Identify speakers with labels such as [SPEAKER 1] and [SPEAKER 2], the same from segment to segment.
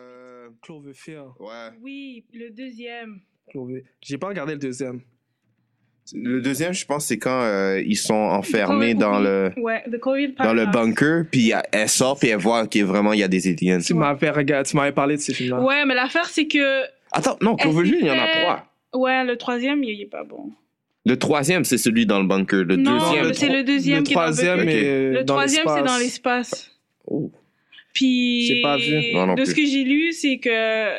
[SPEAKER 1] Euh, Cloverfield.
[SPEAKER 2] Ouais.
[SPEAKER 3] Oui, le deuxième.
[SPEAKER 1] Clover- J'ai pas regardé le deuxième.
[SPEAKER 2] Le deuxième, je pense, c'est quand euh, ils sont enfermés
[SPEAKER 3] Corey-
[SPEAKER 2] dans
[SPEAKER 3] oui,
[SPEAKER 2] le
[SPEAKER 3] Ouais, The Korean
[SPEAKER 2] dans le
[SPEAKER 3] Partner.
[SPEAKER 2] bunker, puis elle- elle sort puis elle voit qu'il vraiment il y a des aliens.
[SPEAKER 1] Tu m'avais regardé, tu m'avais parlé de ces films-là.
[SPEAKER 3] Ouais, mais l'affaire, c'est que.
[SPEAKER 2] Attends, non,
[SPEAKER 3] Elle
[SPEAKER 2] Cloverfield,
[SPEAKER 3] s'est
[SPEAKER 2] il y en a
[SPEAKER 3] fait-
[SPEAKER 2] trois.
[SPEAKER 3] Ouais, le troisième, il il est pas bon.
[SPEAKER 2] Le troisième, c'est celui dans le bunker. Le
[SPEAKER 3] non,
[SPEAKER 2] deuxième.
[SPEAKER 3] c'est
[SPEAKER 1] tro-
[SPEAKER 3] le deuxième
[SPEAKER 1] le
[SPEAKER 3] qui est dans
[SPEAKER 1] troisième
[SPEAKER 3] bunker.
[SPEAKER 1] est
[SPEAKER 3] Le
[SPEAKER 1] dans
[SPEAKER 3] troisième, c'est dans
[SPEAKER 1] l'espace.
[SPEAKER 3] l'espace.
[SPEAKER 2] Oh.
[SPEAKER 3] Puis.
[SPEAKER 1] J'ai pas vu.
[SPEAKER 2] Non, non
[SPEAKER 3] de
[SPEAKER 2] plus.
[SPEAKER 3] ce que j'ai lu, c'est que.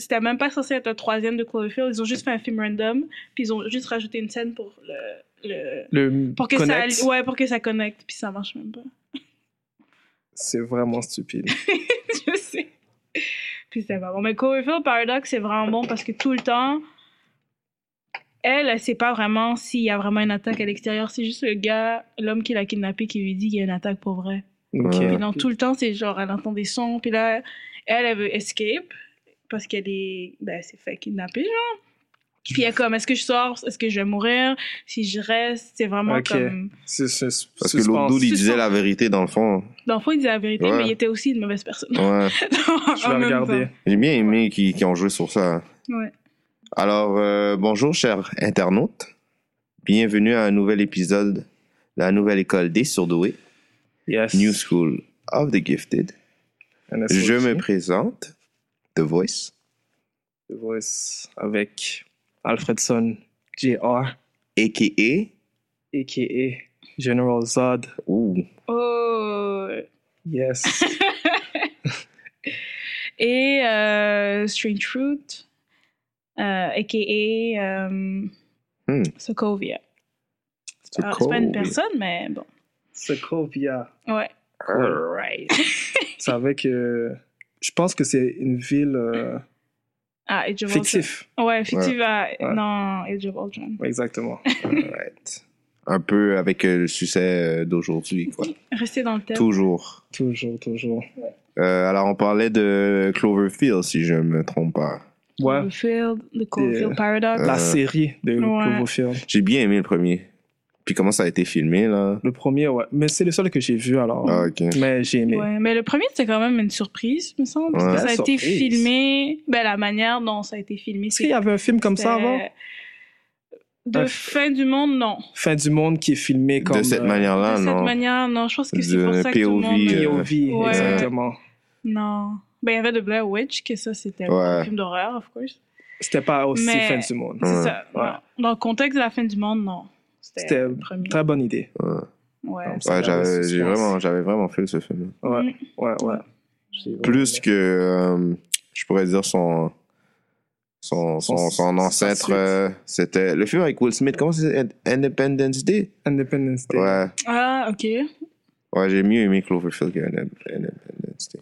[SPEAKER 3] C'était même pas censé être le troisième de Cloverfield. Ils ont juste fait un film random, puis ils ont juste rajouté une scène pour le. le...
[SPEAKER 1] Le
[SPEAKER 3] Pour que,
[SPEAKER 1] Connect,
[SPEAKER 3] ça, ouais, pour que ça connecte, puis ça marche même pas.
[SPEAKER 1] c'est vraiment stupide.
[SPEAKER 3] je sais. Puis c'est pas bon. Mais Cloverfield Paradox, c'est vraiment bon parce que tout le temps, elle, elle sait pas vraiment s'il y a vraiment une attaque à l'extérieur. C'est juste le gars, l'homme qui l'a kidnappé, qui lui dit qu'il y a une attaque pour vrai.
[SPEAKER 1] Ok.
[SPEAKER 2] Ouais.
[SPEAKER 3] Puis non, tout le temps, c'est genre, elle entend des sons, puis là, elle, elle veut escape parce qu'elle est. Ben, elle s'est fait kidnapper, genre. Puis elle est comme, est-ce que je sors Est-ce que je vais mourir Si je reste, c'est vraiment
[SPEAKER 1] Ok.
[SPEAKER 3] comme.
[SPEAKER 1] C'est c'est- c'est-
[SPEAKER 2] Parce que l'autre
[SPEAKER 1] suspense.
[SPEAKER 2] dude, il disait
[SPEAKER 3] Suspense.
[SPEAKER 2] la vérité dans le fond.
[SPEAKER 3] Dans le fond, il disait la vérité,
[SPEAKER 2] Ouais.
[SPEAKER 3] mais il était aussi une mauvaise personne.
[SPEAKER 2] Ouais.
[SPEAKER 1] Je vais regarder.
[SPEAKER 2] J'ai bien aimé qu'ils qu'ils ont joué sur ça.
[SPEAKER 3] Ouais.
[SPEAKER 2] Alors, euh, bonjour, chers internautes. Bienvenue à un nouvel épisode de la nouvelle école des surdoués,
[SPEAKER 1] Yes.
[SPEAKER 2] New School of the Gifted.
[SPEAKER 1] Un SOG.
[SPEAKER 2] Je me présente, The Voice.
[SPEAKER 1] The Voice avec Alfredson, Jr.
[SPEAKER 2] a.k.a.
[SPEAKER 1] a.k.a. General Zod.
[SPEAKER 2] Ouh,
[SPEAKER 3] Oh,
[SPEAKER 1] Yes.
[SPEAKER 3] et euh, Strange Fruit, euh, aka euh,
[SPEAKER 2] Hmm.
[SPEAKER 3] Sokovia. Ah, C'est pas, Ah, c'est pas
[SPEAKER 2] Sokovia.
[SPEAKER 3] une personne, mais bon.
[SPEAKER 1] Sokovia.
[SPEAKER 3] Ouais.
[SPEAKER 1] Alright. Tu savais que... euh, Je pense que c'est une ville euh,
[SPEAKER 3] Ah, Age of
[SPEAKER 1] fictive.
[SPEAKER 3] Ultron. Ouais, fictive
[SPEAKER 1] Ouais.
[SPEAKER 3] à. Non, Age of Ultron.
[SPEAKER 1] Ouais, Exactement.
[SPEAKER 2] alright. Un peu avec euh, le succès euh, d'aujourd'hui, quoi.
[SPEAKER 3] Restez dans le thème.
[SPEAKER 2] Toujours.
[SPEAKER 1] toujours, toujours.
[SPEAKER 2] Euh, alors, on parlait de Cloverfield, si je me trompe pas.
[SPEAKER 1] Ouais.
[SPEAKER 2] Euh,
[SPEAKER 3] Cloverfield, The Cloverfield
[SPEAKER 1] Euh,
[SPEAKER 3] Paradox.
[SPEAKER 1] La série de
[SPEAKER 3] Ouais.
[SPEAKER 1] Cloverfield.
[SPEAKER 2] J'ai bien aimé le premier. Puis comment ça a été filmé, là?
[SPEAKER 1] Le premier, ouais. Mais c'est le seul que j'ai vu,
[SPEAKER 3] Oh.
[SPEAKER 1] alors.
[SPEAKER 2] Ah, ok.
[SPEAKER 1] Mais j'ai aimé.
[SPEAKER 3] Ouais, mais le premier, c'était quand même une surprise, me semble.
[SPEAKER 2] Ouais.
[SPEAKER 3] parce que
[SPEAKER 1] La
[SPEAKER 3] Ça a été
[SPEAKER 1] surprise.
[SPEAKER 3] filmé. Ben, la manière dont ça a été filmé,
[SPEAKER 1] Est-ce qu'il
[SPEAKER 3] c'est.
[SPEAKER 1] y avait un film comme ça avant? Ah,
[SPEAKER 3] c'était- euh, De
[SPEAKER 1] Un-
[SPEAKER 3] fin du monde, non.
[SPEAKER 1] Fin du monde qui est filmé comme...
[SPEAKER 2] de cette
[SPEAKER 1] euh,
[SPEAKER 2] manière-là,
[SPEAKER 3] de cette
[SPEAKER 2] non.
[SPEAKER 3] manière, non, je pense que c'est
[SPEAKER 2] De
[SPEAKER 3] pour ça que tout le
[SPEAKER 2] POV,
[SPEAKER 3] monde...
[SPEAKER 2] euh,
[SPEAKER 1] POV,
[SPEAKER 3] Ouais.
[SPEAKER 1] exactement.
[SPEAKER 3] Non. Ben, il y avait de Blair Witch, que ça, c'était
[SPEAKER 2] Ouais.
[SPEAKER 3] un film d'horreur, of course.
[SPEAKER 1] C'était pas aussi
[SPEAKER 3] Mais-
[SPEAKER 1] fin du monde.
[SPEAKER 3] C'est
[SPEAKER 2] Ouais.
[SPEAKER 3] ça.
[SPEAKER 1] Ouais.
[SPEAKER 3] non. Dans le contexte de la fin du monde, non.
[SPEAKER 1] C'était
[SPEAKER 3] C'était le premier.
[SPEAKER 1] Très bonne idée.
[SPEAKER 2] Ouais,
[SPEAKER 3] Ouais.
[SPEAKER 1] Comme ça,
[SPEAKER 2] Ouais,
[SPEAKER 1] là, le
[SPEAKER 2] j'avais j'ai
[SPEAKER 1] suspense.
[SPEAKER 2] vraiment, j'avais vraiment fait ce film.
[SPEAKER 1] Ouais,
[SPEAKER 3] Mm.
[SPEAKER 1] ouais, ouais. J'ai vraiment
[SPEAKER 2] Plus
[SPEAKER 1] aimé.
[SPEAKER 2] que, euh, je pourrais dire, son... Son, son,
[SPEAKER 1] Son-
[SPEAKER 2] son
[SPEAKER 1] sa
[SPEAKER 2] ancêtre,
[SPEAKER 1] suite.
[SPEAKER 2] euh, c'était le film avec Will Smith. Comment c'est Independence Day?
[SPEAKER 1] Independence Day.
[SPEAKER 2] Ouais.
[SPEAKER 3] Ah, OK.
[SPEAKER 2] Ouais, j'ai mieux aimé Cloverfield que Independence Day.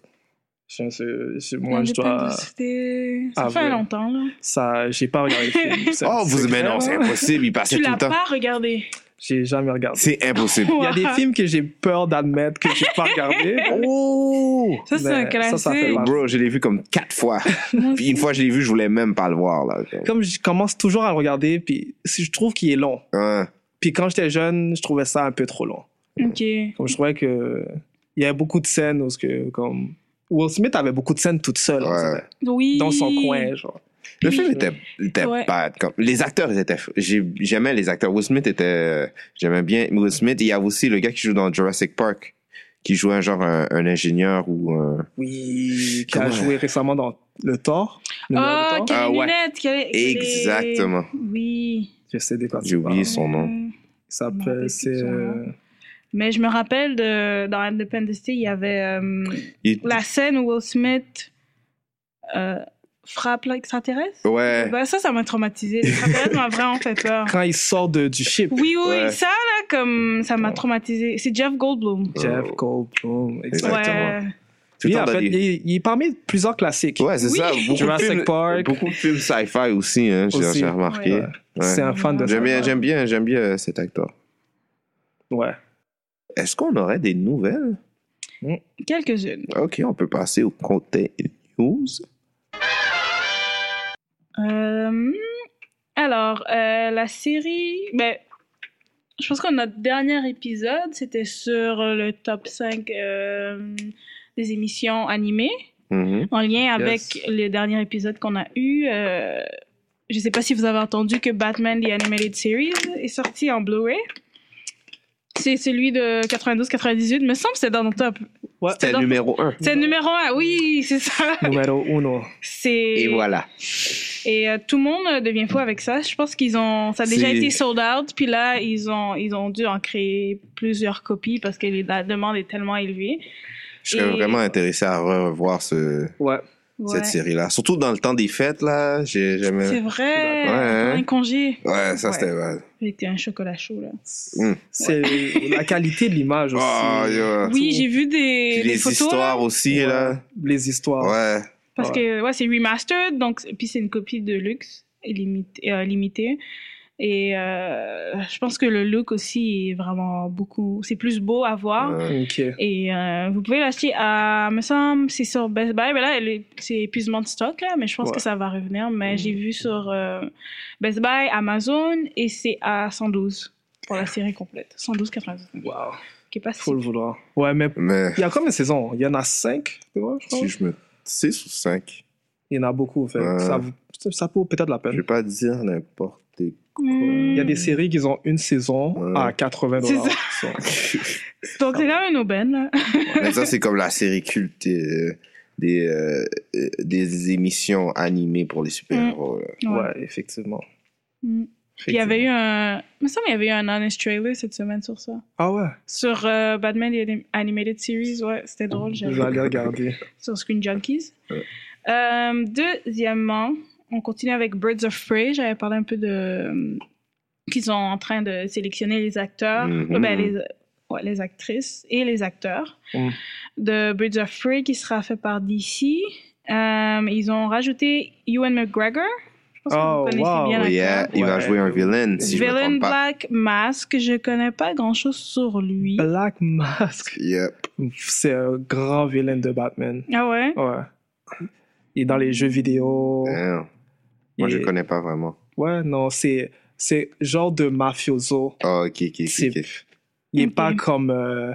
[SPEAKER 1] Je- je- je- moi, je dois.
[SPEAKER 3] C'était... Ça
[SPEAKER 1] Ah,
[SPEAKER 3] fait
[SPEAKER 1] ouais.
[SPEAKER 3] longtemps, là.
[SPEAKER 1] Ça, j'ai pas regardé le film. C'est un
[SPEAKER 2] Oh, vous,
[SPEAKER 1] secret,
[SPEAKER 2] mais non,
[SPEAKER 1] là.
[SPEAKER 2] c'est impossible, il passait
[SPEAKER 3] Tu
[SPEAKER 2] tout
[SPEAKER 3] l'as
[SPEAKER 2] le temps.
[SPEAKER 3] pas regardé.
[SPEAKER 1] J'ai jamais regardé.
[SPEAKER 2] C'est impossible.
[SPEAKER 1] Il y a des films que j'ai peur d'admettre que j'ai pas regardé.
[SPEAKER 2] Oh!
[SPEAKER 3] Ça, c'est un
[SPEAKER 1] Mais ça,
[SPEAKER 3] classique.
[SPEAKER 1] ça fait mal.
[SPEAKER 2] Bro, je l'ai vu comme quatre fois.
[SPEAKER 3] Moi
[SPEAKER 2] Puis une fois je l'ai vu, je voulais même pas le voir, là.
[SPEAKER 1] Comme je commence toujours à le regarder, puis si je trouve qu'il est long.
[SPEAKER 2] Ouais.
[SPEAKER 1] Puis quand j'étais jeune, je trouvais ça un peu trop long.
[SPEAKER 3] OK.
[SPEAKER 1] Comme je trouvais que il y avait beaucoup de scènes où ce que comme Will Smith avait beaucoup de scènes toute seule, on
[SPEAKER 2] Ouais.
[SPEAKER 1] dirait.
[SPEAKER 3] Oui.
[SPEAKER 1] dans son coin, genre.
[SPEAKER 2] Le film était, était
[SPEAKER 3] Ouais.
[SPEAKER 2] bad. Comme, les acteurs ils étaient. j'ai- J'aimais les acteurs. Will Smith était. J'aimais bien Will Smith. Il y a aussi le gars qui joue dans Jurassic Park, qui jouait un genre un, un ingénieur ou un.
[SPEAKER 1] Oui, qui a
[SPEAKER 2] Comment-
[SPEAKER 1] joué récemment dans le Thor. Le meilleur
[SPEAKER 3] Ah,
[SPEAKER 1] des Thor.
[SPEAKER 3] quelle
[SPEAKER 2] Ah, ouais.
[SPEAKER 3] lunette! quelle- quelle-
[SPEAKER 2] Exactement.
[SPEAKER 3] Oui.
[SPEAKER 1] Je sais des
[SPEAKER 2] J'ai oublié
[SPEAKER 1] Il
[SPEAKER 2] Son nom.
[SPEAKER 3] Euh,
[SPEAKER 1] s'appelle c'est euh,
[SPEAKER 3] Mais je me rappelle de, dans Independence Day, il y avait euh,
[SPEAKER 2] Il-
[SPEAKER 3] la scène où Will Smith euh, frappe l'extraterrestre.
[SPEAKER 2] Ouais.
[SPEAKER 3] Bah, ça, ça m'a traumatisé. L'extraterrestre m'a vraiment fait peur.
[SPEAKER 1] Quand il sort de, du ship.
[SPEAKER 3] Oui, oui,
[SPEAKER 2] Ouais.
[SPEAKER 3] ça, là, comme, ça m'a traumatisé. C'est Jeff Goldblum.
[SPEAKER 1] Jeff Goldblum. Exactement.
[SPEAKER 3] Ouais.
[SPEAKER 2] Exactement. Oh. Tout le
[SPEAKER 1] Lui,
[SPEAKER 2] temps
[SPEAKER 1] en
[SPEAKER 2] dans
[SPEAKER 1] fait,
[SPEAKER 2] des-
[SPEAKER 1] il, il est parmi plusieurs classiques.
[SPEAKER 2] Ouais, c'est
[SPEAKER 3] Oui.
[SPEAKER 2] ça. Beaucoup de,
[SPEAKER 1] Jurassic
[SPEAKER 2] films,
[SPEAKER 1] Park.
[SPEAKER 2] beaucoup de films sci-fi aussi, hein, j'ai-
[SPEAKER 1] Aussi.
[SPEAKER 2] j'ai remarqué.
[SPEAKER 1] Ouais. C'est un fan de
[SPEAKER 2] J'aime bien,
[SPEAKER 1] ça.
[SPEAKER 2] j'aime bien, j'aime bien euh, cet acteur.
[SPEAKER 1] Ouais.
[SPEAKER 2] Est-ce qu'on aurait des nouvelles?
[SPEAKER 3] Quelques-unes.
[SPEAKER 2] Ok, on peut passer au côté news.
[SPEAKER 3] Euh, alors, euh, la série. Ben, je pense que notre dernier épisode, c'était sur le top 5 euh, des émissions animées,
[SPEAKER 1] Mm-hmm.
[SPEAKER 2] Mhm.
[SPEAKER 3] en lien avec
[SPEAKER 1] Yes.
[SPEAKER 3] le dernier épisode qu'on a eu. euh, je sais pas si vous avez entendu que Batman The Animated Series est sorti en Blu-ray. C'est celui de 92-98, me semble, que c'est dans notre top.
[SPEAKER 1] Ouais.
[SPEAKER 2] C'était le numéro 1.
[SPEAKER 3] C'est le numéro 1, oui, c'est ça.
[SPEAKER 1] Numéro uno.
[SPEAKER 3] C'est.
[SPEAKER 2] Et voilà.
[SPEAKER 3] Et euh, tout le monde euh, devient fou avec ça. Je pense qu'ils ont, ça a déjà
[SPEAKER 2] C'est-
[SPEAKER 3] été sold out, puis là ils ont, ils ont dû en créer plusieurs copies parce que les- la demande est tellement élevée.
[SPEAKER 2] Je serais
[SPEAKER 3] Et-
[SPEAKER 2] vraiment intéressé à revoir ce,
[SPEAKER 1] Ouais.
[SPEAKER 3] Ouais.
[SPEAKER 2] cette série-là. Surtout dans le temps des fêtes, là. J'ai
[SPEAKER 3] C'est
[SPEAKER 2] jamais.
[SPEAKER 3] vrai.
[SPEAKER 2] Ouais, hein.
[SPEAKER 3] Un congé.
[SPEAKER 2] Ouais, ça, c'était.
[SPEAKER 3] C'était un chocolat chaud là.
[SPEAKER 2] Hmm.
[SPEAKER 1] C'est la qualité de l'image aussi.
[SPEAKER 2] Oh, yeah.
[SPEAKER 3] Oui, j'ai
[SPEAKER 2] Puis
[SPEAKER 3] vu des, des
[SPEAKER 2] les
[SPEAKER 3] photos
[SPEAKER 2] histoires
[SPEAKER 3] là,
[SPEAKER 2] aussi,
[SPEAKER 1] Ouais.
[SPEAKER 2] là.
[SPEAKER 1] Les histoires.
[SPEAKER 2] Ouais.
[SPEAKER 3] parce que ouais, c'est remastered, donc et puis c'est une copie de luxe et limité- euh, limitée. Et euh, je pense que le look aussi est vraiment beaucoup. C'est plus beau à voir.
[SPEAKER 2] Ouais.
[SPEAKER 1] Ok.
[SPEAKER 3] Et euh, vous pouvez l'acheter à, me semble, c'est sur Best Buy. Mais là, elle est- c'est épuisement de stock, là, mais je pense
[SPEAKER 1] Ouais.
[SPEAKER 3] que ça va revenir. Mais
[SPEAKER 2] Mhm.
[SPEAKER 3] j'ai vu sur euh, Best Buy, Amazon, et c'est à 112 pour la série complète. 112,99.
[SPEAKER 1] Wow.
[SPEAKER 3] Qui est pas si-
[SPEAKER 1] Faut le vouloir. Ouais, mais
[SPEAKER 2] Mais
[SPEAKER 1] il y a combien de saisons Il y en a cinq, tu vois,
[SPEAKER 3] Oh.
[SPEAKER 1] je
[SPEAKER 2] si
[SPEAKER 1] crois.
[SPEAKER 2] je me. 6 ou 5.
[SPEAKER 1] Il y en a beaucoup. Fait. que
[SPEAKER 2] Ouais.
[SPEAKER 1] Ça, vaut- ça- ça vaut peut-être la
[SPEAKER 2] Je vais
[SPEAKER 1] peine.
[SPEAKER 2] pas dire n'importe quoi.
[SPEAKER 3] Mhm.
[SPEAKER 1] Il y a des séries qui ont une saison
[SPEAKER 2] Ouais.
[SPEAKER 1] à 80
[SPEAKER 3] C'est
[SPEAKER 1] dollars.
[SPEAKER 3] Donc,
[SPEAKER 2] Ah
[SPEAKER 3] c'est quand même une aubaine, là.
[SPEAKER 2] Mais Ben, ça, c'est comme la série culte euh, des, euh, euh, des émissions animées pour les super-héros. là.
[SPEAKER 3] Mm. Ouais.
[SPEAKER 1] Ouais, effectivement.
[SPEAKER 3] Mhm. Puis Il y avait eu un... Il me semble qu'il y avait eu un honest trailer cette semaine sur ça.
[SPEAKER 1] Ah ouais,
[SPEAKER 3] Sur euh, Batman The Anim- Animated Series, ouais, c'était drôle.
[SPEAKER 1] je
[SPEAKER 3] j'avais-
[SPEAKER 1] vais aller regarder.
[SPEAKER 3] sur Screen Junkies.
[SPEAKER 2] Ouais.
[SPEAKER 3] Euh, deuxièmement, on continue avec Birds of Prey. J'avais parlé un peu de euh, qu'ils sont en train de sélectionner les acteurs,
[SPEAKER 2] Mhm.
[SPEAKER 1] Mm-hmm.
[SPEAKER 3] euh, ben, les, ouais, les actrices et les acteurs
[SPEAKER 1] Mm.
[SPEAKER 3] de Birds of Prey qui sera fait par DC. Euh, ils ont rajouté Ewan McGregor. Je pense
[SPEAKER 1] Oh,
[SPEAKER 3] que vous connaissez
[SPEAKER 1] wow.
[SPEAKER 3] bien
[SPEAKER 2] Ouais,
[SPEAKER 3] l'acteur.
[SPEAKER 2] hein, il va
[SPEAKER 1] Ouais.
[SPEAKER 2] jouer un villain, si je me
[SPEAKER 3] Villain
[SPEAKER 2] trompe pas.
[SPEAKER 3] Black Mask, je connais pas grand chose sur lui.
[SPEAKER 2] Ah.
[SPEAKER 1] Black Mask,
[SPEAKER 2] Yep.
[SPEAKER 1] c'est un grand vilain de Batman.
[SPEAKER 3] Ah ouais?
[SPEAKER 1] Ouais. Il est dans les jeux vidéo.
[SPEAKER 2] Damn. Moi,
[SPEAKER 1] il
[SPEAKER 2] je
[SPEAKER 1] est-
[SPEAKER 2] connais pas vraiment.
[SPEAKER 1] Ouais, non, c'est c'est genre de mafioso.
[SPEAKER 2] Ah, ok, ok, ok,
[SPEAKER 1] C'est-
[SPEAKER 2] ok.
[SPEAKER 1] Il est
[SPEAKER 3] Ok.
[SPEAKER 1] pas comme euh,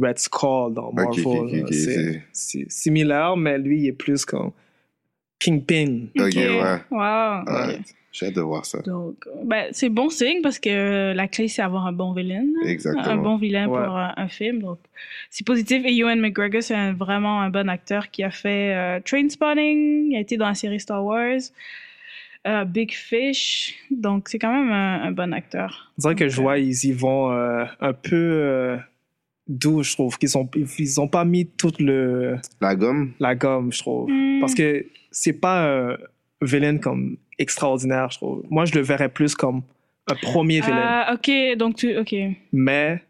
[SPEAKER 1] Red Skull dans
[SPEAKER 2] Ok,
[SPEAKER 1] Marvel.
[SPEAKER 2] ok, ok,
[SPEAKER 1] là.
[SPEAKER 2] ok,
[SPEAKER 1] C'est-
[SPEAKER 2] c'est-
[SPEAKER 1] C'est similaire, mais lui, il est plus comme Kingpin.
[SPEAKER 2] Ok,
[SPEAKER 3] Ok.
[SPEAKER 2] ouais.
[SPEAKER 3] Wow.
[SPEAKER 2] Ouais.
[SPEAKER 3] ok.
[SPEAKER 2] J'ai hâte de voir ça.
[SPEAKER 3] Donc, ben, c'est bon signe parce que euh, la clé, c'est avoir un bon vilain. Un
[SPEAKER 2] Exactement.
[SPEAKER 3] Ah, bon vilain
[SPEAKER 1] Ouais.
[SPEAKER 3] pour un, un film. Donc, c'est positif. Et Ewan McGregor, c'est un- vraiment un bon acteur qui a fait euh, Trainspotting, il a été dans la série Star Wars, euh, Big Fish. Donc, c'est quand même un, un bon acteur.
[SPEAKER 1] On dirait que
[SPEAKER 3] Donc,
[SPEAKER 1] je vois, ils y vont euh, un peu euh, doux, je trouve. Qu'ils ont, ils ont pas mis toute le,
[SPEAKER 2] La gomme?
[SPEAKER 1] la gomme, je trouve.
[SPEAKER 3] Hmm.
[SPEAKER 1] Parce que c'est pas un vilain comme extraordinaire, je trouve. Moi, je le verrais plus comme un premier vilain.
[SPEAKER 3] Ah, ok, donc tu. Ok,
[SPEAKER 1] Mais,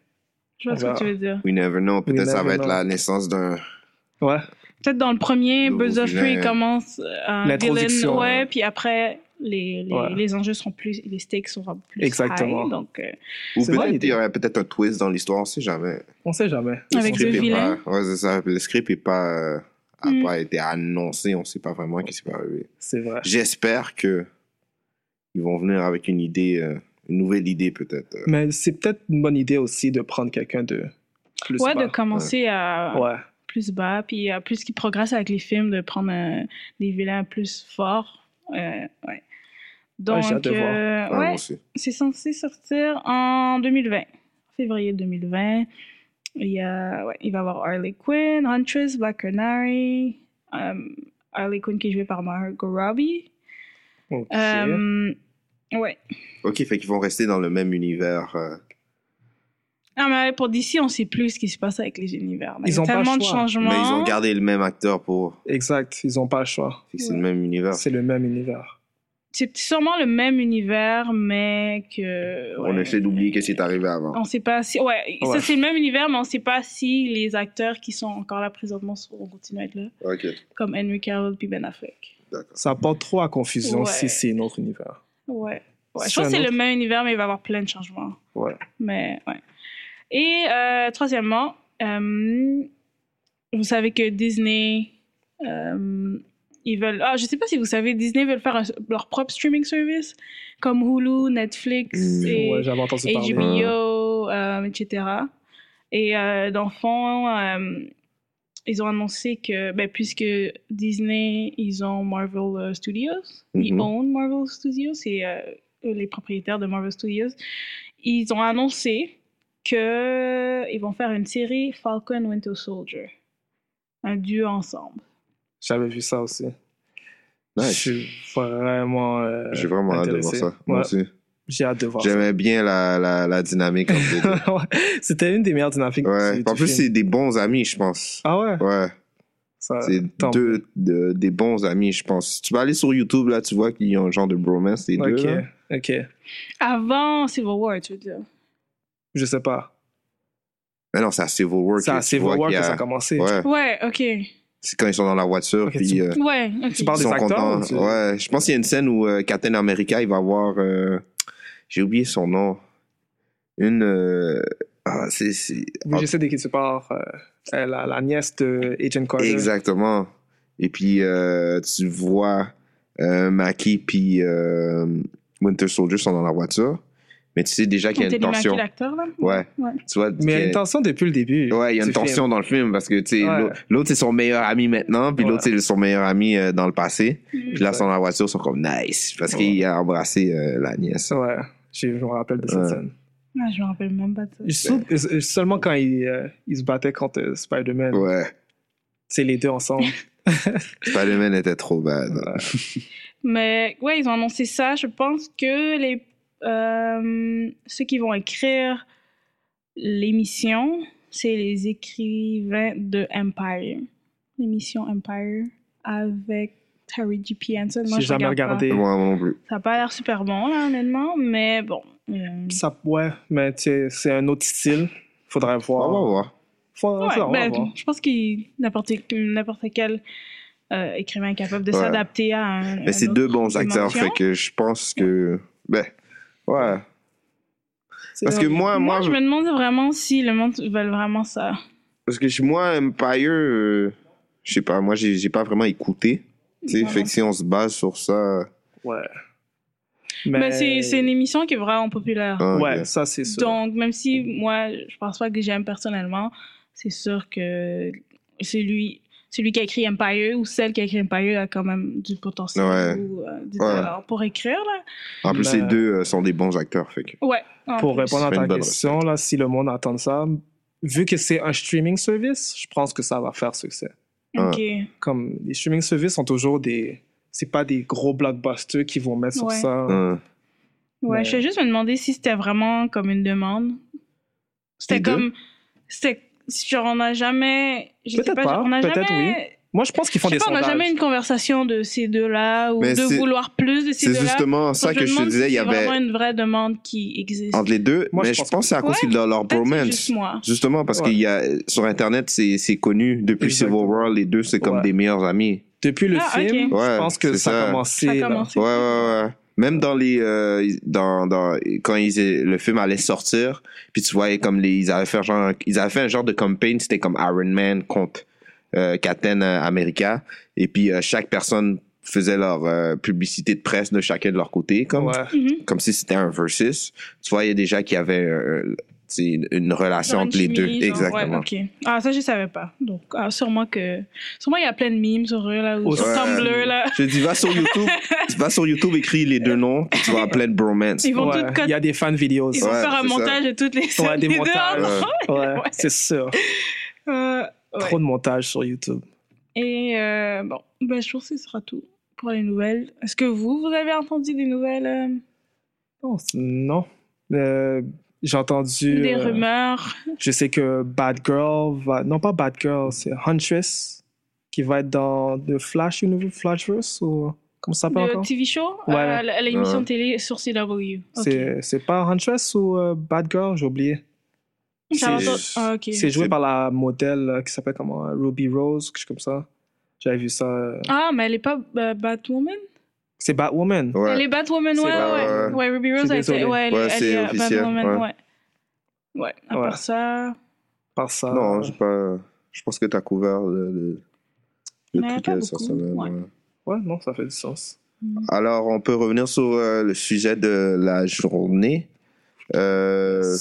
[SPEAKER 3] je vois ce
[SPEAKER 1] Ah.
[SPEAKER 3] que tu veux dire.
[SPEAKER 2] We never know. Peut-être ça
[SPEAKER 1] never
[SPEAKER 2] va être
[SPEAKER 1] know.
[SPEAKER 2] la naissance d'un.
[SPEAKER 1] ouais,
[SPEAKER 3] Peut-être dans le premier,
[SPEAKER 2] Le
[SPEAKER 3] Birds of
[SPEAKER 2] vilain.
[SPEAKER 3] Prey commence euh, un villain,
[SPEAKER 1] L'introduction,
[SPEAKER 3] ouais,
[SPEAKER 1] ouais.
[SPEAKER 3] puis après, les, les,
[SPEAKER 1] Ouais.
[SPEAKER 3] les enjeux seront plus, les stakes seront plus
[SPEAKER 1] Exactement.
[SPEAKER 3] high, donc, euh,
[SPEAKER 2] Ou
[SPEAKER 1] C'est vrai,
[SPEAKER 2] peut-être
[SPEAKER 1] l'idée.
[SPEAKER 2] il y aurait peut-être un twist dans l'histoire, on sait jamais.
[SPEAKER 1] on sait jamais.
[SPEAKER 2] Le
[SPEAKER 3] Avec
[SPEAKER 2] script
[SPEAKER 3] deux
[SPEAKER 2] est
[SPEAKER 3] vilains.
[SPEAKER 2] pas- Ouais, c'est ça. Le script n'a pas, euh, a
[SPEAKER 3] Mm.
[SPEAKER 2] pas été annoncé, on sait pas vraiment qu'est-ce qui va arriver.
[SPEAKER 1] C'est vrai.
[SPEAKER 2] J'espère que ils vont venir avec une idée, euh, une nouvelle idée peut-être. euh.
[SPEAKER 1] Mais c'est peut-être une bonne idée aussi de prendre quelqu'un de plus
[SPEAKER 3] ouais,
[SPEAKER 1] bas.
[SPEAKER 3] de commencer à
[SPEAKER 1] Ouais,
[SPEAKER 3] plus bas, puis à plus qu'ils progressent avec les films, de prendre euh, des vilains plus forts. Euh, ouais. Donc,
[SPEAKER 1] j'ai hâte de voir.
[SPEAKER 3] euh,
[SPEAKER 2] Ouais,
[SPEAKER 3] ouais,
[SPEAKER 2] moi aussi.
[SPEAKER 3] c'est censé sortir en 2020, février 2020. Il, y a, ouais, il va y avoir Harley Quinn, Huntress, Black Canary, euh, Harley Quinn qui est jouée par Margot Robbie.
[SPEAKER 1] ok.
[SPEAKER 3] Euh, ouais,
[SPEAKER 2] Ok, fait qu'ils vont rester dans le même univers. euh,
[SPEAKER 3] Ah, mais pour DC, on sait plus ce qui se passe avec les univers. Il y
[SPEAKER 1] Ils
[SPEAKER 3] a
[SPEAKER 1] ont pas le
[SPEAKER 3] tellement de
[SPEAKER 1] choix.
[SPEAKER 3] changements.
[SPEAKER 2] Mais ils ont gardé le même acteur pour
[SPEAKER 1] Exact, ils n'ont pas le choix.
[SPEAKER 2] fixer le même univers.
[SPEAKER 1] C'est le même univers.
[SPEAKER 3] C'est sûrement le même univers, mais que.
[SPEAKER 2] On
[SPEAKER 3] ouais.
[SPEAKER 2] essaie d'oublier qu'est-ce qui est arrivé avant.
[SPEAKER 3] On sait pas si. Ouais,
[SPEAKER 1] Ouais.
[SPEAKER 3] ça c'est le même univers, mais on sait pas si les acteurs qui sont encore là présentement sont- vont continuer à être là,
[SPEAKER 2] Ok,
[SPEAKER 3] comme Henry Cavill puis Ben Affleck.
[SPEAKER 2] d'accord.
[SPEAKER 1] Ça porte trop à confusion
[SPEAKER 3] Ouais.
[SPEAKER 1] si c'est notre univers.
[SPEAKER 3] Ouais. ouais.
[SPEAKER 1] C'est
[SPEAKER 3] Je pense que
[SPEAKER 1] un
[SPEAKER 3] c'est le
[SPEAKER 1] autre.
[SPEAKER 3] même univers, mais il va y avoir plein de changements.
[SPEAKER 1] Ouais.
[SPEAKER 3] Mais ouais. Et euh, troisièmement, euh, vous savez que Disney, euh, ils veulent. Ah, je sais pas si vous savez, Disney veulent faire un- leur propre streaming service, comme Hulu, Netflix
[SPEAKER 2] Mm.
[SPEAKER 3] et
[SPEAKER 1] Ouais, j'avais entendu parler.
[SPEAKER 3] HBO, euh, etc. Et euh, dans le fond, euh, ils ont annoncé que, ben, puisque Disney, ils ont Marvel euh, Studios, ils
[SPEAKER 2] Mhm.
[SPEAKER 3] own Marvel Studios, c'est euh, eux les propriétaires de Marvel Studios, ils ont annoncé que ils vont faire une série Falcon and Winter Soldier, un duo ensemble.
[SPEAKER 1] J'avais vu ça aussi. Je
[SPEAKER 2] Nice.
[SPEAKER 1] suis vraiment. euh,
[SPEAKER 2] J'ai vraiment hâte de voir
[SPEAKER 1] intéressé.
[SPEAKER 2] ça. Moi
[SPEAKER 1] Ouais,
[SPEAKER 2] aussi.
[SPEAKER 1] J'ai hâte de voir ça.
[SPEAKER 2] J'aimais bien la, la, la dynamique. entre les deux.
[SPEAKER 1] Ouais, C'était une des meilleures dynamiques.
[SPEAKER 2] Ouais.
[SPEAKER 1] du-
[SPEAKER 2] En
[SPEAKER 1] du
[SPEAKER 2] plus,
[SPEAKER 1] film.
[SPEAKER 2] c'est des bons amis, je pense.
[SPEAKER 1] Ah ouais?
[SPEAKER 2] Ouais.
[SPEAKER 1] ça-
[SPEAKER 2] C'est
[SPEAKER 1] Euh, tant
[SPEAKER 2] deux de- des bons amis, je pense. Tu vas aller sur YouTube, là, tu vois qu'ils ont un genre de bromance, les deux.
[SPEAKER 1] Ok,
[SPEAKER 2] là.
[SPEAKER 1] ok.
[SPEAKER 3] Avant Civil War, tu veux dire.
[SPEAKER 1] Je sais pas.
[SPEAKER 2] Mais non, c'est à Civil War.
[SPEAKER 1] C'est
[SPEAKER 2] que
[SPEAKER 1] à
[SPEAKER 2] tu
[SPEAKER 1] Civil
[SPEAKER 2] vois
[SPEAKER 1] War
[SPEAKER 2] qu'il
[SPEAKER 1] que
[SPEAKER 2] y a-
[SPEAKER 1] ça a commencé.
[SPEAKER 2] Ouais.
[SPEAKER 3] Ouais, ok.
[SPEAKER 2] C'est quand ils sont dans la voiture,
[SPEAKER 1] Ok,
[SPEAKER 2] puis
[SPEAKER 1] tu-
[SPEAKER 2] euh,
[SPEAKER 3] Ouais, ok.
[SPEAKER 1] Tu parles
[SPEAKER 2] ils
[SPEAKER 1] des
[SPEAKER 2] sont
[SPEAKER 1] acteurs?
[SPEAKER 2] contents.
[SPEAKER 1] ou tu-
[SPEAKER 2] Ouais. Je pense qu'il y a une scène où euh, Captain America, il va voir. euh, J'ai oublié son nom. Une. euh, Ah, c'est. c'est-
[SPEAKER 1] Oui, je sais de qui tu parles. euh, euh, la, la nièce de Agent Carter.
[SPEAKER 2] Exactement. Et puis, euh, tu vois euh, Maki puis euh, Winter Soldier sont dans la voiture, mais tu sais déjà qu'il y a
[SPEAKER 3] T'as
[SPEAKER 2] une tension.
[SPEAKER 3] l'acteur, là?
[SPEAKER 2] Ouais.
[SPEAKER 3] Ouais.
[SPEAKER 2] Tu vois,
[SPEAKER 1] Mais il y a
[SPEAKER 2] qu'il
[SPEAKER 1] une tension depuis le début.
[SPEAKER 2] Ouais, il y a une
[SPEAKER 1] du film.
[SPEAKER 2] tension dans le film parce que tu sais,
[SPEAKER 1] Ouais.
[SPEAKER 2] l'autre- l'autre c'est son meilleur ami maintenant, puis
[SPEAKER 1] Ouais.
[SPEAKER 2] l'autre c'est son meilleur ami euh, dans le passé.
[SPEAKER 3] Mhm.
[SPEAKER 2] Puis là, ils sont dans la voiture, ils sont comme nice parce
[SPEAKER 1] Ouais.
[SPEAKER 2] qu'il a embrassé euh, la nièce.
[SPEAKER 1] Ouais, j'ai- je me rappelle de cette
[SPEAKER 2] Ouais.
[SPEAKER 1] scène.
[SPEAKER 3] Ah, je me rappelle même pas de
[SPEAKER 1] Je
[SPEAKER 3] ça.
[SPEAKER 1] trouve- euh, seulement quand ils euh, ils se battaient contre euh, Spider-Man,
[SPEAKER 2] Ouais,
[SPEAKER 1] c'est les deux ensemble. Euh,
[SPEAKER 2] Spider-Man était trop bad.
[SPEAKER 1] Ouais.
[SPEAKER 3] Mais ouais, ils ont annoncé ça. Je pense que les, euh, ceux qui vont écrire l'émission, c'est les écrivains de Empire. L'émission Empire avec Terry G. P. Hansen. Moi,
[SPEAKER 1] J'ai
[SPEAKER 3] je
[SPEAKER 1] jamais
[SPEAKER 3] regarde pas.
[SPEAKER 1] regardé.
[SPEAKER 2] Moi non plus.
[SPEAKER 3] Ça n'a pas l'air super bon, là, honnêtement. Mais bon. euh,
[SPEAKER 1] Ça, ouais, mais tu sais, c'est un autre style. Faudrait voir.
[SPEAKER 2] On va voir.
[SPEAKER 1] Faudrait
[SPEAKER 3] Ouais,
[SPEAKER 1] voir, on va
[SPEAKER 3] ben,
[SPEAKER 1] voir.
[SPEAKER 3] je pense qu'il n'importe n'importe quel euh, écrivain est capable de
[SPEAKER 2] Ouais.
[SPEAKER 3] s'adapter à un.
[SPEAKER 2] Mais
[SPEAKER 3] un
[SPEAKER 2] c'est
[SPEAKER 3] autre
[SPEAKER 2] deux bons acteurs,
[SPEAKER 3] dimension.
[SPEAKER 2] fait que je pense que. Ben, ouais. Parce que moi,
[SPEAKER 3] Moi,
[SPEAKER 2] moi,
[SPEAKER 3] je me demande vraiment si le monde veut vraiment ça.
[SPEAKER 2] parce que je- moi, Empire, euh, je sais pas, moi, j'ai j'ai pas vraiment écouté. Tu sais,
[SPEAKER 3] Ouais.
[SPEAKER 2] fait que si on se base sur ça.
[SPEAKER 1] Ouais.
[SPEAKER 3] Ben, c'est c'est une émission qui est vraiment populaire.
[SPEAKER 2] ah, ok.
[SPEAKER 1] Ouais, ça, c'est sûr.
[SPEAKER 3] Donc, même si moi, je pense pas que j'aime personnellement, c'est sûr que celui, celui qui a écrit Empire ou celle qui a écrit Empire a quand même du potentiel
[SPEAKER 2] Ouais.
[SPEAKER 3] ou euh, du
[SPEAKER 2] Ouais.
[SPEAKER 3] talent pour écrire. Là.
[SPEAKER 2] En plus,
[SPEAKER 1] Ben-
[SPEAKER 2] ces deux euh, sont des bons acteurs, fait que.
[SPEAKER 3] Ouais. en
[SPEAKER 1] Pour
[SPEAKER 3] plus.
[SPEAKER 1] répondre à
[SPEAKER 2] C'est une
[SPEAKER 1] ta
[SPEAKER 2] bonne
[SPEAKER 1] question, là, si le monde attend ça, vu que c'est un streaming service, je pense que ça va faire succès.
[SPEAKER 3] Ok.
[SPEAKER 1] Comme les streaming services sont toujours des. C'est pas des gros blockbusters qui vont mettre sur
[SPEAKER 3] Ouais.
[SPEAKER 1] ça.
[SPEAKER 2] Hein.
[SPEAKER 3] Ouais,
[SPEAKER 1] Mais-
[SPEAKER 3] je vais juste me demander si c'était vraiment comme une demande. C'était
[SPEAKER 2] Les deux?
[SPEAKER 3] comme. C'était. Genre, on n'a jamais. je sais
[SPEAKER 1] Peut-être pas,
[SPEAKER 3] On n'a
[SPEAKER 1] peut-être
[SPEAKER 3] jamais.
[SPEAKER 1] Moi, je pense qu'ils font
[SPEAKER 3] Je sais
[SPEAKER 1] des
[SPEAKER 3] pas, on n'a
[SPEAKER 1] sondages.
[SPEAKER 3] jamais une conversation de ces deux-là ou
[SPEAKER 2] Mais
[SPEAKER 3] de
[SPEAKER 2] c'est-
[SPEAKER 3] vouloir plus de ces
[SPEAKER 2] C'est
[SPEAKER 3] deux-là.
[SPEAKER 2] justement ça
[SPEAKER 3] Donc,
[SPEAKER 2] que
[SPEAKER 3] me
[SPEAKER 2] je te
[SPEAKER 3] demande
[SPEAKER 2] disais,
[SPEAKER 3] si
[SPEAKER 2] il y
[SPEAKER 3] C'est
[SPEAKER 2] avait
[SPEAKER 3] vraiment une vraie demande qui existe.
[SPEAKER 2] entre les deux,
[SPEAKER 1] Moi,
[SPEAKER 2] mais
[SPEAKER 1] je
[SPEAKER 2] je
[SPEAKER 1] pense
[SPEAKER 2] pense que c'est à cause
[SPEAKER 3] Ouais,
[SPEAKER 2] de leur
[SPEAKER 3] Peut-être c'est
[SPEAKER 2] bromance.
[SPEAKER 3] juste moi.
[SPEAKER 2] Justement, parce
[SPEAKER 1] Ouais.
[SPEAKER 2] qu'il y a, sur Internet, c'est c'est connu. Depuis
[SPEAKER 1] Exactement.
[SPEAKER 2] Civil War, les deux, c'est comme
[SPEAKER 1] Ouais.
[SPEAKER 2] des meilleurs amis.
[SPEAKER 1] Depuis le
[SPEAKER 3] Ah,
[SPEAKER 1] film,
[SPEAKER 3] ok.
[SPEAKER 2] Ouais,
[SPEAKER 1] je pense que
[SPEAKER 2] c'est
[SPEAKER 1] ça a
[SPEAKER 2] ça.
[SPEAKER 1] commencé.
[SPEAKER 3] Ça a
[SPEAKER 1] là.
[SPEAKER 3] commencé.
[SPEAKER 2] Ouais, ouais, ouais. Même dans les. euh, dans, dans, quand ils, le film allait sortir, puis tu voyais comme les. Ils avaient fait, genre, ils avaient fait un genre de campaign, c'était comme Iron Man contre euh, Captain America. Et puis euh, chaque personne faisait leur euh, publicité de presse de chacun de leur côté. Comme,
[SPEAKER 1] Ouais.
[SPEAKER 3] Mhm.
[SPEAKER 2] comme si c'était un versus. Tu vois, il y a des gens qui avaient euh, tu sais, une, une relation
[SPEAKER 3] Genre
[SPEAKER 2] entre
[SPEAKER 3] une
[SPEAKER 2] les deux.
[SPEAKER 3] chimie, genre,
[SPEAKER 2] Exactement.
[SPEAKER 3] ouais, ok. Ah, ça, je savais pas. Donc, ah, sûrement que. Sûrement, il y a plein de mimes sur eux, là, ou
[SPEAKER 1] Aussi.
[SPEAKER 3] sur Tumblr, là.
[SPEAKER 2] Je te dis, va sur YouTube, va sur YouTube, écris les deux noms, puis tu vas avoir plein de bromance.
[SPEAKER 3] Ils vont
[SPEAKER 1] Ouais,
[SPEAKER 3] toutes cotes-
[SPEAKER 1] Il y a des fan vidéos.
[SPEAKER 3] Ils vont
[SPEAKER 2] Ouais,
[SPEAKER 3] faire un
[SPEAKER 2] c'est ça.
[SPEAKER 3] montage de toutes les
[SPEAKER 1] Ouais,
[SPEAKER 3] scènes
[SPEAKER 1] des
[SPEAKER 3] des deux.
[SPEAKER 1] montages.
[SPEAKER 3] ensemble.
[SPEAKER 1] Ouais,
[SPEAKER 3] Ouais.
[SPEAKER 1] c'est sûr.
[SPEAKER 3] Euh, ouais.
[SPEAKER 1] Trop de montages sur YouTube.
[SPEAKER 3] Et euh, bon, ben, je pense que ce sera tout pour les nouvelles. Est-ce que vous, vous avez entendu des nouvelles euh,
[SPEAKER 1] Non. c'est- non. Euh, J'ai entendu.
[SPEAKER 3] Des
[SPEAKER 1] euh,
[SPEAKER 3] rumeurs.
[SPEAKER 1] Je sais que Bad Girl va. Non, pas Bad Girl, c'est Huntress qui va être dans The Flash Universe, Flashverse ou. Comment ça s'appelle
[SPEAKER 3] De
[SPEAKER 1] encore
[SPEAKER 3] TV show
[SPEAKER 1] Ouais,
[SPEAKER 3] à l- à l'émission
[SPEAKER 2] Ouais.
[SPEAKER 3] télé sur CW. Ok.
[SPEAKER 1] C'est- C'est pas Huntress ou euh, Bad Girl, j'ai oublié.
[SPEAKER 3] Ça
[SPEAKER 1] c'est-
[SPEAKER 3] va pas- Ah, ok.
[SPEAKER 1] C'est joué
[SPEAKER 2] C'est-
[SPEAKER 1] par la modèle euh, qui s'appelle comment euh, Ruby Rose, quelque chose comme ça. J'avais vu ça. euh,
[SPEAKER 3] Ah, mais elle est pas euh, Batwoman
[SPEAKER 1] C'est Batwoman.
[SPEAKER 2] Ouais.
[SPEAKER 3] Elle est Batwoman, ouais,
[SPEAKER 1] C'est
[SPEAKER 3] ouais.
[SPEAKER 2] pas- euh,
[SPEAKER 3] ouais. Ruby
[SPEAKER 1] Je
[SPEAKER 3] Rose,
[SPEAKER 1] suis
[SPEAKER 3] elle, était-
[SPEAKER 1] désolé.
[SPEAKER 3] ouais, elle,
[SPEAKER 2] Ouais,
[SPEAKER 3] elle
[SPEAKER 2] c'est
[SPEAKER 3] est euh,
[SPEAKER 2] officiel,
[SPEAKER 3] Batwoman,
[SPEAKER 2] ouais.
[SPEAKER 3] ouais. Ouais, à
[SPEAKER 1] Ouais.
[SPEAKER 3] part ça.
[SPEAKER 1] Par ça.
[SPEAKER 2] Non,
[SPEAKER 1] euh,
[SPEAKER 2] j'ai pas. Je pense que t'as couvert le, le, le
[SPEAKER 3] Mais
[SPEAKER 2] truc
[SPEAKER 3] pas
[SPEAKER 2] euh, cette
[SPEAKER 3] beaucoup,
[SPEAKER 2] semaine.
[SPEAKER 3] ouais.
[SPEAKER 2] ouais.
[SPEAKER 1] Ouais, non, ça fait du sens.
[SPEAKER 2] Alors, on peut revenir sur euh, le sujet de la journée. Euh,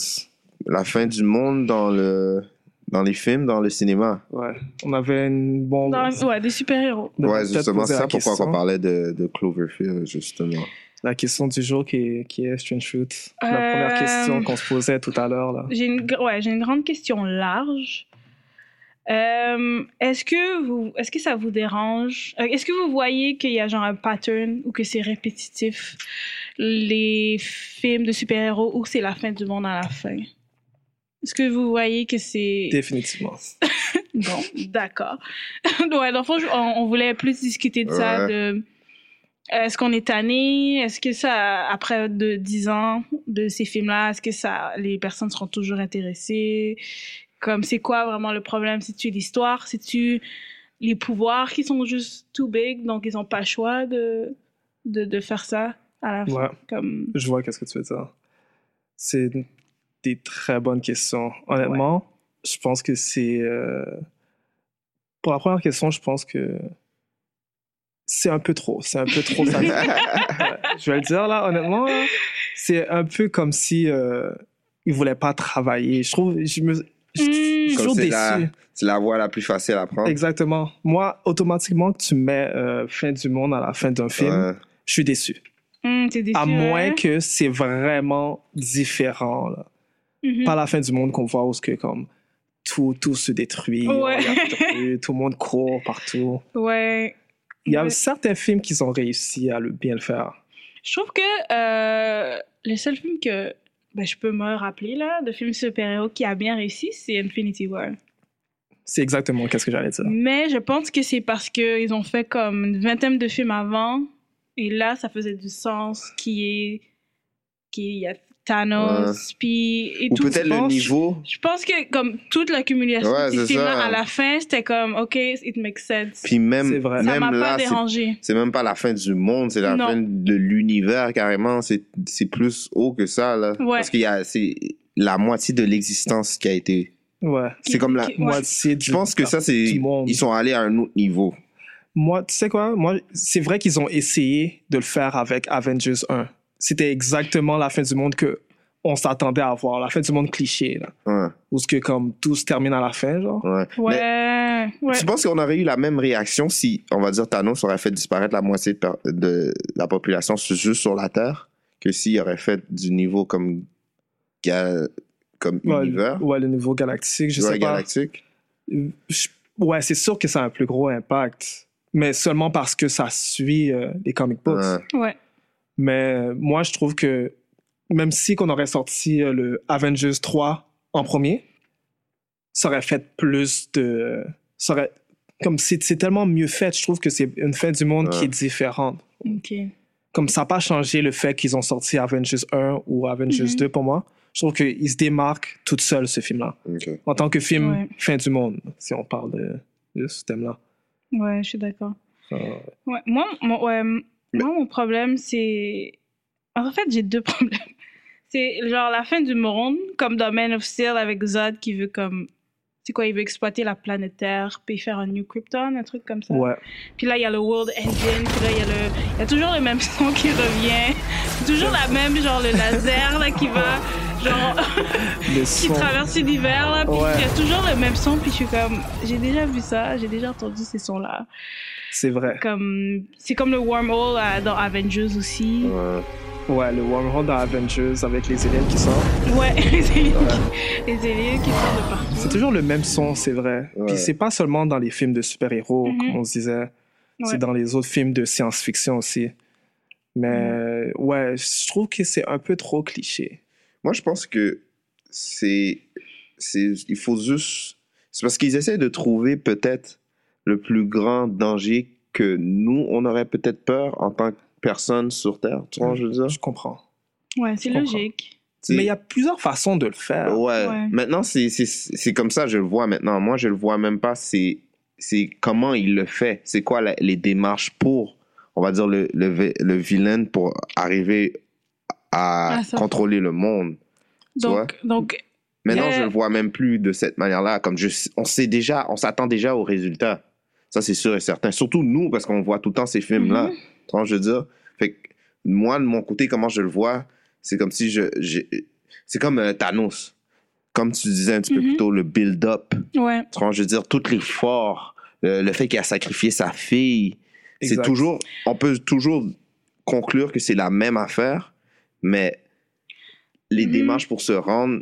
[SPEAKER 2] la fin du monde dans, le, dans les films, dans le cinéma.
[SPEAKER 1] Ouais. On avait une bombe.
[SPEAKER 3] Dans- ouais, des super-héros.
[SPEAKER 1] devrait
[SPEAKER 2] ouais,
[SPEAKER 1] peut-être
[SPEAKER 2] justement, c'est
[SPEAKER 1] poser la
[SPEAKER 2] ça pourquoi
[SPEAKER 1] question.
[SPEAKER 2] on parlait de, de Cloverfield, justement.
[SPEAKER 1] La question du jour qui est, qui est Strange Fruit. La
[SPEAKER 3] Euh,
[SPEAKER 1] première question qu'on se posait tout à l'heure. là.
[SPEAKER 3] J'ai une, gr- ouais, j'ai une grande question large. Euh, est-ce que vous, est-ce que ça vous dérange Euh, Est-ce que vous voyez qu'il y a genre un pattern ou que c'est répétitif les films de super-héros où c'est la fin du monde à la fin Est-ce que vous voyez que c'est
[SPEAKER 1] Définitivement.
[SPEAKER 3] Bon, d'accord. ouais, dans le fond, je- on, on voulait plus discuter de ça,
[SPEAKER 2] Ouais.
[SPEAKER 3] de euh, est-ce qu'on est tanné, est-ce que ça, après de 10 ans de ces films-là, est-ce que ça, les personnes seront toujours intéressées? Comme, c'est quoi vraiment le problème? C'est-tu l'histoire? C'est-tu les pouvoirs qui sont juste too big, donc ils n'ont pas le choix de, de, de faire ça à la fin?
[SPEAKER 1] Ouais.
[SPEAKER 3] Comme,
[SPEAKER 1] Je vois qu'est-ce que tu veux dire. C'est des très bonnes questions. Honnêtement, je pense que c'est. euh, Pour la première question, je pense que c'est un peu trop. C'est un peu trop ça. Ouais. Je vais le dire là, honnêtement, là, c'est un peu comme si euh, ils voulaient pas travailler. Je trouve, je me, je, je suis
[SPEAKER 3] Mm.
[SPEAKER 2] Hmm.
[SPEAKER 1] toujours
[SPEAKER 2] Comme c'est
[SPEAKER 1] déçu.
[SPEAKER 2] la- C'est la voie la plus facile à prendre.
[SPEAKER 1] Exactement. Moi, automatiquement, tu mets euh, fin du monde à la fin d'un film,
[SPEAKER 2] Ouais.
[SPEAKER 1] je suis déçu.
[SPEAKER 3] hum, t'es déçu,
[SPEAKER 1] À
[SPEAKER 3] hein?
[SPEAKER 1] moins que c'est vraiment différent. Là.
[SPEAKER 3] Mhm.
[SPEAKER 1] Pas la fin du monde qu'on voit où ce que comme tout, tout se détruit, on
[SPEAKER 3] Ouais.
[SPEAKER 1] regarde plus, tout le monde court partout.
[SPEAKER 3] Ouais.
[SPEAKER 1] Il y a
[SPEAKER 3] Ouais.
[SPEAKER 1] certains films qui ont réussi à le bien le faire.
[SPEAKER 3] Je trouve que euh, le seul film que ben, je peux me rappeler là, de film super-héros qui a bien réussi, c'est Infinity War.
[SPEAKER 1] C'est exactement qu'est-ce que j'allais dire.
[SPEAKER 3] Mais je pense que c'est parce qu'ils ont fait comme une vingtaine de films avant, et là, ça faisait du sens qui est qu'il y a Thanos, puis et
[SPEAKER 2] Ou
[SPEAKER 3] tout.
[SPEAKER 2] peut-être
[SPEAKER 3] Je
[SPEAKER 2] le
[SPEAKER 3] pense-
[SPEAKER 2] niveau.
[SPEAKER 3] Je pense que comme toute l'accumulation
[SPEAKER 2] Ouais,
[SPEAKER 3] de ces
[SPEAKER 2] c'est
[SPEAKER 3] films-là
[SPEAKER 2] ça.
[SPEAKER 3] à la fin, c'était comme OK, it makes sense.
[SPEAKER 2] Puis même,
[SPEAKER 1] C'est vrai.
[SPEAKER 3] ça m'a
[SPEAKER 2] même
[SPEAKER 3] pas
[SPEAKER 2] là, c'est
[SPEAKER 3] dérangé.
[SPEAKER 2] C'est même pas la fin du monde, c'est la
[SPEAKER 3] Non.
[SPEAKER 2] fin de l'univers carrément. C'est c'est plus haut que ça, là.
[SPEAKER 3] Ouais.
[SPEAKER 2] Parce qu'il y a c'est la moitié de l'existence qui a été.
[SPEAKER 1] Ouais.
[SPEAKER 2] C'est comme la.
[SPEAKER 3] Qui- Mm. ouais.
[SPEAKER 1] Moitié du-
[SPEAKER 2] Je pense que ça, c'est.
[SPEAKER 1] Du monde.
[SPEAKER 2] Ils sont allés à un autre niveau.
[SPEAKER 1] Moi, tu sais quoi? Moi, c'est vrai qu'ils ont essayé de le faire avec Avengers 1. C'était exactement la fin du monde que on s'attendait à voir, la fin du monde cliché, là.
[SPEAKER 2] Ouais,
[SPEAKER 1] Où ce que, comme, tout se termine à la fin, genre.
[SPEAKER 2] ouais. Mais
[SPEAKER 3] Ouais, ouais.
[SPEAKER 2] tu penses qu'on aurait eu la même réaction si, on va dire, Thanos aurait fait disparaître la moitié de, per- de la population su- juste sur la Terre que s'il aurait fait du niveau comme. ga- comme
[SPEAKER 1] Ouais,
[SPEAKER 2] univers,
[SPEAKER 1] Ouais, le niveau galactique, je
[SPEAKER 2] univers
[SPEAKER 1] sais pas.
[SPEAKER 2] galactique.
[SPEAKER 1] Euh, je- Ouais, c'est sûr que ça a un plus gros impact, mais seulement parce que ça suit euh, les comic books.
[SPEAKER 2] Ouais.
[SPEAKER 3] ouais.
[SPEAKER 1] Mais euh, moi, je trouve que même si qu'on aurait sorti euh, le Avengers 3 en premier, ça aurait fait plus de... Ça aurait... Comme c'est c'est tellement mieux fait, je trouve que c'est une fin du monde qui
[SPEAKER 2] Ouais.
[SPEAKER 1] est différente.
[SPEAKER 3] OK.
[SPEAKER 1] Comme ça n'a pas changé le fait qu'ils ont sorti Avengers 1 ou Avengers
[SPEAKER 3] Mhm.
[SPEAKER 1] 2 pour moi. Je trouve qu'il se démarque tout seul, ce film-là.
[SPEAKER 2] Ok.
[SPEAKER 1] En tant que film
[SPEAKER 3] Ouais.
[SPEAKER 1] fin du monde, si on parle de, de ce thème-là.
[SPEAKER 3] Ouais, je suis d'accord.
[SPEAKER 1] Euh,
[SPEAKER 3] Ouais, moi, mon, ouais, m- moi, mon problème, c'est. En fait, j'ai deux problèmes. C'est genre la fin du monde, comme dans Man of Steel avec Zod qui veut comme. C'est quoi, il veut exploiter la planète Terre, puis faire un New Krypton, un truc comme ça.
[SPEAKER 1] ouais.
[SPEAKER 3] Puis là, il y a le World Engine, puis là, il y a le. Il y a toujours le même son qui revient. C'est toujours la même, genre le laser, là, qui va. Genre,
[SPEAKER 1] Le
[SPEAKER 3] qui
[SPEAKER 1] son.
[SPEAKER 3] traverse l'hiver, là. Puis
[SPEAKER 1] Ouais.
[SPEAKER 3] il y a toujours le même son, puis je suis comme. J'ai déjà vu ça, j'ai déjà entendu ces sons-là
[SPEAKER 1] C'est vrai.
[SPEAKER 3] comme c'est comme le wormhole euh, dans Avengers aussi.
[SPEAKER 2] Ouais.
[SPEAKER 1] Ouais, le wormhole dans Avengers avec les aliens qui sortent.
[SPEAKER 3] Ouais, les aliens, qui- les aliens qui sortent de partout.
[SPEAKER 1] C'est toujours le même son, c'est vrai.
[SPEAKER 2] Ouais.
[SPEAKER 1] Puis c'est pas seulement dans les films de super-héros,
[SPEAKER 3] Mhm.
[SPEAKER 1] comme on se disait.
[SPEAKER 3] Ouais.
[SPEAKER 1] C'est dans les autres films de science-fiction aussi.
[SPEAKER 3] Mhm.
[SPEAKER 1] Mais ouais, je trouve que c'est un peu trop cliché.
[SPEAKER 2] Moi, je pense que c'est. c'est- Il faut juste. C'est parce qu'ils essaient de trouver peut-être le plus grand danger que nous, on aurait peut-être peur en tant que personne sur Terre. Tu vois, je veux dire.
[SPEAKER 1] Je comprends.
[SPEAKER 3] Ouais, c'est
[SPEAKER 1] Je comprends.
[SPEAKER 3] logique.
[SPEAKER 2] Hein? C'est-
[SPEAKER 1] Mais il y a plusieurs façons de le faire.
[SPEAKER 2] Ouais.
[SPEAKER 3] Ouais.
[SPEAKER 2] Maintenant, c'est- c'est c'est comme ça, je le vois maintenant. Moi, je le vois même pas. C'est c'est comment il le fait. C'est quoi la- les démarches pour, on va dire, le, le, vi- le vilain pour arriver à
[SPEAKER 3] Ah, ça.
[SPEAKER 2] contrôler le monde. Tu
[SPEAKER 3] Donc, donc
[SPEAKER 2] Maintenant,
[SPEAKER 3] Yeah.
[SPEAKER 2] je le vois même plus de cette manière-là. Comme je, on sait déjà, on s'attend déjà aux résultats. Ça, c'est sûr et certain. Surtout nous, parce qu'on voit tout le temps ces films-là.
[SPEAKER 3] Mhm.
[SPEAKER 2] Tu vois, je veux dire. Fait que moi, de mon côté, comment je le vois, c'est comme si je. j'ai- C'est comme euh, Thanos. Comme tu disais un petit peu
[SPEAKER 3] Mhm.
[SPEAKER 2] plus tôt, le build-up.
[SPEAKER 3] ouais.
[SPEAKER 2] Tu vois, je veux dire, tout l'effort, le, le fait qu'il a sacrifié sa fille. C'est
[SPEAKER 1] Exact.
[SPEAKER 2] toujours. On peut toujours conclure que c'est la même affaire, mais les
[SPEAKER 1] Mm-hmm.
[SPEAKER 3] Mhm.
[SPEAKER 2] démarches pour se rendre,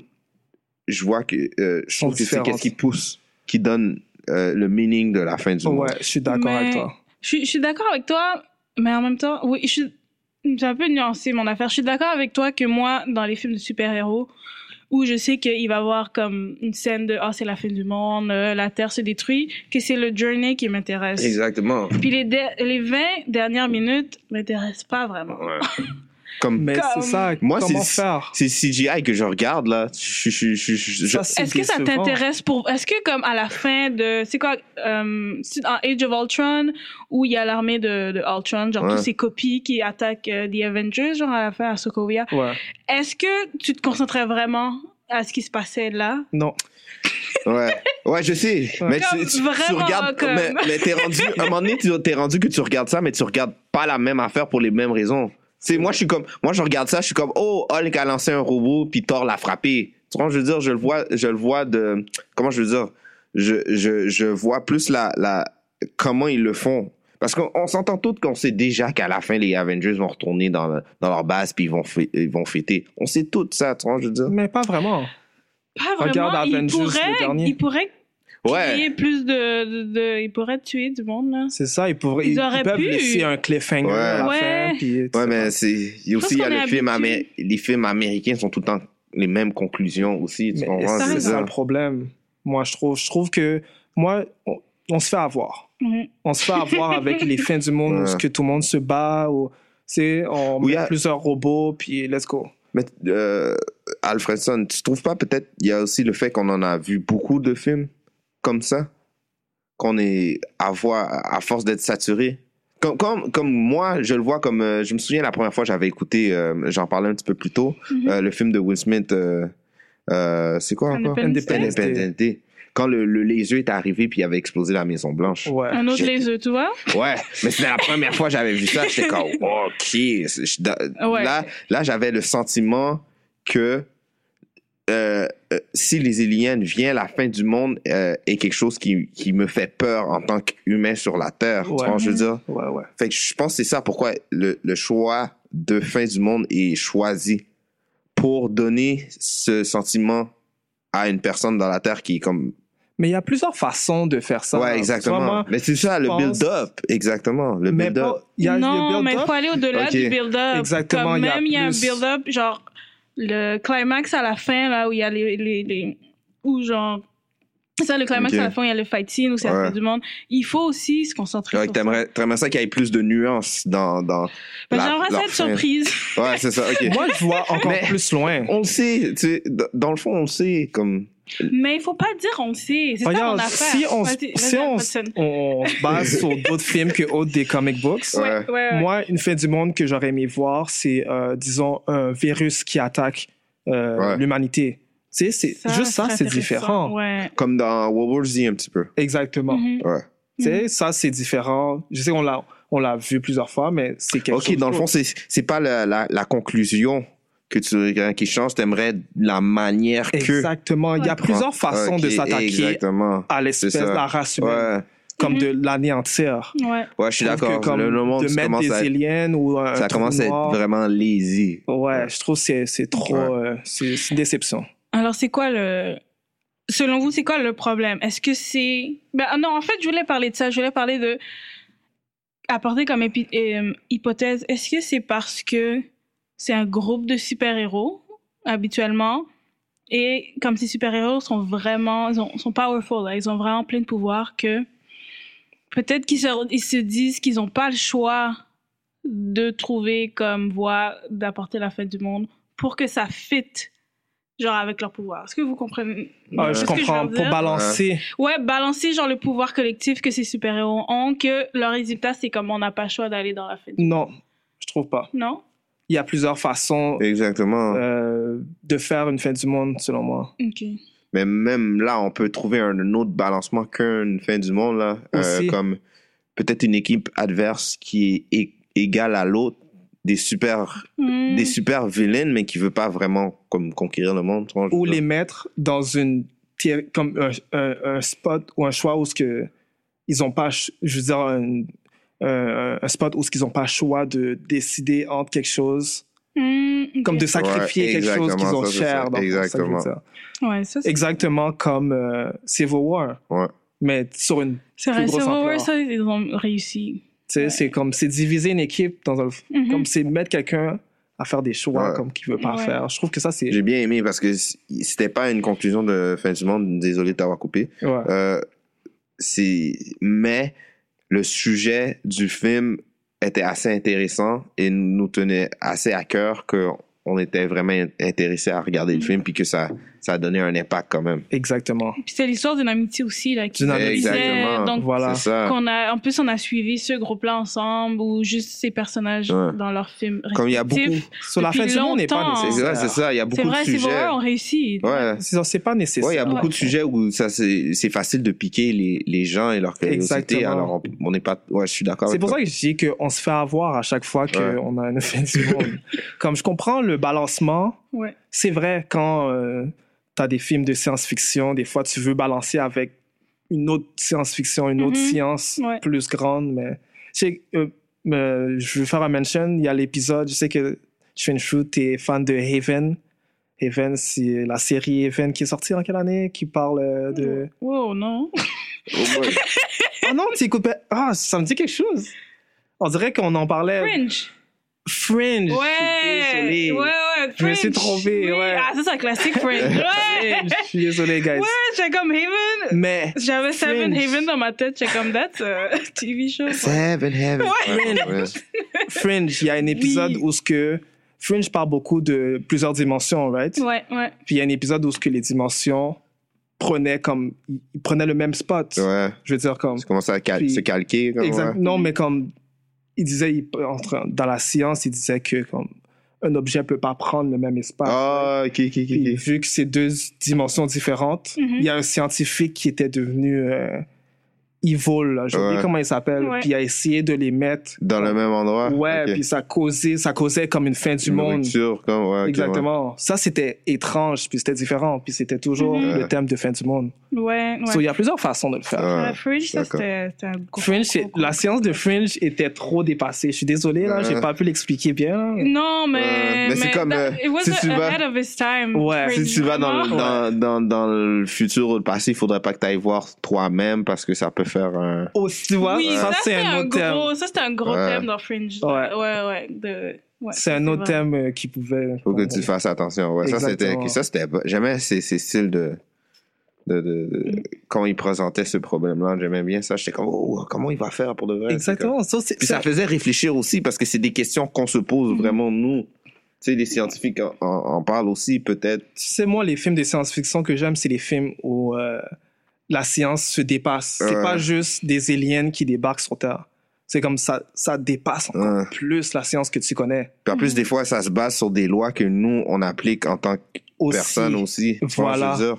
[SPEAKER 2] je vois que. euh, je
[SPEAKER 1] Sont
[SPEAKER 2] trouve que c'est
[SPEAKER 1] différentes.
[SPEAKER 2] qu'est-ce qui pousse, qui donne euh, le meaning de la fin du monde.
[SPEAKER 1] Ouais, je suis d'accord
[SPEAKER 3] Mais-
[SPEAKER 1] avec toi.
[SPEAKER 3] Je suis- je suis d'accord avec toi, mais en même temps, oui, je suis. C'est un peu nuancé mon affaire. Je suis d'accord avec toi que moi, dans les films de super-héros, où je sais qu'il va y avoir comme une scène de Ah, c'est la fin du monde, euh, la Terre se détruit, que c'est le journey qui m'intéresse.
[SPEAKER 2] Exactement.
[SPEAKER 3] Puis les, de- les 20 dernières minutes m'intéressent pas vraiment.
[SPEAKER 2] Ouais. Comme
[SPEAKER 1] Mais c'est
[SPEAKER 3] Comme-
[SPEAKER 1] ça,
[SPEAKER 2] Moi,
[SPEAKER 1] comment
[SPEAKER 2] c'est-
[SPEAKER 1] faire
[SPEAKER 2] c'est CGI que je regarde là. Je, je, je, je- je-
[SPEAKER 1] Ça, c'est
[SPEAKER 3] Est-ce que ça
[SPEAKER 1] décevant.
[SPEAKER 3] t'intéresse pour. Est-ce que, comme à la fin de. C'est quoi euh, c'est En Age of Ultron, où il y a l'armée de, de Ultron, genre
[SPEAKER 2] Ouais.
[SPEAKER 3] tous ces copies qui attaquent euh, The Avengers, genre à la fin à Sokovia.
[SPEAKER 1] Ouais.
[SPEAKER 3] Est-ce que tu te concentrais vraiment à ce qui se passait là?
[SPEAKER 1] Non.
[SPEAKER 2] Ouais, ouais, je sais.
[SPEAKER 1] Ouais.
[SPEAKER 2] Mais
[SPEAKER 3] Comme
[SPEAKER 2] tu, tu- tu
[SPEAKER 3] vraiment,
[SPEAKER 2] regardes,
[SPEAKER 3] comme-
[SPEAKER 2] mais, mais t'es rendu, à un moment donné, tu- t'es rendu que tu regardes ça, mais tu regardes pas la même affaire pour les mêmes raisons. Tu sais, moi, je suis comme, moi, je regarde ça, je suis comme, oh, Hulk a lancé un robot, puis Thor l'a frappé. Tu vois, je veux dire, je le vois, je le vois de, comment je veux dire, je, je, je vois plus la, la, comment ils le font. Parce qu'on on s'entend tous qu'on sait déjà qu'à la fin, les Avengers vont retourner dans, le- dans leur base, puis ils vont, fê- ils vont fêter. On sait tout ça, tu vois, je veux dire.
[SPEAKER 1] Mais pas vraiment.
[SPEAKER 3] Pas vraiment.
[SPEAKER 1] Regarde
[SPEAKER 3] il,
[SPEAKER 1] Avengers, le
[SPEAKER 3] pourrait,
[SPEAKER 1] dernier.
[SPEAKER 3] il pourrait
[SPEAKER 2] Ouais.
[SPEAKER 3] créer plus de, de, de- Il pourrait tuer du monde, là.
[SPEAKER 1] C'est ça, ils, pourraient,
[SPEAKER 3] Ils
[SPEAKER 1] ils, ils
[SPEAKER 3] auraient
[SPEAKER 1] peuvent
[SPEAKER 3] pu.
[SPEAKER 1] laisser un cliffhanger
[SPEAKER 2] Ouais.
[SPEAKER 1] à la
[SPEAKER 3] Ouais.
[SPEAKER 1] fin. Puis, tu
[SPEAKER 2] Ouais,
[SPEAKER 1] sais
[SPEAKER 2] mais
[SPEAKER 1] pas.
[SPEAKER 2] c'est il y a
[SPEAKER 3] pense
[SPEAKER 2] aussi il y a
[SPEAKER 3] qu'on est
[SPEAKER 2] le film
[SPEAKER 3] habitué.
[SPEAKER 2] amé- les films américains sont tout le temps les mêmes conclusions aussi. Tu
[SPEAKER 1] Mais
[SPEAKER 2] comprends?
[SPEAKER 3] ça
[SPEAKER 2] Je veux
[SPEAKER 1] c'est ça
[SPEAKER 2] dire.
[SPEAKER 1] le problème. Moi, je trouve, je trouve que moi, on, on se fait avoir.
[SPEAKER 3] Mhm.
[SPEAKER 1] On se fait avoir avec les fins du monde où
[SPEAKER 2] Ouais.
[SPEAKER 1] ce que tout le monde se bat ou c'est on
[SPEAKER 2] Oui, ah.
[SPEAKER 1] met
[SPEAKER 2] à-
[SPEAKER 1] plusieurs robots puis let's go.
[SPEAKER 2] Mais euh, Alfredson, tu trouves pas peut-être il y a aussi le fait qu'on en a vu beaucoup de films comme ça, qu'on est à voir à force d'être saturé. Comme, comme, comme moi, je le vois comme euh, je me souviens la première fois j'avais écouté, euh, j'en parlais un petit peu plus tôt,
[SPEAKER 3] Mhm.
[SPEAKER 2] euh, le film de Will Smith. euh, euh, c'est quoi encore?
[SPEAKER 3] Independence Day.
[SPEAKER 1] Independence Day.
[SPEAKER 2] Independence Day. Quand le, le lézeux est arrivé puis il avait explosé la Maison Blanche.
[SPEAKER 1] Ouais.
[SPEAKER 3] Un autre
[SPEAKER 2] J'ai-
[SPEAKER 3] les œufs, tu vois?
[SPEAKER 2] Ouais, mais c'était la première fois que j'avais vu ça. J'étais comme, OK. c'est- je- da-
[SPEAKER 3] Ouais.
[SPEAKER 2] Là, là j'avais le sentiment que euh, euh, si les aliens viennent, la fin du monde euh, est quelque chose qui, qui me fait peur en tant qu'humain sur la Terre. Tu
[SPEAKER 1] Ouais.
[SPEAKER 2] vois, je veux dire.
[SPEAKER 1] Ouais, ouais.
[SPEAKER 2] Fait que je pense que c'est ça pourquoi le, le choix de fin du monde est choisi pour donner ce sentiment à une personne dans la Terre qui est comme...
[SPEAKER 1] Mais il y a plusieurs façons de faire ça. hein, Tu
[SPEAKER 2] ouais,
[SPEAKER 1] vois,
[SPEAKER 2] exactement.
[SPEAKER 1] moi,
[SPEAKER 2] mais c'est ça,
[SPEAKER 1] je
[SPEAKER 2] le
[SPEAKER 1] pense-
[SPEAKER 2] build-up. Exactement, le
[SPEAKER 1] mais
[SPEAKER 2] build-up.
[SPEAKER 1] pas- il y a le
[SPEAKER 3] non, mais il
[SPEAKER 1] build-up.
[SPEAKER 3] faut aller au-delà
[SPEAKER 2] Ok.
[SPEAKER 3] du build-up.
[SPEAKER 1] Exactement,
[SPEAKER 3] Comme
[SPEAKER 1] il y a
[SPEAKER 3] même, il y a un
[SPEAKER 1] plus.
[SPEAKER 3] build-up, genre le climax à la fin, là, où il y a les. les, les- où, genre. c'est Ça, le climax
[SPEAKER 2] Ok.
[SPEAKER 3] à la fin, il y a le fight scene, où c'est
[SPEAKER 2] Ouais.
[SPEAKER 3] la fin du monde. Il faut aussi se concentrer
[SPEAKER 2] Ouais,
[SPEAKER 3] sur
[SPEAKER 2] Ah, que
[SPEAKER 3] ça.
[SPEAKER 2] t'aimerais, t'aimerais ça qu'il y ait plus de nuances dans. dans
[SPEAKER 3] Ben,
[SPEAKER 2] la-
[SPEAKER 3] J'aimerais
[SPEAKER 2] leur
[SPEAKER 3] ça être
[SPEAKER 2] fin.
[SPEAKER 3] surprise.
[SPEAKER 2] Ouais, c'est ça, ok.
[SPEAKER 1] Moi, je vois encore
[SPEAKER 2] Mais-
[SPEAKER 1] plus loin.
[SPEAKER 2] on le sait, tu sais, d- dans le fond, on le sait, comme.
[SPEAKER 3] Mais il faut pas dire on le sait. C'est ça mon
[SPEAKER 1] Regarde,
[SPEAKER 3] affaire.
[SPEAKER 1] si on, s-
[SPEAKER 3] Vas-y,
[SPEAKER 1] si
[SPEAKER 3] vas-y,
[SPEAKER 1] on, s-
[SPEAKER 3] Hudson.
[SPEAKER 1] on se base sur d'autres films que autres des comic books,
[SPEAKER 3] Ouais, ouais, ouais.
[SPEAKER 1] Moi, une fin du monde que j'aurais aimé voir, c'est, euh, disons, un virus qui attaque euh,
[SPEAKER 2] Ouais.
[SPEAKER 1] l'humanité. Tu sais, c'est,
[SPEAKER 3] Ça,
[SPEAKER 1] juste ça, c'est
[SPEAKER 3] intéressant.
[SPEAKER 1] différent.
[SPEAKER 3] Ouais.
[SPEAKER 2] Comme dans World War Z, un petit peu.
[SPEAKER 1] Exactement.
[SPEAKER 3] Mhm.
[SPEAKER 2] Ouais.
[SPEAKER 1] Tu sais, ça, c'est différent. Je sais qu'on l'a, on l'a vu plusieurs fois, mais c'est quelque
[SPEAKER 2] Ok,
[SPEAKER 1] chose.
[SPEAKER 2] dans le fond, c'est, c'est pas la, la, la conclusion que tu, hein, qui change, t'aimerais la manière que.
[SPEAKER 1] Exactement. Il y a
[SPEAKER 3] Ouais.
[SPEAKER 1] plusieurs façons
[SPEAKER 2] Ok,
[SPEAKER 1] de s'attaquer
[SPEAKER 2] Exactement.
[SPEAKER 1] à
[SPEAKER 2] C'est
[SPEAKER 1] l'espèce,
[SPEAKER 2] ça.
[SPEAKER 1] de la race humaine,
[SPEAKER 2] Ouais,
[SPEAKER 1] comme
[SPEAKER 3] Mhm.
[SPEAKER 1] de l'anéantir.
[SPEAKER 3] Ouais.
[SPEAKER 2] ouais, je suis
[SPEAKER 1] Je trouve
[SPEAKER 2] d'accord.
[SPEAKER 1] que comme
[SPEAKER 2] le, le monde
[SPEAKER 1] de mettre
[SPEAKER 2] commence
[SPEAKER 1] des
[SPEAKER 2] à, être-
[SPEAKER 1] aliens ou un
[SPEAKER 2] ça
[SPEAKER 1] trou
[SPEAKER 2] commence à être
[SPEAKER 1] noir.
[SPEAKER 2] vraiment lazy.
[SPEAKER 1] Ouais, je trouve que c'est, c'est trop.
[SPEAKER 2] Ouais.
[SPEAKER 1] euh, c'est, c'est une déception.
[SPEAKER 3] Alors, c'est quoi le. Selon vous, c'est quoi le problème? Est-ce que c'est. Ben, ah non, en fait, je voulais parler de ça. Je voulais parler de. Apporter comme épi- euh, hypothèse, est-ce que c'est parce que c'est un groupe de super-héros, habituellement, Et comme ces super-héros sont vraiment, ils ont- sont powerful, là, ils ont vraiment plein de pouvoirs que peut-être qu'ils se, ils se disent qu'ils n'ont pas le choix de trouver comme voie d'apporter la fête du monde pour que ça fitte, genre avec leur pouvoir. Est-ce que vous comprenez?
[SPEAKER 1] Ah,
[SPEAKER 2] Ouais.
[SPEAKER 1] je
[SPEAKER 3] ce que veux
[SPEAKER 1] comprends. Pour
[SPEAKER 3] dire?
[SPEAKER 1] balancer.
[SPEAKER 3] Ouais, balancer genre le pouvoir collectif que ces super-héros ont, que leur résultat, c'est comme on n'a pas le choix d'aller dans la fête.
[SPEAKER 1] Non, je trouve pas.
[SPEAKER 3] Non?
[SPEAKER 1] Il y a plusieurs façons
[SPEAKER 2] Exactement.
[SPEAKER 1] euh, de faire une fin du monde, selon moi.
[SPEAKER 3] Ok.
[SPEAKER 2] Mais même là, on peut trouver un, un autre balancement qu'une fin du monde, là. Euh,
[SPEAKER 1] Aussi.
[SPEAKER 2] comme peut-être une équipe adverse qui est é- égale à l'autre, des super,
[SPEAKER 1] Mm.
[SPEAKER 3] Hmm.
[SPEAKER 2] des super vilaines, mais qui veut pas vraiment comme, conquérir le monde. tu vois, je
[SPEAKER 1] Ou
[SPEAKER 2] veux
[SPEAKER 1] les
[SPEAKER 2] dire.
[SPEAKER 1] mettre dans une thé- comme un, un- un spot ou un choix où ce que ils ont pas, ch- je veux dire, un, euh, un- un spot où ce qu'ils ont pas choix de décider entre quelque chose,
[SPEAKER 3] Hmm, ok.
[SPEAKER 1] comme de sacrifier
[SPEAKER 2] Ouais,
[SPEAKER 1] quelque chose qu'ils
[SPEAKER 2] exactement,
[SPEAKER 1] ont
[SPEAKER 2] ça, c'est
[SPEAKER 1] cher.
[SPEAKER 2] ça,
[SPEAKER 1] dans le fond, c'est ça que je veux
[SPEAKER 2] exactement.
[SPEAKER 1] dire.
[SPEAKER 3] Ouais, ça, c'est
[SPEAKER 1] Exactement comme euh, Civil War.
[SPEAKER 2] Ouais.
[SPEAKER 1] Mais sur une,
[SPEAKER 3] c'est
[SPEAKER 1] plus
[SPEAKER 3] vrai.
[SPEAKER 1] grosse
[SPEAKER 3] Civil War,
[SPEAKER 1] ampleur.
[SPEAKER 3] ça, ils ont réussi.
[SPEAKER 1] tu sais, c'est comme c'est diviser une équipe dans un,
[SPEAKER 3] Mhm.
[SPEAKER 1] comme c'est mettre quelqu'un à faire des choix
[SPEAKER 2] Ouais.
[SPEAKER 1] comme qu'il veut pas
[SPEAKER 3] Ouais.
[SPEAKER 1] faire. Je trouve que ça c'est
[SPEAKER 2] J'ai bien aimé parce que c- c'était pas une conclusion de fin du monde. Désolé de t'avoir coupé.
[SPEAKER 1] ouais.
[SPEAKER 2] Euh, c'est mais le sujet du film était assez intéressant et nous tenait assez à cœur que on était vraiment in- intéressé à regarder le
[SPEAKER 3] Mhm.
[SPEAKER 2] film puis que ça ça donnait un impact quand même.
[SPEAKER 1] exactement.
[SPEAKER 3] Puis c'est l'histoire d'une amitié aussi, là, qui
[SPEAKER 1] D'une
[SPEAKER 3] se
[SPEAKER 1] amitié.
[SPEAKER 3] lisait,
[SPEAKER 2] Exactement.
[SPEAKER 3] Donc,
[SPEAKER 1] Voilà.
[SPEAKER 2] C'est ça.
[SPEAKER 3] qu'on a, en plus, on a suivi ce groupe-là ensemble ou juste ces personnages
[SPEAKER 2] Ouais.
[SPEAKER 3] dans leur film.
[SPEAKER 2] Comme il y a beaucoup.
[SPEAKER 3] respectif.
[SPEAKER 1] Sur la
[SPEAKER 3] Depuis
[SPEAKER 1] fin du monde n'est pas
[SPEAKER 3] longtemps.
[SPEAKER 2] C'est ça,
[SPEAKER 1] nécessaire.
[SPEAKER 2] c'est ça. Il y a
[SPEAKER 3] C'est
[SPEAKER 2] beaucoup
[SPEAKER 3] vrai,
[SPEAKER 2] de
[SPEAKER 3] Civil
[SPEAKER 2] sujets.
[SPEAKER 3] War, on réussit.
[SPEAKER 2] Ouais.
[SPEAKER 1] C'est ça, c'est pas nécessaire.
[SPEAKER 2] Ouais, il y a beaucoup
[SPEAKER 3] Ouais.
[SPEAKER 2] de sujets où ça c'est c'est facile de piquer les, les gens et leur curiosité.
[SPEAKER 1] Exactement.
[SPEAKER 2] Alors on- on n'est pas. Ah Ouais, je suis d'accord.
[SPEAKER 1] C'est
[SPEAKER 2] avec
[SPEAKER 1] pour
[SPEAKER 2] toi.
[SPEAKER 1] ça que je dis qu'on se fait avoir à chaque fois
[SPEAKER 2] Ouais.
[SPEAKER 1] qu'on a une fin du monde. Comme je comprends le balancement,
[SPEAKER 3] Ouais.
[SPEAKER 1] c'est vrai quand tu as des films de science-fiction, des fois tu veux balancer avec une autre science-fiction, une autre
[SPEAKER 3] Mhm.
[SPEAKER 1] science
[SPEAKER 3] Ouais.
[SPEAKER 1] plus grande, mais je sais que, euh, euh, je veux faire un mention, il y a l'épisode, je sais que je fais une shoot, tu es fan de Haven. Haven, c'est la série Haven qui est sortie en quelle année, qui parle euh, de...
[SPEAKER 3] Wow, non.
[SPEAKER 2] Oh boy.
[SPEAKER 1] Ah non, tu écoutes... pas- Ah, ça me dit quelque chose. On dirait qu'on en parlait...
[SPEAKER 3] Fringe.
[SPEAKER 1] Fringe.
[SPEAKER 3] Ouais.
[SPEAKER 1] Je suis désolé.
[SPEAKER 3] Ouais, ouais.
[SPEAKER 1] Je me suis
[SPEAKER 3] Fringe.
[SPEAKER 1] trompé,
[SPEAKER 3] Oui.
[SPEAKER 1] ouais.
[SPEAKER 3] Ah, ça, c'est un classique Fringe. Ouais.
[SPEAKER 1] Fringe, Je suis désolé, guys.
[SPEAKER 3] Ouais, j'étais comme Haven.
[SPEAKER 1] Mais
[SPEAKER 3] J'avais Seven
[SPEAKER 1] Fringe.
[SPEAKER 3] Haven dans ma tête, j'étais comme that euh, TV show.
[SPEAKER 2] Seven Heaven.
[SPEAKER 1] Ouais.
[SPEAKER 2] Ouais.
[SPEAKER 1] Fringe, il y a un épisode
[SPEAKER 3] Oui.
[SPEAKER 1] où ce que Fringe parle beaucoup de plusieurs dimensions, right?
[SPEAKER 3] Ouais, ouais.
[SPEAKER 1] Puis il y a un épisode où ce que les dimensions prenaient comme ils prenaient le même spot.
[SPEAKER 2] Ouais.
[SPEAKER 1] Je veux dire comme
[SPEAKER 2] Tu commences à cal-
[SPEAKER 1] Puis-
[SPEAKER 2] se calquer. Comme,
[SPEAKER 1] Exact-
[SPEAKER 2] ouais.
[SPEAKER 1] Non, mais comme il disait il- entre- dans la science, il disait que comme un objet peut pas prendre le même espace.
[SPEAKER 2] Ah, ok, ok,
[SPEAKER 1] Puis
[SPEAKER 2] ok, ok.
[SPEAKER 1] vu que c'est deux dimensions différentes, il
[SPEAKER 3] Mhm.
[SPEAKER 2] Mm-hmm.
[SPEAKER 1] y a un scientifique qui était devenu euh, evil, là, j'ai oublié
[SPEAKER 2] Ouais.
[SPEAKER 1] comment il s'appelle,
[SPEAKER 3] Ouais.
[SPEAKER 1] puis il a essayé de les mettre.
[SPEAKER 2] Dans le même endroit.
[SPEAKER 1] Ouais,
[SPEAKER 2] ok.
[SPEAKER 1] puis ça causait, ça causait comme une fin du
[SPEAKER 2] Une
[SPEAKER 1] monde.
[SPEAKER 2] rupture, comme, ouais, ok, ouais.
[SPEAKER 1] Exactement. Ça, c'était étrange, puis c'était différent, puis c'était toujours
[SPEAKER 2] Mm-hmm.
[SPEAKER 3] Mhm.
[SPEAKER 1] le thème de fin du monde.
[SPEAKER 3] Ouais, ouais.
[SPEAKER 1] So, Il y a plusieurs façons de le faire.
[SPEAKER 2] Ouais.
[SPEAKER 3] Euh, Fringe, ça,
[SPEAKER 2] ah, D'accord.
[SPEAKER 3] c'était c'était un gros-
[SPEAKER 1] Fringe, c'est-
[SPEAKER 3] gros, gros-
[SPEAKER 1] la science de Fringe était trop dépassée. Je suis désolé, là, j'ai
[SPEAKER 2] Ouais. Mm.
[SPEAKER 1] pas pu l'expliquer bien. là.
[SPEAKER 3] Non, mais.
[SPEAKER 2] Ouais. Mais c'est comme,
[SPEAKER 3] that-
[SPEAKER 2] euh,
[SPEAKER 3] It was
[SPEAKER 2] si tu vas-
[SPEAKER 3] ahead of its time.
[SPEAKER 1] Ouais,
[SPEAKER 2] Si
[SPEAKER 3] Fringe,
[SPEAKER 2] tu vas dans le, dans,
[SPEAKER 3] vraiment.
[SPEAKER 2] dans, dans le futur ou le passé, il faudrait pas que tu ailles voir toi-même parce que ça peut faire un.
[SPEAKER 1] Oh, tu vois,
[SPEAKER 3] Oui,
[SPEAKER 1] ça, c'est un, autre thème.
[SPEAKER 3] gros, ça, c'était un gros
[SPEAKER 2] Ouais.
[SPEAKER 3] thème dans Fringe.
[SPEAKER 1] Ouais.
[SPEAKER 3] Ouais, ouais. de- ouais,
[SPEAKER 1] C'est un autre
[SPEAKER 3] vrai.
[SPEAKER 1] thème euh, qui pouvait.
[SPEAKER 2] Faut que tu fasses attention. Ouais, ça, c'était.
[SPEAKER 1] Exactement.
[SPEAKER 2] Ça, c'était. J'aimais ces, ces styles de. de, de- de- Quand il présentait ce problème-là, j'aimais bien ça. J'étais comme, oh, comment il va faire pour de vrai?
[SPEAKER 1] Exactement. Ça, c'est-
[SPEAKER 2] Puis ça faisait réfléchir aussi parce que c'est des questions qu'on se pose vraiment, nous. Tu sais, les scientifiques en, en- en parlent aussi, peut-être.
[SPEAKER 1] Tu sais, moi, les films de science-fiction que j'aime, c'est les films où euh, la science se dépasse. C'est
[SPEAKER 2] Ouais.
[SPEAKER 1] pas juste des aliens qui débarquent sur Terre. C'est comme ça, ça dépasse encore
[SPEAKER 2] Ouais.
[SPEAKER 1] plus la science que tu connais.
[SPEAKER 2] Puis en plus, des fois, ça se base sur des lois que nous, on applique en tant que
[SPEAKER 1] Aussi,
[SPEAKER 2] personne aussi. Tu vois,
[SPEAKER 1] Voilà.
[SPEAKER 2] je veux dire.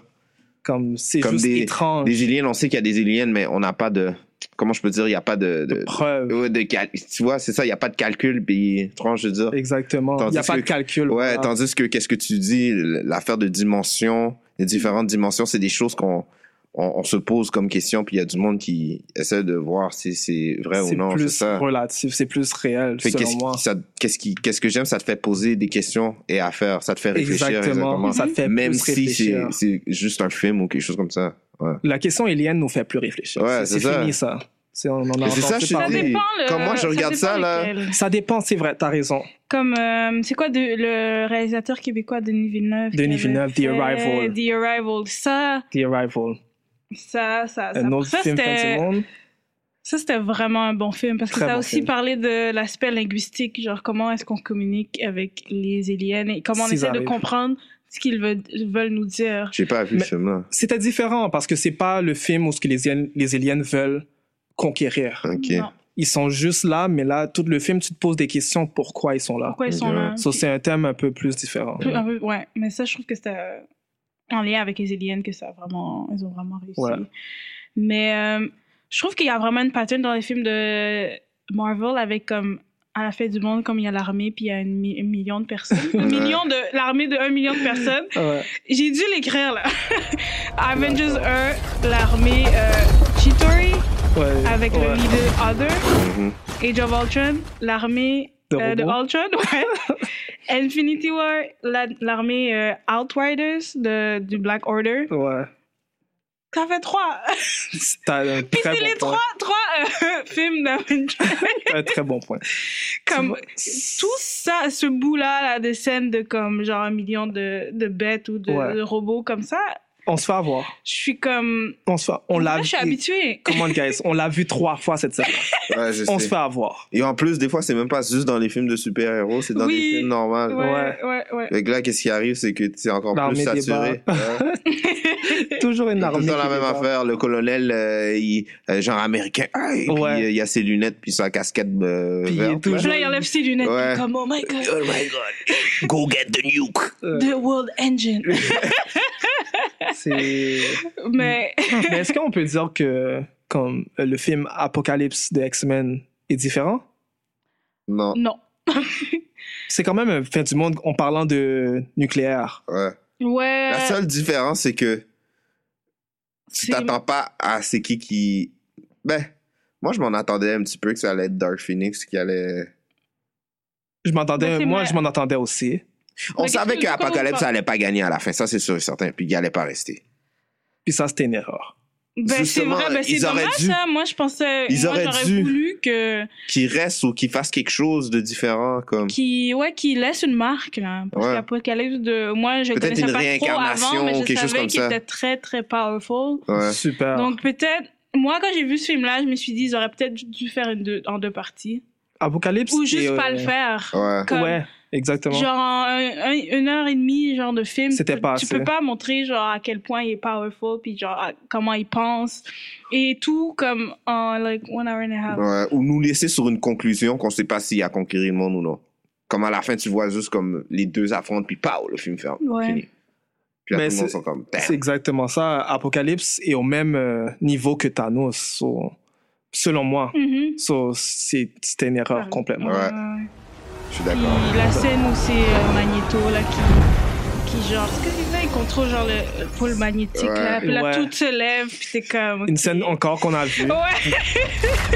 [SPEAKER 1] comme c'est
[SPEAKER 2] Comme
[SPEAKER 1] juste
[SPEAKER 2] des-
[SPEAKER 1] étrange.
[SPEAKER 2] Les aliens, on sait qu'il y a des aliens, mais on n'a pas de. Comment je peux dire Il n'y a pas de. de-
[SPEAKER 1] de preuves.
[SPEAKER 2] ouais, de cal- Tu vois, c'est ça, il n'y a pas de calcul, puis. Tu vois, je veux dire.
[SPEAKER 1] Exactement. Il
[SPEAKER 2] Tandis
[SPEAKER 1] n'y a pas
[SPEAKER 2] que-
[SPEAKER 1] de calcul. Ah,
[SPEAKER 2] Ouais,
[SPEAKER 1] voilà.
[SPEAKER 2] tandis que qu'est-ce que tu dis, l'affaire de dimension, les différentes dimensions, c'est des choses qu'on on, on se pose comme question, puis il y a du monde qui essaie de voir si c'est vrai ou
[SPEAKER 1] c'est
[SPEAKER 2] oh non, c'est
[SPEAKER 1] plus
[SPEAKER 2] ça.
[SPEAKER 1] relatif, c'est plus réel,
[SPEAKER 2] Fait
[SPEAKER 1] selon
[SPEAKER 2] qu'est-ce
[SPEAKER 1] moi.
[SPEAKER 2] qui- ça- qu'est-ce qui- qu'est-ce que j'aime, ça te fait poser des questions et à faire, ça te fait réfléchir.
[SPEAKER 1] Exactement.
[SPEAKER 2] exactement.
[SPEAKER 1] Ça te fait
[SPEAKER 2] Même
[SPEAKER 1] plus
[SPEAKER 2] si c'est
[SPEAKER 1] réfléchir.
[SPEAKER 2] c'est juste un film ou quelque chose comme ça.
[SPEAKER 1] La question alien nous fait plus réfléchir.
[SPEAKER 2] Ouais,
[SPEAKER 1] C'est-
[SPEAKER 2] c'est
[SPEAKER 1] c'est
[SPEAKER 2] ça.
[SPEAKER 1] fini, ça. C'est- On en a
[SPEAKER 2] Mais c'est ça,
[SPEAKER 1] entendu
[SPEAKER 2] je te
[SPEAKER 3] Ça
[SPEAKER 2] Parler.
[SPEAKER 1] parler.
[SPEAKER 3] dépend le.
[SPEAKER 2] Comme moi, je regarde
[SPEAKER 3] dépend
[SPEAKER 2] ça, là.
[SPEAKER 3] lesquels.
[SPEAKER 1] Ça dépend, c'est vrai, t'as raison.
[SPEAKER 3] Comme, euh, c'est quoi de- le réalisateur québécois Denis Villeneuve qui
[SPEAKER 1] Denis
[SPEAKER 3] avait
[SPEAKER 1] Villeneuve, The
[SPEAKER 3] fait
[SPEAKER 1] Arrival.
[SPEAKER 3] The Arrival, ça,
[SPEAKER 1] The Arrival.
[SPEAKER 3] ça, Ah, ça, ça.
[SPEAKER 1] Un autre
[SPEAKER 3] ça,
[SPEAKER 1] film fin
[SPEAKER 3] c'était-
[SPEAKER 1] du monde.
[SPEAKER 3] Ça, c'était vraiment un bon film parce que
[SPEAKER 1] Très
[SPEAKER 3] ça a
[SPEAKER 1] bon
[SPEAKER 3] aussi
[SPEAKER 1] film.
[SPEAKER 3] parlé de l'aspect linguistique, genre comment est-ce qu'on communique avec les aliens et comment on
[SPEAKER 1] S'ils
[SPEAKER 3] essaie de
[SPEAKER 1] arrivent.
[SPEAKER 3] comprendre ce qu'ils veulent, veulent nous dire.
[SPEAKER 2] J'ai pas vu
[SPEAKER 1] Mais-
[SPEAKER 2] ce film-là.
[SPEAKER 1] C'était différent parce que c'est pas le film où ce que les, aliens- les aliens veulent conquérir.
[SPEAKER 2] Ok.
[SPEAKER 3] Non,
[SPEAKER 1] Ils sont juste là, mais là, tout le film, tu te poses des questions pourquoi ils sont là.
[SPEAKER 3] pourquoi ils sont
[SPEAKER 2] Ouais.
[SPEAKER 3] là
[SPEAKER 1] Ça, c'est un thème un peu plus différent.
[SPEAKER 3] Plus- un peu- ouais, mais ça, je trouve que c'était euh, en lien avec les aliens que ça a vraiment, ils ont vraiment réussi.
[SPEAKER 1] Ouais.
[SPEAKER 3] Mais euh, je trouve qu'il y a vraiment une pattern dans les films de Marvel avec comme à la fête du monde, comme il y a l'armée, puis il y a une mi- un million de personnes. Un
[SPEAKER 2] Ouais.
[SPEAKER 3] million de, l'armée de 1 million de personnes.
[SPEAKER 1] Ouais.
[SPEAKER 3] J'ai dû l'écrire là. Avengers 1, l'armée euh, Chitauri
[SPEAKER 1] Ouais,
[SPEAKER 3] avec le
[SPEAKER 1] ouais. Mm-hmm.
[SPEAKER 3] leader Other.
[SPEAKER 2] Mhm.
[SPEAKER 3] Age of Ultron, l'armée
[SPEAKER 1] De
[SPEAKER 3] euh, de
[SPEAKER 1] robots.
[SPEAKER 3] Ultron, ouais. Infinity War, la- l'armée euh, Outriders de, du Black Order.
[SPEAKER 1] Ouais.
[SPEAKER 3] Ça fait trois.
[SPEAKER 1] T'as un
[SPEAKER 3] Puis
[SPEAKER 1] très
[SPEAKER 3] c'est les
[SPEAKER 1] bon
[SPEAKER 3] trois,
[SPEAKER 1] point.
[SPEAKER 3] trois euh, films d'Avengers.
[SPEAKER 1] Un très bon point.
[SPEAKER 3] Comme tout ça, ce bout-là, là, des scènes de comme genre un million de, de bêtes ou de,
[SPEAKER 1] Ouais.
[SPEAKER 3] de robots comme ça,
[SPEAKER 1] On se fait avoir.
[SPEAKER 3] je suis comme.
[SPEAKER 1] On se fait. On l'a
[SPEAKER 3] Là, je suis
[SPEAKER 1] vu.
[SPEAKER 3] habituée.
[SPEAKER 1] Come on, guys. On l'a vu trois fois cette semaine.
[SPEAKER 2] Ouais, je
[SPEAKER 1] On
[SPEAKER 2] sais.
[SPEAKER 1] se fait avoir.
[SPEAKER 2] Et en plus, des fois, c'est même pas juste dans les films de super-héros, c'est dans
[SPEAKER 3] Oui.
[SPEAKER 2] les films normaux.
[SPEAKER 3] Ouais,
[SPEAKER 1] Ouais.
[SPEAKER 3] ouais, ouais.
[SPEAKER 2] Fait que là, qu'est-ce qui arrive, c'est que c'est encore
[SPEAKER 1] L'armée
[SPEAKER 2] plus
[SPEAKER 1] des
[SPEAKER 2] saturé. hein.
[SPEAKER 1] Toujours
[SPEAKER 2] C'est
[SPEAKER 1] une
[SPEAKER 2] tout
[SPEAKER 1] armée.
[SPEAKER 2] le temps la
[SPEAKER 1] qui
[SPEAKER 2] même
[SPEAKER 1] débarque.
[SPEAKER 2] affaire. Le colonel, euh, il- euh, genre américain, ah, et puis,
[SPEAKER 1] Ouais.
[SPEAKER 2] euh, il y a ses lunettes, puis sa casquette euh,
[SPEAKER 1] Puis il est
[SPEAKER 2] verte.
[SPEAKER 1] tout-
[SPEAKER 2] là.
[SPEAKER 3] Puis là, il enlève ses lunettes,
[SPEAKER 2] Ouais.
[SPEAKER 3] puis comme oh my god,
[SPEAKER 2] Oh my god, go get the nuke.
[SPEAKER 1] Euh,
[SPEAKER 3] the world engine.
[SPEAKER 1] C'est.
[SPEAKER 3] Mais
[SPEAKER 1] Mais est-ce qu'on peut dire que comme euh, le film Apocalypse de X-Men est différent
[SPEAKER 2] Non,
[SPEAKER 3] non.
[SPEAKER 1] C'est quand même un fin du monde en parlant de nucléaire.
[SPEAKER 2] ouais.
[SPEAKER 1] Euh,
[SPEAKER 3] Ouais.
[SPEAKER 2] La seule différence, c'est que tu
[SPEAKER 3] c'est-
[SPEAKER 2] t'attends pas à c'est qui qui. Ben, moi, je m'en attendais un petit peu que ça allait être Dark Phoenix qui allait.
[SPEAKER 1] Je m'entendais,
[SPEAKER 3] Mais c'est
[SPEAKER 1] moi,
[SPEAKER 3] ma-
[SPEAKER 1] je m'en entendais aussi.
[SPEAKER 2] On
[SPEAKER 3] Mais
[SPEAKER 2] savait que
[SPEAKER 3] qu'est-ce que- de quoi vous
[SPEAKER 2] Apocalypse,
[SPEAKER 3] parlez
[SPEAKER 2] ça allait pas gagner à la fin, ça c'est sûr et certain, puis il allait pas rester.
[SPEAKER 1] Puis ça, c'était une erreur.
[SPEAKER 3] Ben, c'est
[SPEAKER 2] Justement,
[SPEAKER 3] vrai, ben, c'est
[SPEAKER 2] ils auraient
[SPEAKER 3] dommage
[SPEAKER 2] dû.
[SPEAKER 3] ça. Moi, je pensais.
[SPEAKER 2] Ils
[SPEAKER 3] moi,
[SPEAKER 2] auraient
[SPEAKER 3] j'aurais
[SPEAKER 2] dû.
[SPEAKER 3] voulu que.
[SPEAKER 2] Qu'il reste ou qu'il fasse quelque chose de différent, comme.
[SPEAKER 3] Qui, ouais, qui laisse une marque, là. Parce
[SPEAKER 2] Ouais.
[SPEAKER 3] qu'Apocalypse, de... moi, je
[SPEAKER 2] Peut-être
[SPEAKER 3] connaissais
[SPEAKER 2] une
[SPEAKER 3] pas
[SPEAKER 2] réincarnation
[SPEAKER 3] trop avant, mais
[SPEAKER 2] ou
[SPEAKER 3] je
[SPEAKER 2] quelque chose
[SPEAKER 3] savais
[SPEAKER 2] comme
[SPEAKER 3] qu'il
[SPEAKER 2] ça.
[SPEAKER 3] était très, très powerful.
[SPEAKER 2] Ouais.
[SPEAKER 1] Super.
[SPEAKER 3] Donc, peut-être. Moi, quand j'ai vu ce film-là, je me suis dit, ils auraient peut-être dû faire une deux- en deux parties.
[SPEAKER 1] Apocalypse.
[SPEAKER 3] Ou
[SPEAKER 1] et,
[SPEAKER 3] juste
[SPEAKER 1] euh,
[SPEAKER 3] pas le faire.
[SPEAKER 2] Ouais.
[SPEAKER 3] Comme-
[SPEAKER 1] Ouais, exactement.
[SPEAKER 3] Genre, un- un- une heure et demie, genre, de film.
[SPEAKER 1] C'était
[SPEAKER 3] tu-
[SPEAKER 1] pas
[SPEAKER 3] Tu
[SPEAKER 1] assez.
[SPEAKER 3] peux pas montrer, genre, à quel point il est powerful, puis genre, à- comment il pense. Et tout, comme, en, like, one hour and a half.
[SPEAKER 2] Ouais, ou nous laisser sur une conclusion qu'on sait pas s'il a conquéri le monde ou non. Comme à la fin, tu vois juste comme les deux affrontent, puis pow, le film ferme.
[SPEAKER 3] Ouais.
[SPEAKER 2] Fini. Puis là,
[SPEAKER 1] Mais
[SPEAKER 2] tout le monde
[SPEAKER 1] c'est-
[SPEAKER 2] sont comme,
[SPEAKER 1] C'est
[SPEAKER 2] damn.
[SPEAKER 1] exactement ça. Apocalypse est au même euh, niveau que Thanos, so- selon moi.
[SPEAKER 3] Mhm. Euh,
[SPEAKER 1] So, c'est- c'était une erreur complètement.
[SPEAKER 2] Ouais. Je suis d'accord.
[SPEAKER 3] Puis la scène où c'est euh, Magneto là qui qui genre ce que c'est ça il contrôle genre le, le pôle magnétique
[SPEAKER 2] Ouais.
[SPEAKER 3] là puis là
[SPEAKER 1] Ouais.
[SPEAKER 3] tout se lève puis c'est comme
[SPEAKER 1] Une
[SPEAKER 3] ok. Oh,
[SPEAKER 1] scène encore qu'on a vue.
[SPEAKER 3] ouais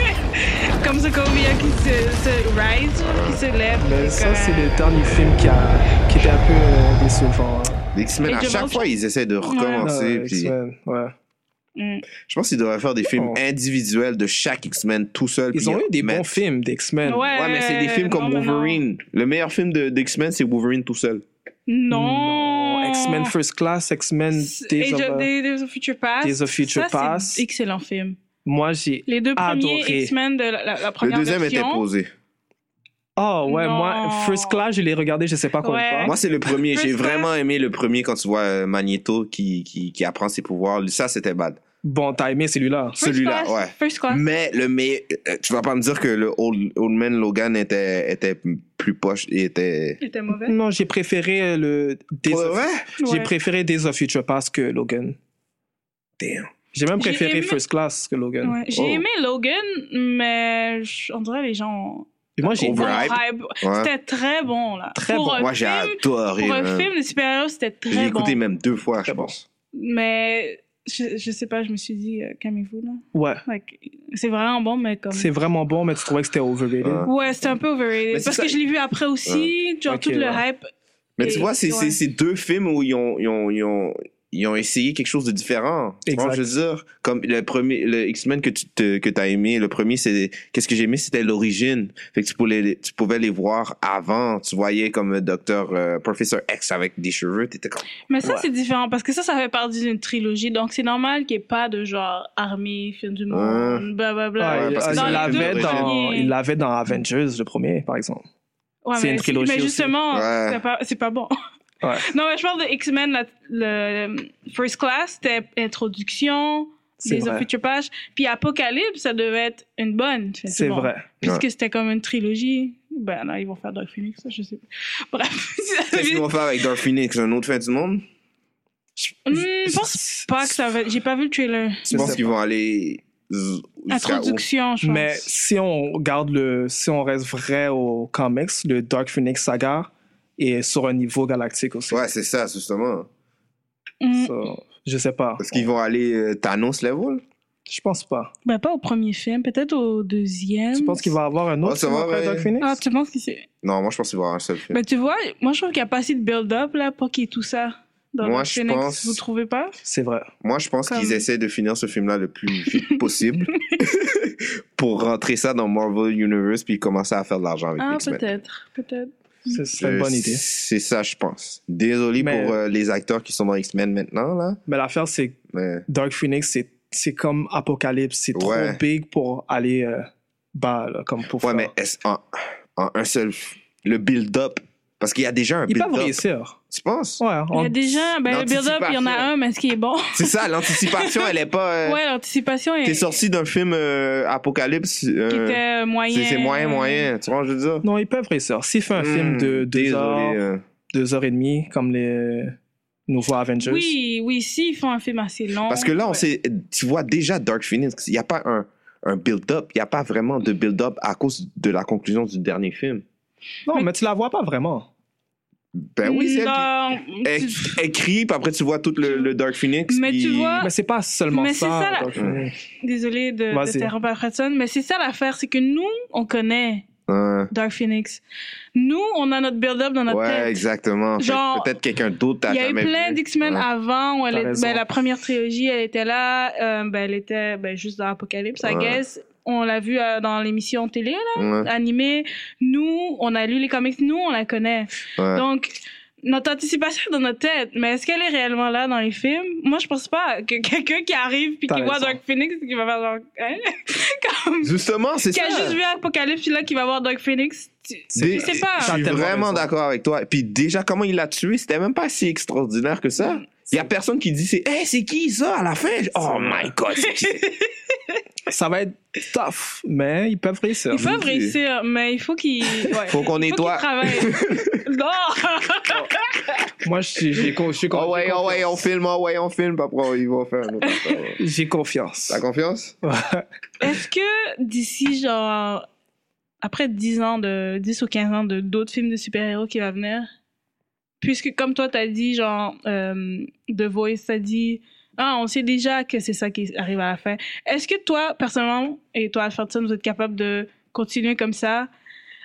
[SPEAKER 3] comme Sokovia qui se, se rise qui se lève
[SPEAKER 1] Mais
[SPEAKER 3] puis
[SPEAKER 1] ça,
[SPEAKER 3] comme-
[SPEAKER 1] c'est le dernier film qui, a, qui était un peu euh, décevant. hein.
[SPEAKER 2] Les X-Men,
[SPEAKER 3] Et
[SPEAKER 2] à
[SPEAKER 3] Jamal-
[SPEAKER 2] chaque fois, ils essaient de recommencer.
[SPEAKER 1] Ouais,
[SPEAKER 2] Ah, puis
[SPEAKER 1] X-Men, ouais.
[SPEAKER 3] Mm.
[SPEAKER 2] je pense qu'ils devraient faire des films
[SPEAKER 1] Oh.
[SPEAKER 2] individuels de chaque X-Men tout seul. puis euh,
[SPEAKER 1] Ils ont eu des
[SPEAKER 2] mettre-
[SPEAKER 1] bons films d'X-Men.
[SPEAKER 3] Ouais.
[SPEAKER 2] Ouais, mais c'est des films comme
[SPEAKER 3] Euh, Non, mais non.
[SPEAKER 2] Wolverine. Le meilleur film de- d'X-Men, c'est Wolverine tout seul.
[SPEAKER 3] non,
[SPEAKER 1] Non, X-Men First Class, X-Men Days
[SPEAKER 3] Age
[SPEAKER 1] of,
[SPEAKER 3] of,
[SPEAKER 1] euh,
[SPEAKER 3] Days of Future Past
[SPEAKER 1] Days of Future
[SPEAKER 3] ça, c'est
[SPEAKER 1] Pass.
[SPEAKER 3] excellent film
[SPEAKER 1] Moi, j'ai.
[SPEAKER 3] les deux premiers
[SPEAKER 1] Adoré.
[SPEAKER 3] X-Men de la, la- la
[SPEAKER 2] Le
[SPEAKER 3] première
[SPEAKER 2] deuxième
[SPEAKER 3] version
[SPEAKER 2] était posé.
[SPEAKER 1] Oh, ouais,
[SPEAKER 3] Non.
[SPEAKER 1] moi, First Class, je l'ai regardé, je sais pas combien
[SPEAKER 3] Ouais.
[SPEAKER 1] de fois.
[SPEAKER 2] Moi, c'est le premier. J'ai
[SPEAKER 3] First Class.
[SPEAKER 2] vraiment aimé le premier quand tu vois euh, Magneto qui, qui, qui apprend ses pouvoirs. Ça, c'était bad.
[SPEAKER 1] Bon, t'as aimé celui-là.
[SPEAKER 3] First
[SPEAKER 2] Celui-là,
[SPEAKER 3] Class,
[SPEAKER 2] ouais. Mm.
[SPEAKER 3] First Class
[SPEAKER 2] Mais le mais tu vas pas me dire que le old, old man Logan était était plus poche et était
[SPEAKER 3] il était mauvais
[SPEAKER 1] Non, j'ai préféré euh, le Days
[SPEAKER 2] Pour de
[SPEAKER 1] of-
[SPEAKER 2] vrai?
[SPEAKER 1] Mm. J'ai
[SPEAKER 3] Ouais.
[SPEAKER 1] préféré Days of Future Past que Logan. Damn. J'ai même
[SPEAKER 3] J'ai
[SPEAKER 1] préféré
[SPEAKER 3] aimé-
[SPEAKER 1] First Class que Logan.
[SPEAKER 3] Ouais, J'ai
[SPEAKER 2] Oh.
[SPEAKER 3] aimé Logan, mais je- on dirait les gens.
[SPEAKER 1] Et moi, j'ai
[SPEAKER 3] ont-
[SPEAKER 2] Overhype.
[SPEAKER 3] ont hype.
[SPEAKER 2] Ouais.
[SPEAKER 3] C'était très bon, là.
[SPEAKER 1] Très
[SPEAKER 3] pour
[SPEAKER 1] bon.
[SPEAKER 3] Un
[SPEAKER 2] Moi j'ai
[SPEAKER 3] film,
[SPEAKER 2] adoré.
[SPEAKER 3] Pour un
[SPEAKER 2] man.
[SPEAKER 3] film de super-héros, c'était
[SPEAKER 2] J'ai
[SPEAKER 3] très bon.
[SPEAKER 2] écouté même deux fois, je
[SPEAKER 1] Très bon.
[SPEAKER 2] pense.
[SPEAKER 3] Mais je, je sais pas, je me suis dit, euh, calmez-vous, là.
[SPEAKER 1] Ouais.
[SPEAKER 3] Like, c'est vraiment bon, mais comme.
[SPEAKER 1] C'est vraiment bon, mais tu trouvais que c'était overrated.
[SPEAKER 2] Ouais.
[SPEAKER 3] Ouais, c'était un peu
[SPEAKER 2] Mais
[SPEAKER 3] overrated.
[SPEAKER 2] c'est
[SPEAKER 3] Parce
[SPEAKER 2] ça.
[SPEAKER 3] que je l'ai vu après aussi, genre
[SPEAKER 1] Ok,
[SPEAKER 3] tout le
[SPEAKER 1] ouais.
[SPEAKER 3] hype.
[SPEAKER 2] Mais
[SPEAKER 3] Et-
[SPEAKER 2] tu vois, c'est
[SPEAKER 3] ouais.
[SPEAKER 2] c'est- c'est deux films où ils ont, ils ont, ils ont, ils ont essayé quelque chose de différent. Tu vois,
[SPEAKER 1] Exact.
[SPEAKER 2] je veux dire, comme le premier, le X-Men que tu te, que t'as aimé, le premier, c'est, qu'est-ce que j'ai aimé, c'était l'origine. Fait que tu pouvais, les- tu pouvais les voir avant. Tu voyais comme euh, docteur, professeur X avec des cheveux, t'étais comme,
[SPEAKER 3] Mais ça,
[SPEAKER 2] Ouais.
[SPEAKER 3] c'est différent parce que ça, ça fait partie d'une trilogie. Donc, c'est normal qu'il n'y ait pas de genre armée, film du monde, blablabla.
[SPEAKER 1] Ah,
[SPEAKER 2] ouais,
[SPEAKER 1] il
[SPEAKER 2] parce que
[SPEAKER 1] ah,
[SPEAKER 2] c'est
[SPEAKER 1] il
[SPEAKER 2] la
[SPEAKER 1] l'avait
[SPEAKER 2] même
[SPEAKER 1] dans,
[SPEAKER 3] origine.
[SPEAKER 1] il l'avait dans Avengers, le premier, par exemple.
[SPEAKER 3] Ouais,
[SPEAKER 1] c'est
[SPEAKER 3] mais
[SPEAKER 1] une trilogie
[SPEAKER 3] Mais
[SPEAKER 1] aussi.
[SPEAKER 3] justement,
[SPEAKER 2] Ouais.
[SPEAKER 3] c'est pas- c'est pas, bon.
[SPEAKER 1] Ouais.
[SPEAKER 3] Non, mais je parle de X-Men, la- le First Class, c'était introduction,
[SPEAKER 1] C'est
[SPEAKER 3] les
[SPEAKER 1] vrai.
[SPEAKER 3] Future Page. Puis Apocalypse, ça devait être une bonne. Fait,
[SPEAKER 1] C'est
[SPEAKER 3] bon.
[SPEAKER 1] vrai.
[SPEAKER 3] Puisque c'était comme une trilogie. Ben là, ils vont faire Dark Phoenix, ça, je sais pas. Bref.
[SPEAKER 2] qu'est-ce qu'ils vont faire avec Dark Phoenix, un autre fin du monde?
[SPEAKER 3] Hmm, je pense pas que ça va. J'ai pas vu le trailer.
[SPEAKER 2] Tu
[SPEAKER 1] Je
[SPEAKER 2] penses
[SPEAKER 1] sais
[SPEAKER 2] qu'ils vont aller z- jusqu'à où?
[SPEAKER 3] Introduction, je pense.
[SPEAKER 1] Mais si on garde le, si on reste vrai aux comics, le Dark Phoenix saga est sur un niveau galactique aussi.
[SPEAKER 2] Ouais, c'est ça, justement.
[SPEAKER 3] Hmm.
[SPEAKER 1] So, je sais pas.
[SPEAKER 2] Est-ce qu'ils vont aller euh, Thanos level?
[SPEAKER 1] Je pense pas.
[SPEAKER 3] Ben, pas au premier film, peut-être au deuxième.
[SPEAKER 1] Tu penses qu'il va avoir un
[SPEAKER 2] Ouais,
[SPEAKER 1] autre
[SPEAKER 2] ça
[SPEAKER 1] film
[SPEAKER 2] va,
[SPEAKER 1] après
[SPEAKER 2] ouais.
[SPEAKER 1] Dark Phoenix
[SPEAKER 3] Ah, tu penses que c'est.
[SPEAKER 2] Non, moi, je pense qu'ils vont avoir un seul film.
[SPEAKER 3] Ben, tu vois, moi, je trouve qu'il n'y a pas assez de build-up, là, pour qu'il y ait tout ça dans
[SPEAKER 2] Moi,
[SPEAKER 3] le
[SPEAKER 2] je
[SPEAKER 3] Phoenix.
[SPEAKER 2] pense-
[SPEAKER 3] Vous trouvez pas?
[SPEAKER 1] C'est vrai.
[SPEAKER 2] Moi, je pense
[SPEAKER 3] Comme-
[SPEAKER 2] qu'ils essaient de finir ce film-là le plus vite possible pour rentrer ça dans Marvel Universe puis commencer à faire de l'argent avec
[SPEAKER 3] Ah,
[SPEAKER 2] X-Men.
[SPEAKER 3] peut-être. Peut-être.
[SPEAKER 1] C'est c'est une
[SPEAKER 2] Euh,
[SPEAKER 1] bonne idée.
[SPEAKER 2] C'est ça, je pense. Désolé
[SPEAKER 1] Mais-
[SPEAKER 2] pour euh, les acteurs qui sont dans X-Men maintenant, là.
[SPEAKER 1] Mais l'affaire, c'est que
[SPEAKER 2] Mais
[SPEAKER 1] Dark Phoenix, c'est, c'est comme Apocalypse. C'est
[SPEAKER 2] Ouais.
[SPEAKER 1] trop big pour aller euh, bas, là, comme pour
[SPEAKER 2] ouais,
[SPEAKER 1] faire-
[SPEAKER 2] mais est-ce en, en un seul le build-up parce qu'il y a déjà un
[SPEAKER 1] Ils
[SPEAKER 2] build-up.
[SPEAKER 1] peuvent réussir.
[SPEAKER 2] Tu penses
[SPEAKER 1] Ouais,
[SPEAKER 3] Il y
[SPEAKER 1] on-
[SPEAKER 3] a déjà. Ben, le build-up, il y en a
[SPEAKER 2] L'anticipation.
[SPEAKER 3] un, mais est-ce qu'il est bon?
[SPEAKER 2] C'est ça, l'anticipation, elle est pas. euh,
[SPEAKER 3] Ouais, l'anticipation est.
[SPEAKER 2] T'es sorti d'un film euh, Apocalypse. euh,
[SPEAKER 3] Qui était moyen.
[SPEAKER 2] c'est c'est moyen, moyen. Tu vois, ce que je veux dire.
[SPEAKER 1] Non, ils peuvent réussir. S'il fait un film de
[SPEAKER 2] Hmm,
[SPEAKER 1] deux heures,
[SPEAKER 2] désolé, euh.
[SPEAKER 1] deux heures et demie, comme les nouveaux Avengers.
[SPEAKER 3] Oui, oui, si, ils font un film assez long.
[SPEAKER 2] Parce que là, on
[SPEAKER 3] Ouais.
[SPEAKER 2] sait, tu vois déjà Dark Phoenix, il n'y a pas un, un build-up, il n'y a pas vraiment de build-up à cause de la conclusion du dernier film.
[SPEAKER 1] Non,
[SPEAKER 3] Mais-
[SPEAKER 1] mais tu la vois pas vraiment.
[SPEAKER 2] Ben oui, c'est elle
[SPEAKER 3] Non,
[SPEAKER 2] qui
[SPEAKER 3] tu-
[SPEAKER 2] é- écrit, puis après tu vois tout le, le Dark Phoenix.
[SPEAKER 3] Mais tu
[SPEAKER 2] puis-
[SPEAKER 3] vois- Ah,
[SPEAKER 1] Mais c'est pas seulement
[SPEAKER 3] mais c'est
[SPEAKER 1] ça. euh,
[SPEAKER 3] ça, la-
[SPEAKER 1] Dark Phoenix.
[SPEAKER 3] Désolée de, de
[SPEAKER 1] Vas-y.
[SPEAKER 3] t'interrompre, Alfredson, mais c'est ça l'affaire, c'est que nous, on connaît
[SPEAKER 2] Ouais.
[SPEAKER 3] Dark Phoenix. Nous, on a notre build-up dans notre
[SPEAKER 2] ouais,
[SPEAKER 3] tête.
[SPEAKER 2] exactement. Fait que
[SPEAKER 3] Genre,
[SPEAKER 2] Peut-être quelqu'un d'autre t'a
[SPEAKER 3] Il y a eu
[SPEAKER 2] jamais
[SPEAKER 3] plein
[SPEAKER 2] vu.
[SPEAKER 3] d'X-Men
[SPEAKER 2] Ouais.
[SPEAKER 3] avant. Où elle
[SPEAKER 1] T'as
[SPEAKER 3] est-
[SPEAKER 1] raison.
[SPEAKER 3] ben, la première trilogie, elle était là. euh, ben, elle était ben, juste dans Apocalypse, I
[SPEAKER 2] Ouais.
[SPEAKER 3] guess. On l'a vu euh, dans l'émission télé, là,
[SPEAKER 2] Ouais,
[SPEAKER 3] animée. Nous, on a lu les comics. Nous, on la connaît.
[SPEAKER 2] ouais.
[SPEAKER 3] Donc, notre anticipation est dans notre tête. Mais est-ce qu'elle est réellement là dans les films? Moi, je pense pas que quelqu'un qui arrive puis qui
[SPEAKER 1] T'as
[SPEAKER 3] voit
[SPEAKER 1] raison.
[SPEAKER 3] Dark Phoenix qui va faire genre... Hein? Comme...
[SPEAKER 2] Justement, c'est
[SPEAKER 3] Qui
[SPEAKER 2] ça.
[SPEAKER 3] a juste vu Apocalypse, puis là, qui va voir Dark Phoenix. Tu-
[SPEAKER 2] Dé-
[SPEAKER 3] tu sais pas.
[SPEAKER 2] Je suis
[SPEAKER 1] T'as tellement
[SPEAKER 2] vraiment
[SPEAKER 1] raison.
[SPEAKER 2] d'accord avec toi. Puis déjà, comment il l'a tué, c'était même pas si extraordinaire que ça.
[SPEAKER 3] Mm.
[SPEAKER 2] Il y a personne qui dit c'est hey, c'est qui ça à la fin Oh my god, c'est qui
[SPEAKER 1] Ça va être tough, mais ils peuvent réussir.
[SPEAKER 3] Ils peuvent
[SPEAKER 2] Dieu.
[SPEAKER 3] réussir, mais il faut qu'ils... ouais.
[SPEAKER 2] Faut qu'on
[SPEAKER 3] Faut qu'il
[SPEAKER 2] nettoie.
[SPEAKER 3] travaille. non!
[SPEAKER 1] Moi, je suis- j'ai con- je suis con-
[SPEAKER 2] Oh ouais,
[SPEAKER 1] j'ai
[SPEAKER 2] oh ouais, on
[SPEAKER 1] confiance.
[SPEAKER 2] filme, oh ouais, on filme, puis après, ils vont faire un autre affaire, ouais.
[SPEAKER 1] J'ai confiance.
[SPEAKER 2] T'as confiance?
[SPEAKER 3] Est-ce que d'ici, genre, après 10 ans, de 10 ou 15 ans de d'autres films de super-héros qui va venir, puisque comme toi, t'as dit, genre, euh, The Voice, t'as dit, ah, on sait déjà que c'est ça qui arrive à la fin. Est-ce que toi, personnellement, et toi, Alfredson, vous êtes capable de continuer comme ça,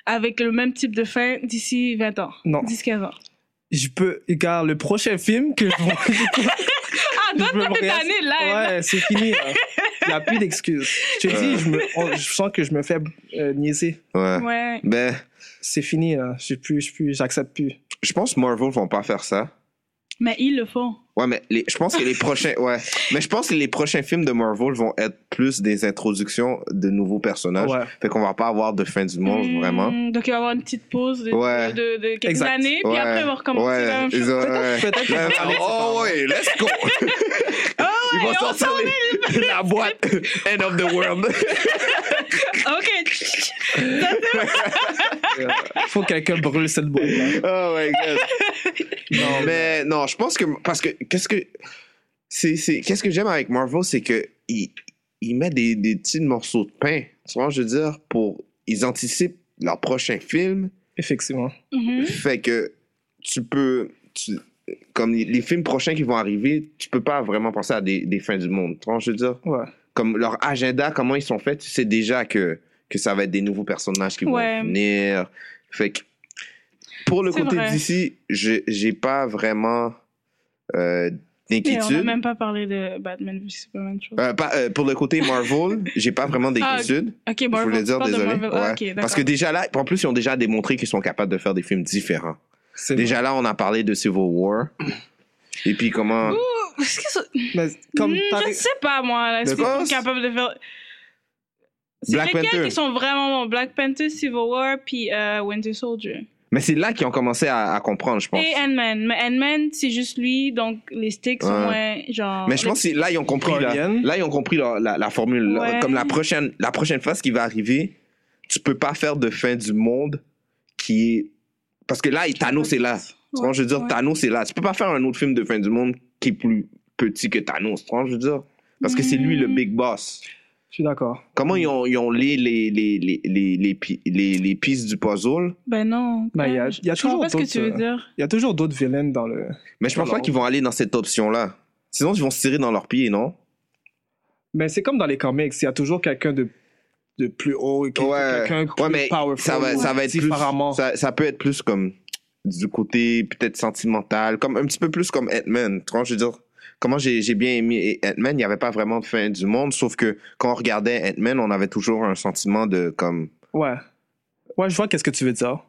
[SPEAKER 3] avec le même type de fin d'ici 20 ans?
[SPEAKER 1] Non.
[SPEAKER 3] 10-15 ans.
[SPEAKER 1] Je peux, car le prochain film que je vois.
[SPEAKER 3] Ah, toi,
[SPEAKER 1] Je me
[SPEAKER 3] toi, t'es
[SPEAKER 1] regarde-
[SPEAKER 3] tanné, là!
[SPEAKER 1] ouais, c'est fini. là. Il n'y a plus d'excuses. Je te dis, je, me- on- je sens que je me fais euh, niaiser.
[SPEAKER 2] Ouais.
[SPEAKER 3] Ouais.
[SPEAKER 2] Ben,
[SPEAKER 1] C'est fini, là. J'ai plus, j'ai plus, j'accepte plus.
[SPEAKER 2] je pense que Marvel vont pas faire ça.
[SPEAKER 3] Mais ils le font.
[SPEAKER 2] Ouais, mais les- je pense que les prochains, ouais. Mais je pense que les prochains films de Marvel vont être plus des introductions de nouveaux personnages.
[SPEAKER 1] Ouais.
[SPEAKER 2] Fait qu'on va pas avoir de fin du monde,
[SPEAKER 3] Hmm,
[SPEAKER 2] vraiment.
[SPEAKER 3] Donc, il va y avoir une petite pause de,
[SPEAKER 2] Ouais.
[SPEAKER 3] de, de quelques
[SPEAKER 1] Exact.
[SPEAKER 3] années, puis
[SPEAKER 2] Ouais.
[SPEAKER 3] après, on va recommencer hein.
[SPEAKER 2] Ouais,
[SPEAKER 3] la même
[SPEAKER 2] ils
[SPEAKER 3] chose.
[SPEAKER 2] ont- ouais.
[SPEAKER 1] Peut-être que
[SPEAKER 2] Ouais, Oh ouais, let's go! Il
[SPEAKER 3] ouais,
[SPEAKER 2] va
[SPEAKER 3] on
[SPEAKER 2] sortir les- la boîte End of the World.
[SPEAKER 3] OK.
[SPEAKER 1] faut que quelqu'un brûle cette boîte. là.
[SPEAKER 2] Oh my god.
[SPEAKER 1] Non, mais
[SPEAKER 2] Mais non, je pense que parce que qu'est-ce que c'est c'est qu'est-ce que j'aime avec Marvel, c'est que ils ils mettent des, des petits morceaux de pain, tu vois, je veux dire, pour ils anticipent leur prochain film,
[SPEAKER 1] effectivement.
[SPEAKER 3] Mhm.
[SPEAKER 2] fait que tu peux tu- comme les, les films prochains qui vont arriver, tu peux pas vraiment penser à des, des fins du monde, tu vois, je veux dire,
[SPEAKER 1] Ouais.
[SPEAKER 2] comme leur agenda, comment ils sont faits, tu sais déjà que que ça va être des nouveaux personnages qui
[SPEAKER 3] Ouais.
[SPEAKER 2] vont venir, fait que pour le
[SPEAKER 3] C'est
[SPEAKER 2] côté
[SPEAKER 3] vrai.
[SPEAKER 2] d'ici, j'ai j'ai pas vraiment euh,
[SPEAKER 3] Mais on n'a
[SPEAKER 2] d'inquiétude.
[SPEAKER 3] même pas parlé de Batman vs Superman. je trouve.
[SPEAKER 2] Euh, pas- euh, pour le côté Marvel, j'ai pas vraiment d'inquiétude.
[SPEAKER 3] ok,
[SPEAKER 2] Bah, je
[SPEAKER 3] Ah, Marvel.
[SPEAKER 2] voulais
[SPEAKER 3] tu
[SPEAKER 2] dire,
[SPEAKER 3] parles de
[SPEAKER 2] désolé.
[SPEAKER 3] Marvel.
[SPEAKER 2] Ouais.
[SPEAKER 3] Ah, ok, d'accord.
[SPEAKER 2] Parce que déjà là, en plus, ils ont déjà démontré qu'ils sont capables de faire des films différents.
[SPEAKER 1] C'est
[SPEAKER 2] Déjà là, on a parlé de Civil War. Et puis comment.
[SPEAKER 3] Ouh, est-ce que ça-
[SPEAKER 1] vrai. Mais comme
[SPEAKER 3] Hmm,
[SPEAKER 1] par-
[SPEAKER 3] je sais pas moi là, est-ce
[SPEAKER 2] De
[SPEAKER 3] qu'ils sont
[SPEAKER 2] quoi?
[SPEAKER 3] capables de faire c'est
[SPEAKER 2] Black
[SPEAKER 3] lesquels
[SPEAKER 2] Panther.
[SPEAKER 3] qui sont vraiment bons Black Panther Civil War puis euh, Winter Soldier
[SPEAKER 2] Mais c'est là qu'ils ont commencé à, à comprendre, je pense.
[SPEAKER 3] et Ant-Man mais Ant-Man c'est juste lui donc les sticks sont
[SPEAKER 2] Ouais.
[SPEAKER 3] moins genre
[SPEAKER 2] Mais je pense que c'est- là, ils ont compris. Là,
[SPEAKER 1] Guardian.
[SPEAKER 2] là, ils ont compris leur- la, la formule. là.
[SPEAKER 3] Ouais.
[SPEAKER 2] Comme la prochaine, la prochaine phase qui va arriver, tu peux pas faire de fin du monde qui est. Parce que là, Thanos est là. Tu vois, je veux dire,
[SPEAKER 3] Ouais.
[SPEAKER 2] Thanos est là. Tu peux pas faire un autre film de fin du monde qui est plus petit que Thanos. Tu vois, je veux dire. Parce que c'est lui le
[SPEAKER 3] Mm.
[SPEAKER 2] big boss.
[SPEAKER 1] Je suis d'accord.
[SPEAKER 2] Comment ils ont, ils ont lié les, les, les, les, les, pi- les- les pistes du puzzle?
[SPEAKER 3] ben non
[SPEAKER 1] Ben, il y a- il y a
[SPEAKER 3] je
[SPEAKER 1] toujours
[SPEAKER 3] comprends pas ce que tu veux
[SPEAKER 1] d'autres,
[SPEAKER 3] dire
[SPEAKER 1] Il y a toujours d'autres villains dans le.
[SPEAKER 2] Mais je pense
[SPEAKER 1] Alors.
[SPEAKER 2] pas qu'ils vont aller dans cette option-là. Sinon, ils vont se tirer dans leurs pieds, non?
[SPEAKER 1] Mais c'est comme dans les comics, il y a toujours quelqu'un de, de plus haut, quel-
[SPEAKER 2] Ouais.
[SPEAKER 1] quelqu'un de plus
[SPEAKER 2] Ouais, mais
[SPEAKER 1] powerful.
[SPEAKER 2] ça va, ça va être plus,
[SPEAKER 1] différemment.
[SPEAKER 2] ça, ça peut être plus comme du côté peut-être sentimental, comme un petit peu plus comme Ant-Man. Tu vois, je veux dire, comment j'ai j'ai bien aimé Ant-Man, il n'y avait pas vraiment de fin du monde, sauf que quand on regardait Ant-Man, on avait toujours un sentiment de comme.
[SPEAKER 1] Ouais. Ouais, je vois qu'est-ce que tu veux dire.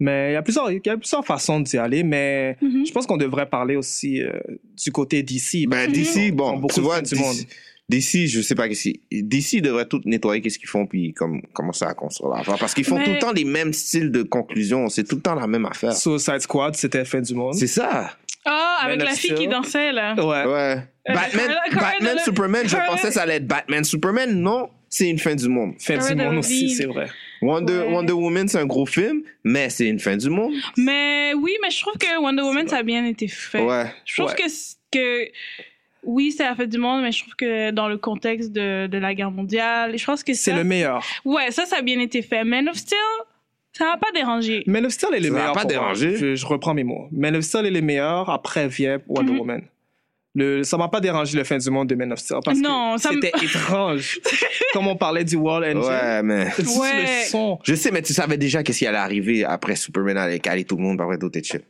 [SPEAKER 1] Mais il y a plusieurs, il y a plusieurs façons d'y aller, mais
[SPEAKER 3] Mhm.
[SPEAKER 1] je pense qu'on devrait parler aussi euh, du côté d'ici.
[SPEAKER 2] Ben,
[SPEAKER 3] Mhm.
[SPEAKER 2] d'ici,
[SPEAKER 1] Ils font
[SPEAKER 2] bon,
[SPEAKER 1] beaucoup
[SPEAKER 2] tu
[SPEAKER 1] de
[SPEAKER 2] vois,
[SPEAKER 1] fin du monde.
[SPEAKER 2] d'ici, d'ici, je sais pas qu'est-ce qu'ils- D'ici, ils devraient tout nettoyer, qu'est-ce qu'ils font, puis comme, commencer à construire l'affaire. Parce qu'ils font
[SPEAKER 3] Mais-
[SPEAKER 2] tout le temps les mêmes styles de conclusion, c'est tout le temps la même affaire.
[SPEAKER 1] Suicide Squad, c'était fin du monde.
[SPEAKER 2] C'est ça.
[SPEAKER 3] ah avec
[SPEAKER 1] Man of
[SPEAKER 3] la fille qui
[SPEAKER 1] Steel.
[SPEAKER 3] dansait là
[SPEAKER 1] Ouais.
[SPEAKER 2] Ouais.
[SPEAKER 3] Euh,
[SPEAKER 2] Batman,
[SPEAKER 3] Carla- Carla
[SPEAKER 2] Batman
[SPEAKER 3] Dele-
[SPEAKER 2] Superman, je
[SPEAKER 3] Carla-
[SPEAKER 2] pensais que ça allait être Batman Superman. Non, c'est une fin du monde.
[SPEAKER 1] Fin
[SPEAKER 3] Ouais,
[SPEAKER 1] du monde
[SPEAKER 3] Delevingne.
[SPEAKER 1] aussi, c'est vrai.
[SPEAKER 2] Wonder,
[SPEAKER 3] Ouais.
[SPEAKER 2] Wonder Woman, c'est un gros film, mais c'est une fin du monde.
[SPEAKER 3] mais oui mais je trouve que Wonder Woman ça a bien été fait
[SPEAKER 2] Ouais.
[SPEAKER 3] Je trouve
[SPEAKER 1] Ouais.
[SPEAKER 3] que, c- que oui, c'est la fête du monde, mais je trouve que dans le contexte de, de la guerre mondiale, je pense que
[SPEAKER 1] C'est
[SPEAKER 3] ça,
[SPEAKER 1] le meilleur.
[SPEAKER 3] ouais, ça, ça a bien été fait. Man of Steel, ça m'a pas dérangé.
[SPEAKER 1] Mais le Steel est le
[SPEAKER 2] Ça va
[SPEAKER 1] meilleur.
[SPEAKER 2] pas
[SPEAKER 1] pour moi.
[SPEAKER 2] déranger.
[SPEAKER 1] Je, je reprends mes mots. Mais le Steel est le meilleur. Après vient Wonder
[SPEAKER 3] Mhm.
[SPEAKER 1] Woman. Le, ça m'a pas dérangé le fin du monde de Man of Steel parce
[SPEAKER 3] Non,
[SPEAKER 1] que
[SPEAKER 3] ça me-
[SPEAKER 1] c'était étrange. Comme on parlait du Wall Engine.
[SPEAKER 2] Ouais, mais.
[SPEAKER 1] Tu sais,
[SPEAKER 3] Ouais.
[SPEAKER 1] Le son.
[SPEAKER 2] Je sais, mais tu savais déjà qu'est-ce qui allait arriver après Superman allait caler tout le monde, après d'autres shit.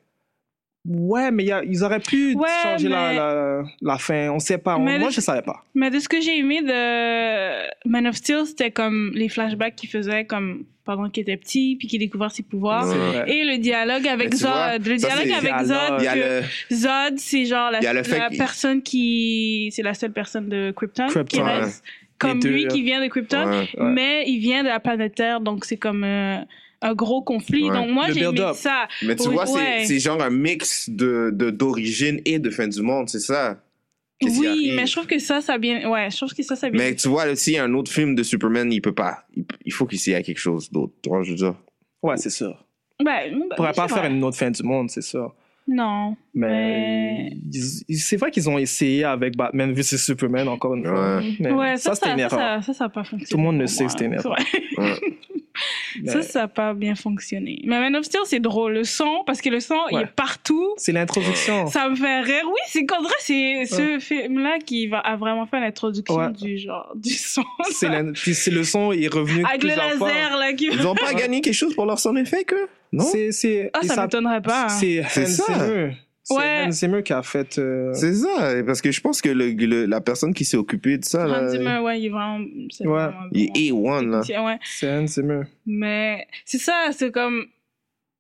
[SPEAKER 1] Ouais, mais il y a- ils auraient pu
[SPEAKER 3] Ouais,
[SPEAKER 1] changer la,
[SPEAKER 3] mais-
[SPEAKER 1] la, la fin. On sait pas. On-
[SPEAKER 3] Mais
[SPEAKER 1] moi,
[SPEAKER 3] le-
[SPEAKER 1] je savais pas.
[SPEAKER 3] Mais de ce que j'ai aimé de Man of Steel, c'était comme les flashbacks qu'il faisait comme pendant qu'il était petit, puis qu'il découvrait ses pouvoirs.
[SPEAKER 2] Ouais.
[SPEAKER 1] C'est vrai.
[SPEAKER 3] Et le dialogue avec
[SPEAKER 2] Mais tu vois,
[SPEAKER 3] Zod. Le
[SPEAKER 2] ça,
[SPEAKER 3] dialogue
[SPEAKER 2] c'est-
[SPEAKER 3] avec
[SPEAKER 1] Dialogue.
[SPEAKER 3] Zod,
[SPEAKER 2] Il y a
[SPEAKER 3] que
[SPEAKER 2] le.
[SPEAKER 3] Zod, c'est genre la,
[SPEAKER 2] Il y a le fait
[SPEAKER 3] la
[SPEAKER 2] qu'il-
[SPEAKER 3] personne qui. C'est la seule personne de Krypton, qui
[SPEAKER 1] Krypton,
[SPEAKER 3] reste. Comme
[SPEAKER 1] deux,
[SPEAKER 3] lui
[SPEAKER 1] là.
[SPEAKER 3] qui vient de Krypton.
[SPEAKER 2] Ouais.
[SPEAKER 1] Ouais.
[SPEAKER 3] mais il vient de la planète Terre, donc c'est comme euh, un gros conflit.
[SPEAKER 2] Ouais.
[SPEAKER 3] Donc moi,
[SPEAKER 1] Le
[SPEAKER 3] j'ai mis
[SPEAKER 1] build-up.
[SPEAKER 3] ça.
[SPEAKER 2] Mais tu
[SPEAKER 3] Oui,
[SPEAKER 2] vois, c'est-
[SPEAKER 3] ouais.
[SPEAKER 2] c'est genre un mix de de- d'origine et de fin du monde, c'est ça. Qu'est-ce qui
[SPEAKER 3] Oui,
[SPEAKER 2] arrive?
[SPEAKER 3] mais je trouve que ça, ça a bien. Ouais, je trouve que ça, ça a bien.
[SPEAKER 2] Mais tu vois, là, s'il y a un autre film de Superman, il peut pas. Il, il faut qu'il s'y ait quelque chose d'autre. Tu vois, je veux dire.
[SPEAKER 1] Ouais, c'est sûr.
[SPEAKER 3] Ouais,
[SPEAKER 1] On
[SPEAKER 3] bah,
[SPEAKER 1] pourrait pas
[SPEAKER 3] c'est
[SPEAKER 1] faire
[SPEAKER 3] vrai.
[SPEAKER 1] une autre fin du monde, c'est sûr.
[SPEAKER 3] Non.
[SPEAKER 1] Mais,
[SPEAKER 3] Mais-
[SPEAKER 1] ils- ils- c'est vrai qu'ils ont essayé avec Batman vs Superman encore une fois.
[SPEAKER 2] Ouais.
[SPEAKER 1] Mais
[SPEAKER 3] ouais, ça, ça,
[SPEAKER 1] c'était une
[SPEAKER 3] ça,
[SPEAKER 1] erreur.
[SPEAKER 3] ça, ça, ça a pas fonctionné.
[SPEAKER 1] Tout le monde le
[SPEAKER 3] pour moi.
[SPEAKER 1] sait que c'était une erreur.
[SPEAKER 3] Ouais.
[SPEAKER 2] Ouais.
[SPEAKER 1] Mais
[SPEAKER 3] Ça, ça a pas bien fonctionné. Mais Man of Steel, c'est drôle. Le son, parce que le son, il
[SPEAKER 1] Ouais.
[SPEAKER 3] est partout.
[SPEAKER 1] C'est l'introduction.
[SPEAKER 3] Ça me fait rire. Oui, c'est qu'en vrai, c'est ce film-là qui va a vraiment fait l'introduction
[SPEAKER 1] Ouais.
[SPEAKER 3] du genre du son.
[SPEAKER 1] C'est l'in- puis c'est le son est revenu
[SPEAKER 3] Avec le
[SPEAKER 1] plusieurs
[SPEAKER 3] laser,
[SPEAKER 1] fois.
[SPEAKER 3] là, qui.
[SPEAKER 2] Ils ont pas gagné quelque chose pour leur son effet, que Non?
[SPEAKER 1] C'est c'est
[SPEAKER 3] Ah,
[SPEAKER 1] et
[SPEAKER 3] ça
[SPEAKER 1] ça-
[SPEAKER 3] m'étonnerait pas. hein.
[SPEAKER 1] C'est Hans
[SPEAKER 2] C'est ça.
[SPEAKER 1] Zimmer. C'est
[SPEAKER 3] Ouais.
[SPEAKER 1] Hans Zimmer qui a fait. euh,
[SPEAKER 2] C'est ça, parce que je pense que le, le- la personne qui s'est occupée de ça, là,
[SPEAKER 3] Hans Zimmer, ouais, il est vraiment. c'est
[SPEAKER 1] euh, Ouais.
[SPEAKER 3] vraiment bon.
[SPEAKER 2] il est A1, là.
[SPEAKER 3] Tiens, ouais.
[SPEAKER 1] C'est Hans Zimmer.
[SPEAKER 3] Mais c'est ça, c'est comme.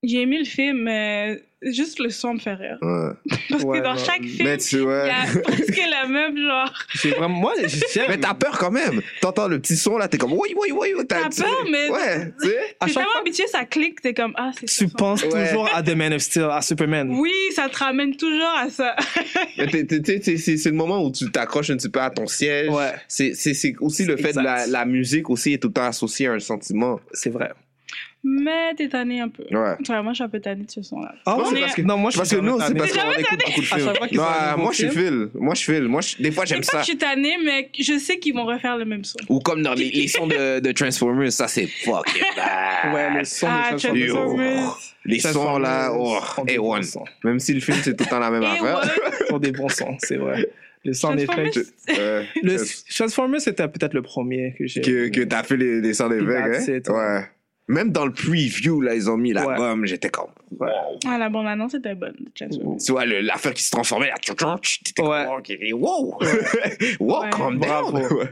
[SPEAKER 3] J'ai aimé le film, mais juste le son me fait rire.
[SPEAKER 2] Ouais.
[SPEAKER 3] Parce
[SPEAKER 1] Ouais,
[SPEAKER 3] que dans
[SPEAKER 1] non,
[SPEAKER 3] chaque
[SPEAKER 1] mais
[SPEAKER 3] film,
[SPEAKER 2] Mais tu
[SPEAKER 3] il y
[SPEAKER 2] ouais.
[SPEAKER 3] a presque la même, genre.
[SPEAKER 1] J'ai vraiment. Moi, j'aime.
[SPEAKER 2] Mais t'as peur quand même. T'entends le petit son, là, t'es comme, oui, oui, oui, oui.
[SPEAKER 3] T'as
[SPEAKER 2] tu-
[SPEAKER 3] peur, mais.
[SPEAKER 2] Ouais, tu sais.
[SPEAKER 1] à
[SPEAKER 3] T'es
[SPEAKER 1] chaque
[SPEAKER 3] tellement
[SPEAKER 1] fois,
[SPEAKER 3] habitué, ça clique, t'es comme, ah, c'est ça.
[SPEAKER 1] tu penses
[SPEAKER 2] Ouais.
[SPEAKER 1] toujours à The Man of Steel, à Superman.
[SPEAKER 3] Oui, ça te ramène toujours à ça.
[SPEAKER 2] Mais t'es- t'es- t'es- t'es- c'est c'est le moment où tu t'accroches un petit peu à ton siège.
[SPEAKER 1] Ouais.
[SPEAKER 2] C'est- C'est c'est aussi le fait de la,
[SPEAKER 1] Exact.
[SPEAKER 2] la musique aussi est tout le temps associée à un sentiment.
[SPEAKER 1] C'est vrai.
[SPEAKER 2] Ah,
[SPEAKER 3] Mais t'es tanné un peu.
[SPEAKER 2] Ouais.
[SPEAKER 3] Ouais, moi, je suis un peu tannée de ce son-là.
[SPEAKER 1] Ah
[SPEAKER 2] Non,
[SPEAKER 1] ouais,
[SPEAKER 3] On
[SPEAKER 2] c'est
[SPEAKER 3] est-
[SPEAKER 2] parce que.
[SPEAKER 1] non, moi, je
[SPEAKER 2] Parce que
[SPEAKER 1] suis
[SPEAKER 2] nous, c'est
[SPEAKER 1] jamais
[SPEAKER 2] parce
[SPEAKER 1] tanné.
[SPEAKER 2] qu'on écoute beaucoup de
[SPEAKER 1] À
[SPEAKER 2] films.
[SPEAKER 1] chaque fois qu'ils
[SPEAKER 2] Non,
[SPEAKER 1] ont un
[SPEAKER 2] euh,
[SPEAKER 1] nouveau
[SPEAKER 2] moi, je
[SPEAKER 1] film.
[SPEAKER 2] file. Moi, je file. Moi, je- des fois, j'aime
[SPEAKER 3] C'est
[SPEAKER 2] ça.
[SPEAKER 3] pas que je suis tannée, mais je sais qu'ils vont refaire le même son.
[SPEAKER 2] Ou comme dans les, les sons de, de Transformers, ça, c'est fucking bad.
[SPEAKER 1] Ouais, le son
[SPEAKER 3] Ah,
[SPEAKER 1] de
[SPEAKER 2] Yo.
[SPEAKER 3] Transformers.
[SPEAKER 2] Les sons, là, oh,
[SPEAKER 1] sont des bons
[SPEAKER 2] A1.
[SPEAKER 1] sons.
[SPEAKER 2] Même si le film, c'est tout le temps
[SPEAKER 1] Eh
[SPEAKER 2] la même
[SPEAKER 3] Et
[SPEAKER 2] affaire.
[SPEAKER 3] ouais,
[SPEAKER 1] Sont des bons sons, c'est vrai. Le son des
[SPEAKER 3] Transformers,
[SPEAKER 1] effets.
[SPEAKER 2] Euh,
[SPEAKER 1] Le Transformers, c'était peut-être le premier que j'ai.
[SPEAKER 2] que, que t'as fait les, les sons des
[SPEAKER 1] That's
[SPEAKER 2] vagues, hein?
[SPEAKER 1] it.
[SPEAKER 2] Ouais. Même dans le preview, là, ils ont mis la
[SPEAKER 1] Ouais.
[SPEAKER 2] gomme, j'étais comme.
[SPEAKER 1] Ouais.
[SPEAKER 2] Wow.
[SPEAKER 3] Ah, la bande-annonce était bonne. de Chadwick.
[SPEAKER 2] Tu vois, le- l'affaire qui se transformait, là, tchou, tchou, tchou, t'étais
[SPEAKER 1] Ouais.
[SPEAKER 2] comme, ok, wow! wow,
[SPEAKER 3] Ouais.
[SPEAKER 2] calm down!
[SPEAKER 1] Bravo.
[SPEAKER 2] Ouais.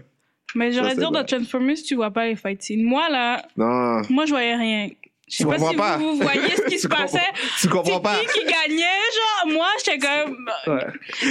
[SPEAKER 3] Mais
[SPEAKER 2] Ça,
[SPEAKER 3] j'aurais
[SPEAKER 2] c'est
[SPEAKER 3] dire
[SPEAKER 2] vrai.
[SPEAKER 3] dans Transformers, tu vois pas les fight scenes. Moi, là,
[SPEAKER 2] Non,
[SPEAKER 3] moi, je voyais rien. Je sais
[SPEAKER 2] Tu
[SPEAKER 3] pas
[SPEAKER 2] comprends
[SPEAKER 3] si
[SPEAKER 2] pas.
[SPEAKER 3] vous, vous voyez ce qui se
[SPEAKER 2] Tu comprends-
[SPEAKER 3] passait.
[SPEAKER 2] tu
[SPEAKER 3] C'est
[SPEAKER 2] comprends pas?
[SPEAKER 3] qui qui gagnait, genre, moi, j'étais comme...
[SPEAKER 1] Ouais.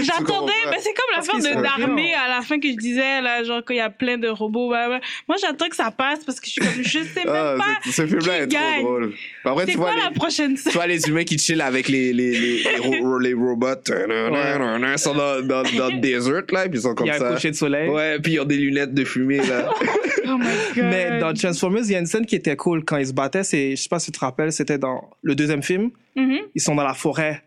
[SPEAKER 3] J'attendais,
[SPEAKER 2] comprends pas.
[SPEAKER 3] mais c'est comme
[SPEAKER 1] Parce
[SPEAKER 3] l'affaire
[SPEAKER 1] qu'ils
[SPEAKER 3] de
[SPEAKER 1] sont
[SPEAKER 3] d'armée
[SPEAKER 1] bien.
[SPEAKER 3] à la fin que je disais, là, genre, qu'il y a plein de robots, blablabla. Moi, j'attends que ça passe parce que je suis comme, je sais
[SPEAKER 2] Ah,
[SPEAKER 3] même pas
[SPEAKER 2] ce ce film-là
[SPEAKER 3] qui
[SPEAKER 2] est
[SPEAKER 3] gagne.
[SPEAKER 2] trop drôle. Après,
[SPEAKER 3] c'est
[SPEAKER 2] tu vois,
[SPEAKER 3] quoi la
[SPEAKER 2] les,
[SPEAKER 3] prochaine
[SPEAKER 2] tu
[SPEAKER 3] scène.
[SPEAKER 2] vois les humains qui chillent avec les, les, les, les, ro- les robots. euh, Ils sont dans, dans, dans le désert, là, puis ils sont
[SPEAKER 1] Il
[SPEAKER 2] comme
[SPEAKER 1] y a un
[SPEAKER 2] ça.
[SPEAKER 1] coucher de soleil.
[SPEAKER 2] Ouais, puis ils ont des lunettes de fumée, là.
[SPEAKER 3] Oh my god.
[SPEAKER 1] Mais dans Transformers, il y a une scène qui était cool quand ils se battaient. C'est, je sais pas si tu te rappelles, c'était dans le deuxième film.
[SPEAKER 3] Mhm.
[SPEAKER 1] Ils sont dans la forêt.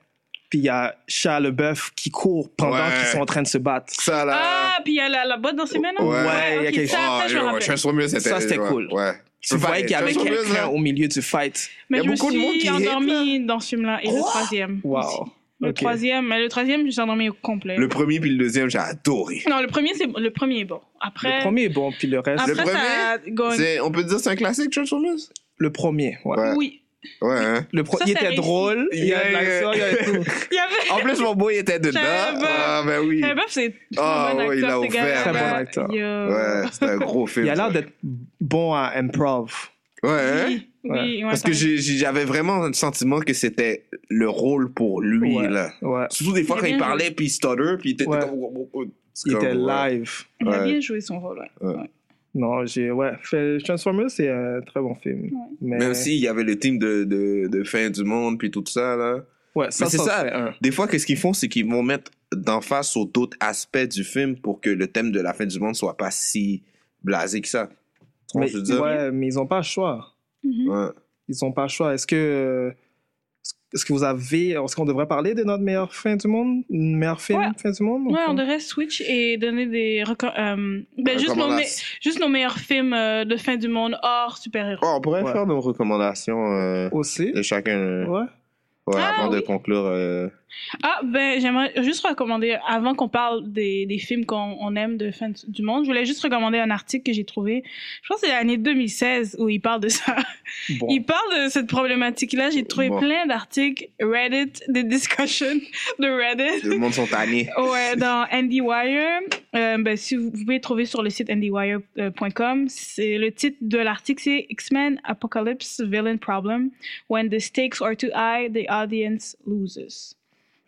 [SPEAKER 1] Puis il y a Charles Leboeuf qui court pendant
[SPEAKER 2] Ouais.
[SPEAKER 1] qu'ils sont en train de se battre.
[SPEAKER 2] ça, là.
[SPEAKER 3] Ah, puis il y a la, la boîte dans ses mains, là?
[SPEAKER 2] Ouais,
[SPEAKER 1] il y a
[SPEAKER 3] ok,
[SPEAKER 1] quelque
[SPEAKER 3] ça,
[SPEAKER 2] Ah,
[SPEAKER 3] après, je me
[SPEAKER 2] ouais,
[SPEAKER 3] rappelle.
[SPEAKER 2] Transformers, c'était-
[SPEAKER 1] Ça, c'était
[SPEAKER 2] ouais,
[SPEAKER 1] cool.
[SPEAKER 2] Ouais.
[SPEAKER 1] Tu voyais qu'il y avait
[SPEAKER 2] Transformers,
[SPEAKER 1] quelqu'un
[SPEAKER 2] là.
[SPEAKER 1] au milieu du fight.
[SPEAKER 3] Mais
[SPEAKER 2] Il y a
[SPEAKER 3] je me
[SPEAKER 2] beaucoup de monde
[SPEAKER 3] suis
[SPEAKER 2] qui hate,
[SPEAKER 3] endormie dans ce film-là. Et le troisième.
[SPEAKER 1] Wow.
[SPEAKER 3] aussi. Le
[SPEAKER 1] Ok.
[SPEAKER 3] troisième, mais le troisième, je me suis endormie au complet.
[SPEAKER 2] Le premier puis le deuxième, j'ai adoré.
[SPEAKER 3] Non, le premier, c'est le premier est bon. Après,
[SPEAKER 1] Le premier est bon, puis le reste.
[SPEAKER 3] après
[SPEAKER 2] Le premier,
[SPEAKER 3] ça a gone.
[SPEAKER 2] C'est- On peut dire que c'est un classique, Transformers?
[SPEAKER 1] Le premier, ouais.
[SPEAKER 2] Ouais.
[SPEAKER 3] Oui.
[SPEAKER 2] Ouais, hein.
[SPEAKER 1] Le pro-
[SPEAKER 3] Ça,
[SPEAKER 1] il
[SPEAKER 3] ça
[SPEAKER 1] était
[SPEAKER 3] réussit.
[SPEAKER 1] drôle, il y a de
[SPEAKER 2] Yeah,
[SPEAKER 1] l'action, il y a tout.
[SPEAKER 3] Il y avait.
[SPEAKER 2] En plus, mon boy était dedans.
[SPEAKER 3] J'avais-
[SPEAKER 2] Ah, ben oui.
[SPEAKER 3] Shia LaBeouf, c'est un
[SPEAKER 2] Ah,
[SPEAKER 3] bon
[SPEAKER 2] ouais, il
[SPEAKER 3] acteur,
[SPEAKER 2] a
[SPEAKER 3] ce gars-là.
[SPEAKER 2] ouvert,
[SPEAKER 1] Très bon man. acteur.
[SPEAKER 3] Yo.
[SPEAKER 2] Ouais, c'était un gros film.
[SPEAKER 1] Il a l'air
[SPEAKER 2] ça.
[SPEAKER 1] d'être bon à improv.
[SPEAKER 2] Ouais, hein?
[SPEAKER 3] Oui, oui, ouais,
[SPEAKER 2] Parce
[SPEAKER 3] t'as
[SPEAKER 2] que j'ai- j'ai- j'avais vraiment le sentiment que c'était le rôle pour lui,
[SPEAKER 1] Ouais.
[SPEAKER 2] là.
[SPEAKER 1] Ouais.
[SPEAKER 2] Surtout des fois
[SPEAKER 3] Il a
[SPEAKER 2] quand il
[SPEAKER 3] bien
[SPEAKER 2] parlait, puis il stutter, puis il était
[SPEAKER 1] Ouais.
[SPEAKER 2] comme... C'est
[SPEAKER 1] Il
[SPEAKER 2] comme,
[SPEAKER 1] était
[SPEAKER 2] ouais.
[SPEAKER 1] live.
[SPEAKER 3] Il a
[SPEAKER 2] Ouais.
[SPEAKER 3] bien joué son rôle, ouais.
[SPEAKER 2] Ouais.
[SPEAKER 3] Ouais.
[SPEAKER 1] Non, j'ai. Ouais. Fait- Transformers, c'est un très bon film.
[SPEAKER 3] Ouais.
[SPEAKER 1] Mais...
[SPEAKER 2] Même s'il y avait le team de, de, de fin du monde, puis tout ça, là.
[SPEAKER 1] Ouais, ça,
[SPEAKER 2] Mais c'est
[SPEAKER 1] ça,
[SPEAKER 2] ça.
[SPEAKER 1] serait un.
[SPEAKER 2] Des fois, qu'est-ce qu'ils font, c'est qu'ils vont mettre d'en face sur d'autres aspects du film pour que le thème de la fin du monde soit pas si blasé que ça. Tu comprends
[SPEAKER 1] Mais,
[SPEAKER 2] ce que je veux dire?
[SPEAKER 1] ouais, mais ils n'ont pas le choix.
[SPEAKER 3] Mhm.
[SPEAKER 2] Ouais.
[SPEAKER 1] Ils n'ont pas le choix. Est-ce que. euh, Est-ce que vous avez. Est-ce qu'on devrait parler de notre meilleure fin du monde Une meilleure film,
[SPEAKER 3] Ouais.
[SPEAKER 1] fin du monde ou
[SPEAKER 3] Ouais, on
[SPEAKER 1] pas?
[SPEAKER 3] devrait switch et donner des reco- euh, ben, juste, nos
[SPEAKER 2] Recommandation.
[SPEAKER 3] me- juste nos meilleurs films euh, de fin du monde hors super-héros.
[SPEAKER 2] Oh, on pourrait
[SPEAKER 1] Ouais.
[SPEAKER 2] faire nos recommandations euh,
[SPEAKER 1] Aussi.
[SPEAKER 2] de chacun euh,
[SPEAKER 1] Ouais.
[SPEAKER 2] ouais,
[SPEAKER 3] Ah,
[SPEAKER 2] avant de
[SPEAKER 3] oui.
[SPEAKER 2] conclure. euh,
[SPEAKER 3] Ah, ben, j'aimerais juste recommander, avant qu'on parle des, des films qu'on on aime de fin du- du monde, je voulais juste recommander un article que j'ai trouvé. Je pense que c'est l'année 2016 où il parle de ça.
[SPEAKER 1] Bon.
[SPEAKER 3] Il parle de cette problématique-là. J'ai trouvé
[SPEAKER 2] Bon.
[SPEAKER 3] plein d'articles Reddit, des discussions de Reddit.
[SPEAKER 2] le monde sont tannés.
[SPEAKER 3] Ouais, dans IndieWire, euh, ben, si vous, vous pouvez trouver sur le site indiewire.com, c'est le titre de l'article, c'est X-Men Apocalypse Villain Problem. When the stakes are too high, the audience loses.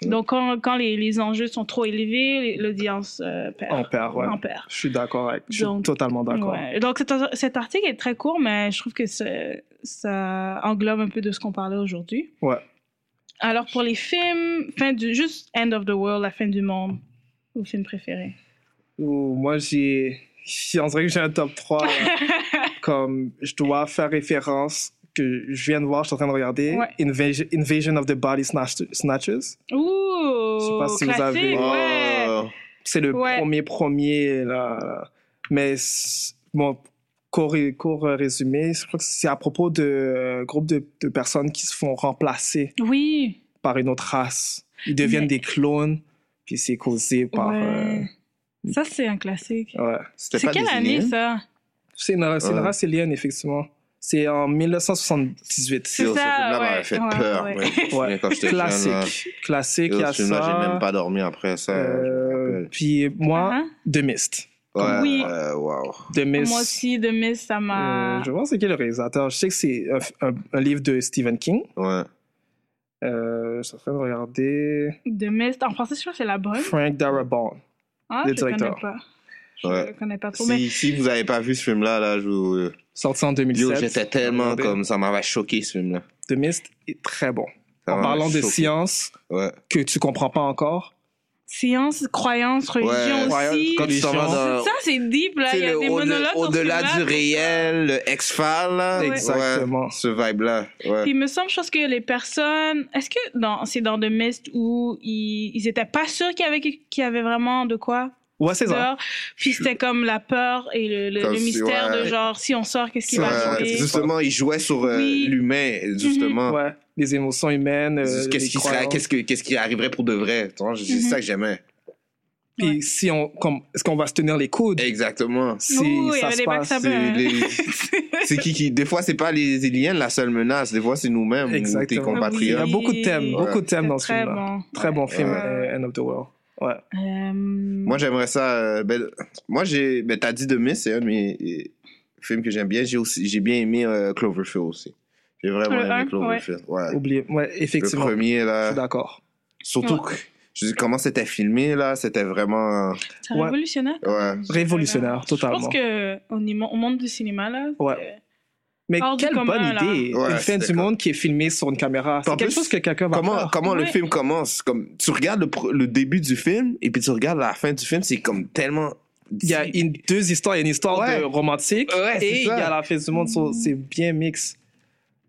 [SPEAKER 1] Mm.
[SPEAKER 3] Donc, quand, quand les, les enjeux sont trop élevés, les- l'audience euh, perd.
[SPEAKER 1] On perd, ouais.
[SPEAKER 3] En perd.
[SPEAKER 1] Je suis d'accord avec. Je suis
[SPEAKER 3] Donc,
[SPEAKER 1] totalement d'accord.
[SPEAKER 3] Ouais. Donc, cet, cet article est très court, mais je trouve que c'est- ça englobe un peu de ce qu'on parlait aujourd'hui.
[SPEAKER 1] Ouais.
[SPEAKER 3] Alors, pour les films, fin du, juste End of the World, la fin du monde, vos films préférés.
[SPEAKER 1] Ouh, moi, j'ai. On dirait que j'ai un top 3. là. Comme je dois faire référence que je viens de voir, je suis en train de regarder.
[SPEAKER 3] Ouais.
[SPEAKER 1] Invasion, Invasion of the Body Snatch- Snatchers.
[SPEAKER 3] Ouh!
[SPEAKER 1] Je sais pas si vous
[SPEAKER 3] classique,
[SPEAKER 1] avez-
[SPEAKER 3] Ouais.
[SPEAKER 2] Oh.
[SPEAKER 1] C'est le
[SPEAKER 3] Ouais.
[SPEAKER 1] premier, premier. Là, là. Mais c'est- bon, court, et- court euh, résumé, je crois que c'est à propos de euh, groupe de, de personnes qui se font remplacer
[SPEAKER 3] Oui.
[SPEAKER 1] par une autre race. Ils deviennent
[SPEAKER 3] Mais-
[SPEAKER 1] des clones, puis c'est causé par.
[SPEAKER 3] Ouais. Ça, c'est un classique.
[SPEAKER 1] euh, ouais.
[SPEAKER 2] C'était
[SPEAKER 3] C'est
[SPEAKER 2] pas
[SPEAKER 3] quelle
[SPEAKER 2] des
[SPEAKER 3] année,
[SPEAKER 2] Indiens?
[SPEAKER 3] ça?
[SPEAKER 1] C'est une, c'est une
[SPEAKER 2] Ouais.
[SPEAKER 1] race alien, effectivement. C'est en 1978.
[SPEAKER 3] C'est
[SPEAKER 2] Yo, ce
[SPEAKER 3] ça,
[SPEAKER 2] film-là
[SPEAKER 3] ouais,
[SPEAKER 2] m'avait fait
[SPEAKER 3] ouais,
[SPEAKER 2] peur.
[SPEAKER 3] ouais.
[SPEAKER 2] moi, je me souviens
[SPEAKER 1] Ouais.
[SPEAKER 2] quand j'étais jeune, là.
[SPEAKER 1] Classique. Classique,
[SPEAKER 2] Yo,
[SPEAKER 1] il y a
[SPEAKER 2] ce film-là,
[SPEAKER 1] ça.
[SPEAKER 2] j'ai même pas dormi après ça.
[SPEAKER 1] Euh,
[SPEAKER 2] je
[SPEAKER 1] puis moi,
[SPEAKER 3] Hein?
[SPEAKER 1] The Mist.
[SPEAKER 2] me rappelle. Ouais,
[SPEAKER 3] oui.
[SPEAKER 2] euh, wow.
[SPEAKER 1] The Mist.
[SPEAKER 3] Moi aussi, de Miss, ça m'a.
[SPEAKER 1] Euh, je pense c'est quel réalisateur. Je sais que c'est un, un- un livre de Stephen King.
[SPEAKER 2] Ouais.
[SPEAKER 1] Euh, je suis en train de regarder.
[SPEAKER 3] De Miss, en français, je crois que c'est la bonne.
[SPEAKER 1] Frank Darabont.
[SPEAKER 3] Ah,
[SPEAKER 1] le
[SPEAKER 3] je le connais
[SPEAKER 1] directeur.
[SPEAKER 3] pas. Je
[SPEAKER 2] Ouais.
[SPEAKER 3] le connais pas trop, mais.
[SPEAKER 2] Si, si vous avez pas vu ce film-là, là, je vous...
[SPEAKER 1] Sorti en 2007.
[SPEAKER 2] Yo, j'étais tellement comme... Ça m'avait choqué, ce film-là.
[SPEAKER 1] The Mist est très bon.
[SPEAKER 2] Ça
[SPEAKER 1] en
[SPEAKER 2] m'avait
[SPEAKER 1] parlant de
[SPEAKER 2] choqué.
[SPEAKER 1] science
[SPEAKER 2] Ouais.
[SPEAKER 1] que tu comprends pas encore.
[SPEAKER 3] Science, croyance, religion
[SPEAKER 2] Ouais,
[SPEAKER 3] aussi.
[SPEAKER 2] Quand tu t'en vas dans...
[SPEAKER 3] Ça, c'est deep, là.
[SPEAKER 2] Tu
[SPEAKER 3] Il y
[SPEAKER 2] sais,
[SPEAKER 3] a
[SPEAKER 2] le
[SPEAKER 3] des
[SPEAKER 2] au-
[SPEAKER 3] monologues dans ce
[SPEAKER 2] au-delà
[SPEAKER 3] film-là.
[SPEAKER 2] du réel, le X-Files, là.
[SPEAKER 3] Ouais.
[SPEAKER 1] Exactement.
[SPEAKER 2] Ouais, ce vibe-là, ouais.
[SPEAKER 3] Puis il me semble, je pense que les personnes. Est-ce que dans- c'est dans The Mist où ils, ils étaient pas sûrs qu'il y, avait, qu'il y avait vraiment de quoi
[SPEAKER 1] Ouais, c'est ça.
[SPEAKER 3] dehors? Puis c'était comme la peur et le, le-
[SPEAKER 2] Comme
[SPEAKER 3] le
[SPEAKER 2] si-
[SPEAKER 3] mystère
[SPEAKER 2] ouais.
[SPEAKER 3] de genre, si on sort, qu'est-ce qui
[SPEAKER 2] Ouais,
[SPEAKER 3] va
[SPEAKER 1] qu'est-ce qui
[SPEAKER 3] arriver?
[SPEAKER 1] se
[SPEAKER 2] Euh, justement, il jouait sur euh,
[SPEAKER 3] Oui.
[SPEAKER 2] l'humain, justement.
[SPEAKER 1] Mhm. Ouais. Les émotions humaines. euh,
[SPEAKER 2] Qu'est-ce
[SPEAKER 1] les
[SPEAKER 2] qui, serait-
[SPEAKER 1] croyances.
[SPEAKER 2] qu'est-ce que- qu'est-ce qui arriverait pour de vrai? tu vois, C'est
[SPEAKER 3] Mhm.
[SPEAKER 2] ça que j'aimais.
[SPEAKER 1] Puis
[SPEAKER 3] Ouais.
[SPEAKER 1] si on, comme, est-ce qu'on va se tenir les coudes
[SPEAKER 2] Exactement.
[SPEAKER 1] si
[SPEAKER 3] Ouh, il y
[SPEAKER 1] ça
[SPEAKER 3] avait
[SPEAKER 1] se
[SPEAKER 3] des
[SPEAKER 1] passe
[SPEAKER 3] backstabs.
[SPEAKER 2] C'est
[SPEAKER 3] Ben.
[SPEAKER 2] les- c'est qui qui. Des fois, c'est pas les aliens la seule menace. Des fois, c'est nous-mêmes ou tes
[SPEAKER 1] Exactement. Il y a
[SPEAKER 2] compatriotes.
[SPEAKER 1] beaucoup de thèmes,
[SPEAKER 3] Oui.
[SPEAKER 1] beaucoup de thèmes dans ce
[SPEAKER 3] Très
[SPEAKER 1] film.
[SPEAKER 3] bon.
[SPEAKER 1] Très bon film,
[SPEAKER 2] Ouais.
[SPEAKER 1] euh, End of the World. Ouais.
[SPEAKER 3] Euh,
[SPEAKER 2] Moi, j'aimerais ça. euh, ben, moi, j'ai. Ben, t'as dit de Miss, c'est un de mes euh, films que j'aime bien. J'ai aussi, j'ai bien aimé euh, Cloverfield aussi. J'ai vraiment
[SPEAKER 3] Le un,
[SPEAKER 2] aimé Cloverfield. Ouais.
[SPEAKER 1] Oublié. Ouais,
[SPEAKER 2] Le
[SPEAKER 1] effectivement. Je
[SPEAKER 2] premier
[SPEAKER 1] suis
[SPEAKER 2] là.
[SPEAKER 1] d'accord.
[SPEAKER 2] Surtout que. Je dis comment c'était filmé là, c'était vraiment.
[SPEAKER 3] C'est
[SPEAKER 1] Ouais.
[SPEAKER 3] révolutionnaire.
[SPEAKER 2] Ouais.
[SPEAKER 1] Révolutionnaire,
[SPEAKER 3] Je pense
[SPEAKER 1] totalement.
[SPEAKER 3] qu'on est mon- au monde du cinéma, là.
[SPEAKER 1] Ouais.
[SPEAKER 3] c'est-
[SPEAKER 1] Mais
[SPEAKER 3] Hors du
[SPEAKER 1] quelle
[SPEAKER 3] commun,
[SPEAKER 1] bonne
[SPEAKER 3] là.
[SPEAKER 1] idée!
[SPEAKER 2] Ouais,
[SPEAKER 1] Une fin
[SPEAKER 2] c'est
[SPEAKER 1] du
[SPEAKER 2] d'accord.
[SPEAKER 1] monde qui est filmée sur une caméra. C'est
[SPEAKER 2] En
[SPEAKER 1] quelque
[SPEAKER 2] plus,
[SPEAKER 1] chose que quelqu'un va
[SPEAKER 2] Comment,
[SPEAKER 1] faire.
[SPEAKER 2] comment le
[SPEAKER 3] Ouais.
[SPEAKER 2] film commence comme Tu regardes le, pr- le début du film et puis tu regardes la fin du film, c'est comme tellement.
[SPEAKER 1] Il y a une- deux histoires. Il y a une histoire
[SPEAKER 2] Ouais.
[SPEAKER 1] de romantique
[SPEAKER 2] Ouais, c'est
[SPEAKER 1] et il y
[SPEAKER 2] ça.
[SPEAKER 1] a la fin du monde. so- C'est bien mix.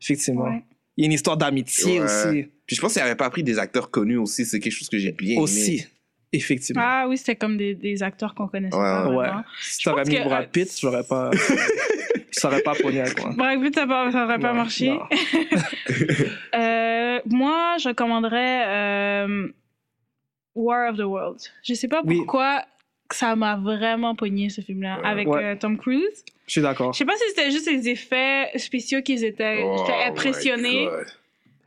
[SPEAKER 1] Effectivement.
[SPEAKER 3] Mm. Ouais.
[SPEAKER 1] Il y a une histoire d'amitié
[SPEAKER 2] Ouais.
[SPEAKER 1] aussi.
[SPEAKER 2] Puis je pense qu'il avait pas pris des acteurs connus aussi, c'est quelque chose que j'ai bien aimé.
[SPEAKER 1] Aussi. Effectivement.
[SPEAKER 3] Ah oui, c'était comme des, des acteurs qu'on connaissait
[SPEAKER 2] Ouais,
[SPEAKER 3] pas
[SPEAKER 2] ouais.
[SPEAKER 1] ouais.
[SPEAKER 3] vraiment.
[SPEAKER 1] Si t'aurais
[SPEAKER 3] pense
[SPEAKER 1] mis
[SPEAKER 3] que, euh,
[SPEAKER 1] Brad Pitt, j'aurais pas. j'aurais pas pogné avec moi.
[SPEAKER 3] Bref, vite, ça n'aurait ça aurait pas
[SPEAKER 1] Non,
[SPEAKER 3] marché.
[SPEAKER 1] non.
[SPEAKER 3] Euh, moi, je recommanderais euh, War of the Worlds. Je sais pas
[SPEAKER 1] Oui.
[SPEAKER 3] pourquoi que ça m'a vraiment pogné ce film-là
[SPEAKER 2] Ouais.
[SPEAKER 3] avec
[SPEAKER 1] Ouais.
[SPEAKER 3] euh, Tom Cruise.
[SPEAKER 1] Je suis d'accord.
[SPEAKER 3] Je sais pas si c'était juste les effets spéciaux qu'ils étaient.
[SPEAKER 2] Oh
[SPEAKER 3] J'étais
[SPEAKER 2] my
[SPEAKER 3] impressionnée.
[SPEAKER 2] God.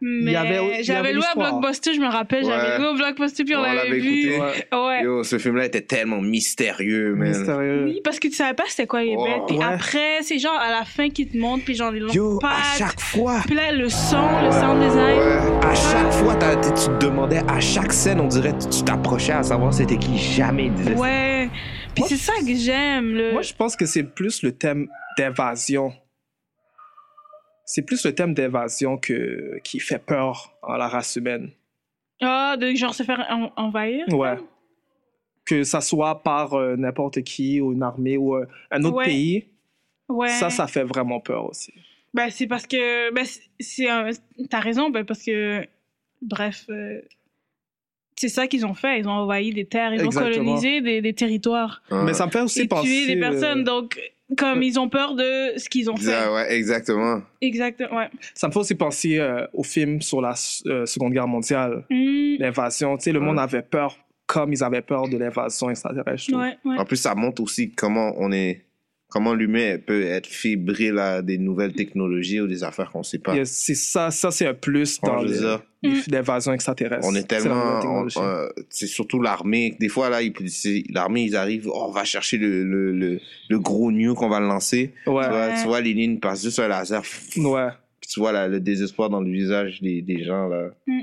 [SPEAKER 1] y avait- il y
[SPEAKER 3] Mais
[SPEAKER 1] avait
[SPEAKER 3] j'avais loué à
[SPEAKER 1] l'histoire.
[SPEAKER 3] Blockbuster, je me rappelle.
[SPEAKER 2] Ouais.
[SPEAKER 3] J'avais loué à Blockbuster puis on,
[SPEAKER 2] On l'avait
[SPEAKER 3] l'avait vu.
[SPEAKER 2] écouté.
[SPEAKER 1] Ouais.
[SPEAKER 3] Ouais.
[SPEAKER 2] Yo, ce film-là était tellement mystérieux, man.
[SPEAKER 1] Mystérieux.
[SPEAKER 3] Oui, parce que tu savais pas c'était quoi les
[SPEAKER 2] Oh,
[SPEAKER 3] bêtes. Puis
[SPEAKER 1] Euh, ouais.
[SPEAKER 3] après, c'est genre à la fin qu'ils te montrent, puis genre les longues pattes.
[SPEAKER 2] fois,
[SPEAKER 3] Puis là, le son, le sound design.
[SPEAKER 2] à chaque fois, t'as- t- tu te demandais, à chaque scène, on dirait, tu tu t'approchais à savoir c'était qui. Jamais il disait
[SPEAKER 3] Ouais.
[SPEAKER 2] ça.
[SPEAKER 3] Puis
[SPEAKER 1] Moi,
[SPEAKER 3] c'est ça que j'aime. Le...
[SPEAKER 1] Moi, je pense que c'est plus le thème d'évasion. C'est plus le thème d'évasion que qui fait peur à la race humaine.
[SPEAKER 3] Ah, de genre se faire en- envahir.
[SPEAKER 1] Ouais. Que ça soit par euh, n'importe qui ou une armée ou euh, un autre
[SPEAKER 3] Ouais.
[SPEAKER 1] pays,
[SPEAKER 3] Ouais.
[SPEAKER 1] ça, ça fait vraiment peur aussi.
[SPEAKER 3] Ben, c'est parce que. Ben, c'est- c'est un... T'as raison, ben, parce que. Bref. euh, C'est ça qu'ils ont fait. Ils ont envahi des terres, ils ont
[SPEAKER 1] Exactement.
[SPEAKER 3] colonisé des, des territoires.
[SPEAKER 2] Hein.
[SPEAKER 1] Mais ça me fait aussi
[SPEAKER 3] Ils ont
[SPEAKER 1] penser.
[SPEAKER 3] tué des
[SPEAKER 1] euh,
[SPEAKER 3] personnes. Donc, comme ils ont peur de ce qu'ils ont fait.
[SPEAKER 2] Bizarre, ouais, exactement.
[SPEAKER 3] Exactement. Ouais.
[SPEAKER 1] Ça me fait aussi penser euh, au film sur la euh, Seconde Guerre mondiale,
[SPEAKER 3] Hmm,
[SPEAKER 1] l'invasion. Tu sais, le
[SPEAKER 2] Ouais.
[SPEAKER 1] monde avait peur comme ils avaient peur de l'invasion extraterrestre. je trouve.
[SPEAKER 3] ouais, ouais.
[SPEAKER 2] En plus, ça montre aussi comment on est, comment l'humain peut être fébrile à des nouvelles technologies ou des affaires qu'on sait pas.
[SPEAKER 1] Et C'est ça, ça c'est un plus
[SPEAKER 2] Franchement,
[SPEAKER 1] dans
[SPEAKER 2] je veux
[SPEAKER 1] le-
[SPEAKER 2] dire,
[SPEAKER 3] Mm.
[SPEAKER 1] les- l'évasion extraterrestre.
[SPEAKER 2] on est
[SPEAKER 1] C'est la nouvelle
[SPEAKER 2] tellement, on-
[SPEAKER 1] technologie.
[SPEAKER 2] euh, c'est surtout l'armée. Des fois là, ils- c'est- l'armée ils arrivent, oh, on va chercher le, le, le, le gros nœud qu'on va le lancer. Tu,
[SPEAKER 1] Ouais,
[SPEAKER 2] vois, tu vois, les lignes passent juste un laser.
[SPEAKER 1] ouais.
[SPEAKER 2] Puis tu vois là, le désespoir dans le visage des, des gens là.
[SPEAKER 3] Mm.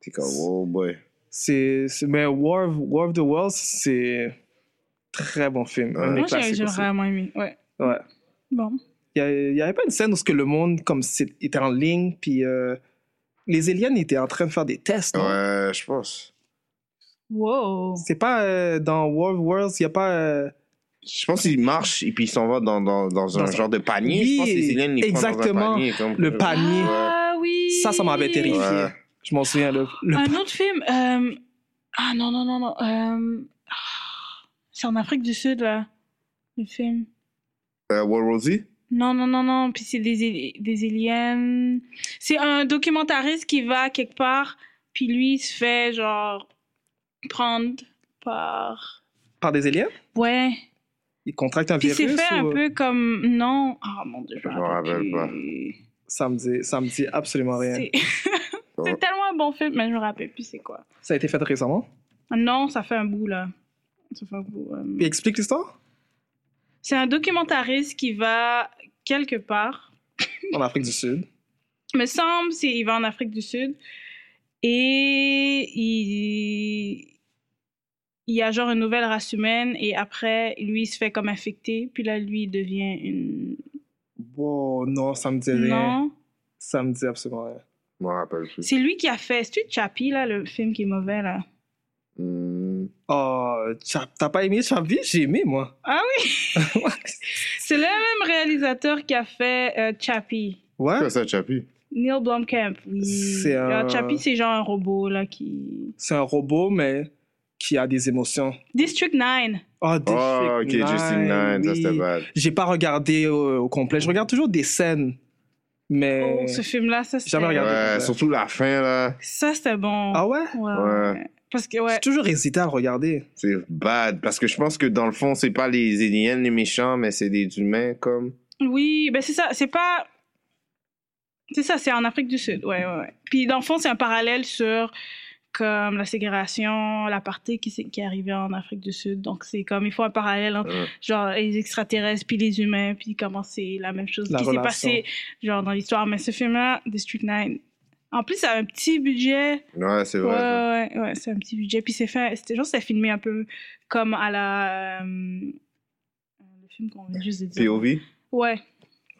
[SPEAKER 2] T'es comme oh boy.
[SPEAKER 1] C'est, c'est- mais War of, War of the Worlds, c'est très bon film.
[SPEAKER 2] Ouais.
[SPEAKER 1] Un des
[SPEAKER 3] Moi, j'ai
[SPEAKER 1] classiques
[SPEAKER 3] j'ai
[SPEAKER 1] aussi.
[SPEAKER 3] vraiment aimé. Ouais.
[SPEAKER 1] Ouais.
[SPEAKER 3] Bon.
[SPEAKER 1] Il n'y avait pas une scène où ce que le monde comme c'est- était en ligne, puis euh, les aliens étaient en train de faire des tests. non?
[SPEAKER 2] Ouais, je pense.
[SPEAKER 3] Wow.
[SPEAKER 1] C'est pas euh, dans War of the Worlds, il n'y a pas. euh,
[SPEAKER 2] Je pense qu'ils marchent et puis ils s'en vont dans, dans, dans un
[SPEAKER 1] Dans un-
[SPEAKER 2] genre de panier. je pense que
[SPEAKER 1] Oui,
[SPEAKER 2] les aliens les prennent dans un
[SPEAKER 1] exactement.
[SPEAKER 2] panier, comme-
[SPEAKER 1] Le panier.
[SPEAKER 3] Ah oui.
[SPEAKER 1] Ça, ça m'avait terrifié.
[SPEAKER 2] Ouais.
[SPEAKER 1] Je m'en souviens. Le, le-
[SPEAKER 3] Un autre film. euh, Ah non, non, non, non. euh, ah, C'est en Afrique du Sud, là. Le film.
[SPEAKER 2] Euh, World War Z?
[SPEAKER 3] Non, non, non, non. Puis c'est des, ali- des aliens. C'est un documentariste qui va quelque part, puis lui, il se fait, genre, prendre par.
[SPEAKER 1] Par des aliens
[SPEAKER 3] Ouais.
[SPEAKER 1] Ils contractent un
[SPEAKER 3] Puis
[SPEAKER 1] virus.
[SPEAKER 3] c'est fait
[SPEAKER 1] ou, euh,
[SPEAKER 3] un peu comme. Non. Ah mon dieu, je
[SPEAKER 2] Je
[SPEAKER 3] me
[SPEAKER 2] me
[SPEAKER 3] rappelle
[SPEAKER 2] rappelle
[SPEAKER 3] pas.
[SPEAKER 2] pas.
[SPEAKER 1] Ça me dit, ça me dit absolument rien.
[SPEAKER 3] C'est c'est tellement un bon film, mais je me rappelle plus c'est quoi.
[SPEAKER 1] Ça a été fait récemment.
[SPEAKER 3] Non, ça fait un bout, là. Ça fait un bout. euh,
[SPEAKER 1] Puis explique l'histoire
[SPEAKER 3] C'est un documentariste qui va quelque part.
[SPEAKER 1] en Afrique du Sud.
[SPEAKER 3] Me semble, c'est il va en Afrique du Sud et il il y a genre une nouvelle race humaine et après lui il se fait comme infecté puis là lui il devient une
[SPEAKER 1] Wow, non, ça me dit rien.
[SPEAKER 3] non
[SPEAKER 1] Ça me dit absolument rien.
[SPEAKER 2] Je me rappelle plus.
[SPEAKER 3] c'est lui qui a fait c'est Chappie là le film qui est mauvais là
[SPEAKER 2] Hmm.
[SPEAKER 1] Oh, Chap- t'as pas aimé Chappie J'ai aimé, moi.
[SPEAKER 3] Ah
[SPEAKER 1] oui
[SPEAKER 3] c'est le même réalisateur qui a fait euh, Chappie
[SPEAKER 1] Ouais.
[SPEAKER 2] C'est ça, Chappie?
[SPEAKER 3] Neil Blomkamp oui
[SPEAKER 1] C'est un-
[SPEAKER 3] Alors, Chappie c'est genre un robot là qui
[SPEAKER 1] C'est un robot, mais qui a des émotions.
[SPEAKER 3] District 9
[SPEAKER 1] Oh, District
[SPEAKER 2] Oh, ok, Justin Nine, ça
[SPEAKER 1] oui.
[SPEAKER 2] c'était bad.
[SPEAKER 1] J'ai pas regardé euh, au complet. Je regarde toujours des scènes, mais.
[SPEAKER 3] Oh, ce film là ça
[SPEAKER 1] Jamais
[SPEAKER 3] c'est-
[SPEAKER 1] regardé.
[SPEAKER 2] Ouais,
[SPEAKER 1] Ouais.
[SPEAKER 2] surtout la fin là.
[SPEAKER 3] ça c'était bon
[SPEAKER 1] Ah ouais
[SPEAKER 3] Ouais.
[SPEAKER 2] Ouais.
[SPEAKER 3] Parce que, ouais.
[SPEAKER 1] J'ai toujours hésité à le regarder.
[SPEAKER 2] C'est bad. Parce que je pense que dans le fond, c'est pas les aliens les méchants, mais c'est des humains comme.
[SPEAKER 3] Oui, ben c'est ça, c'est pas. C'est ça, c'est en Afrique du Sud, ouais, ouais, ouais. Puis dans le fond, c'est un parallèle sur comme la ségrégation, l'apartheid qui, s'est- qui est arrivée en Afrique du Sud. Donc c'est comme, il faut un parallèle entre
[SPEAKER 2] Ouais.
[SPEAKER 3] genre les extraterrestres puis les humains, puis comment c'est la même chose
[SPEAKER 1] La
[SPEAKER 3] qui s'est
[SPEAKER 1] relation.
[SPEAKER 3] passée genre dans l'histoire. Mais ce film-là, District 9, en plus, ça a un petit budget.
[SPEAKER 2] Ouais, c'est
[SPEAKER 3] Ouais,
[SPEAKER 2] vrai. ça.
[SPEAKER 3] ouais, ouais, c'est un petit budget. Puis c'est fait, c'était genre, c'est filmé un peu comme à la. euh, le film qu'on vient juste de dire.
[SPEAKER 2] POV,
[SPEAKER 3] Ouais.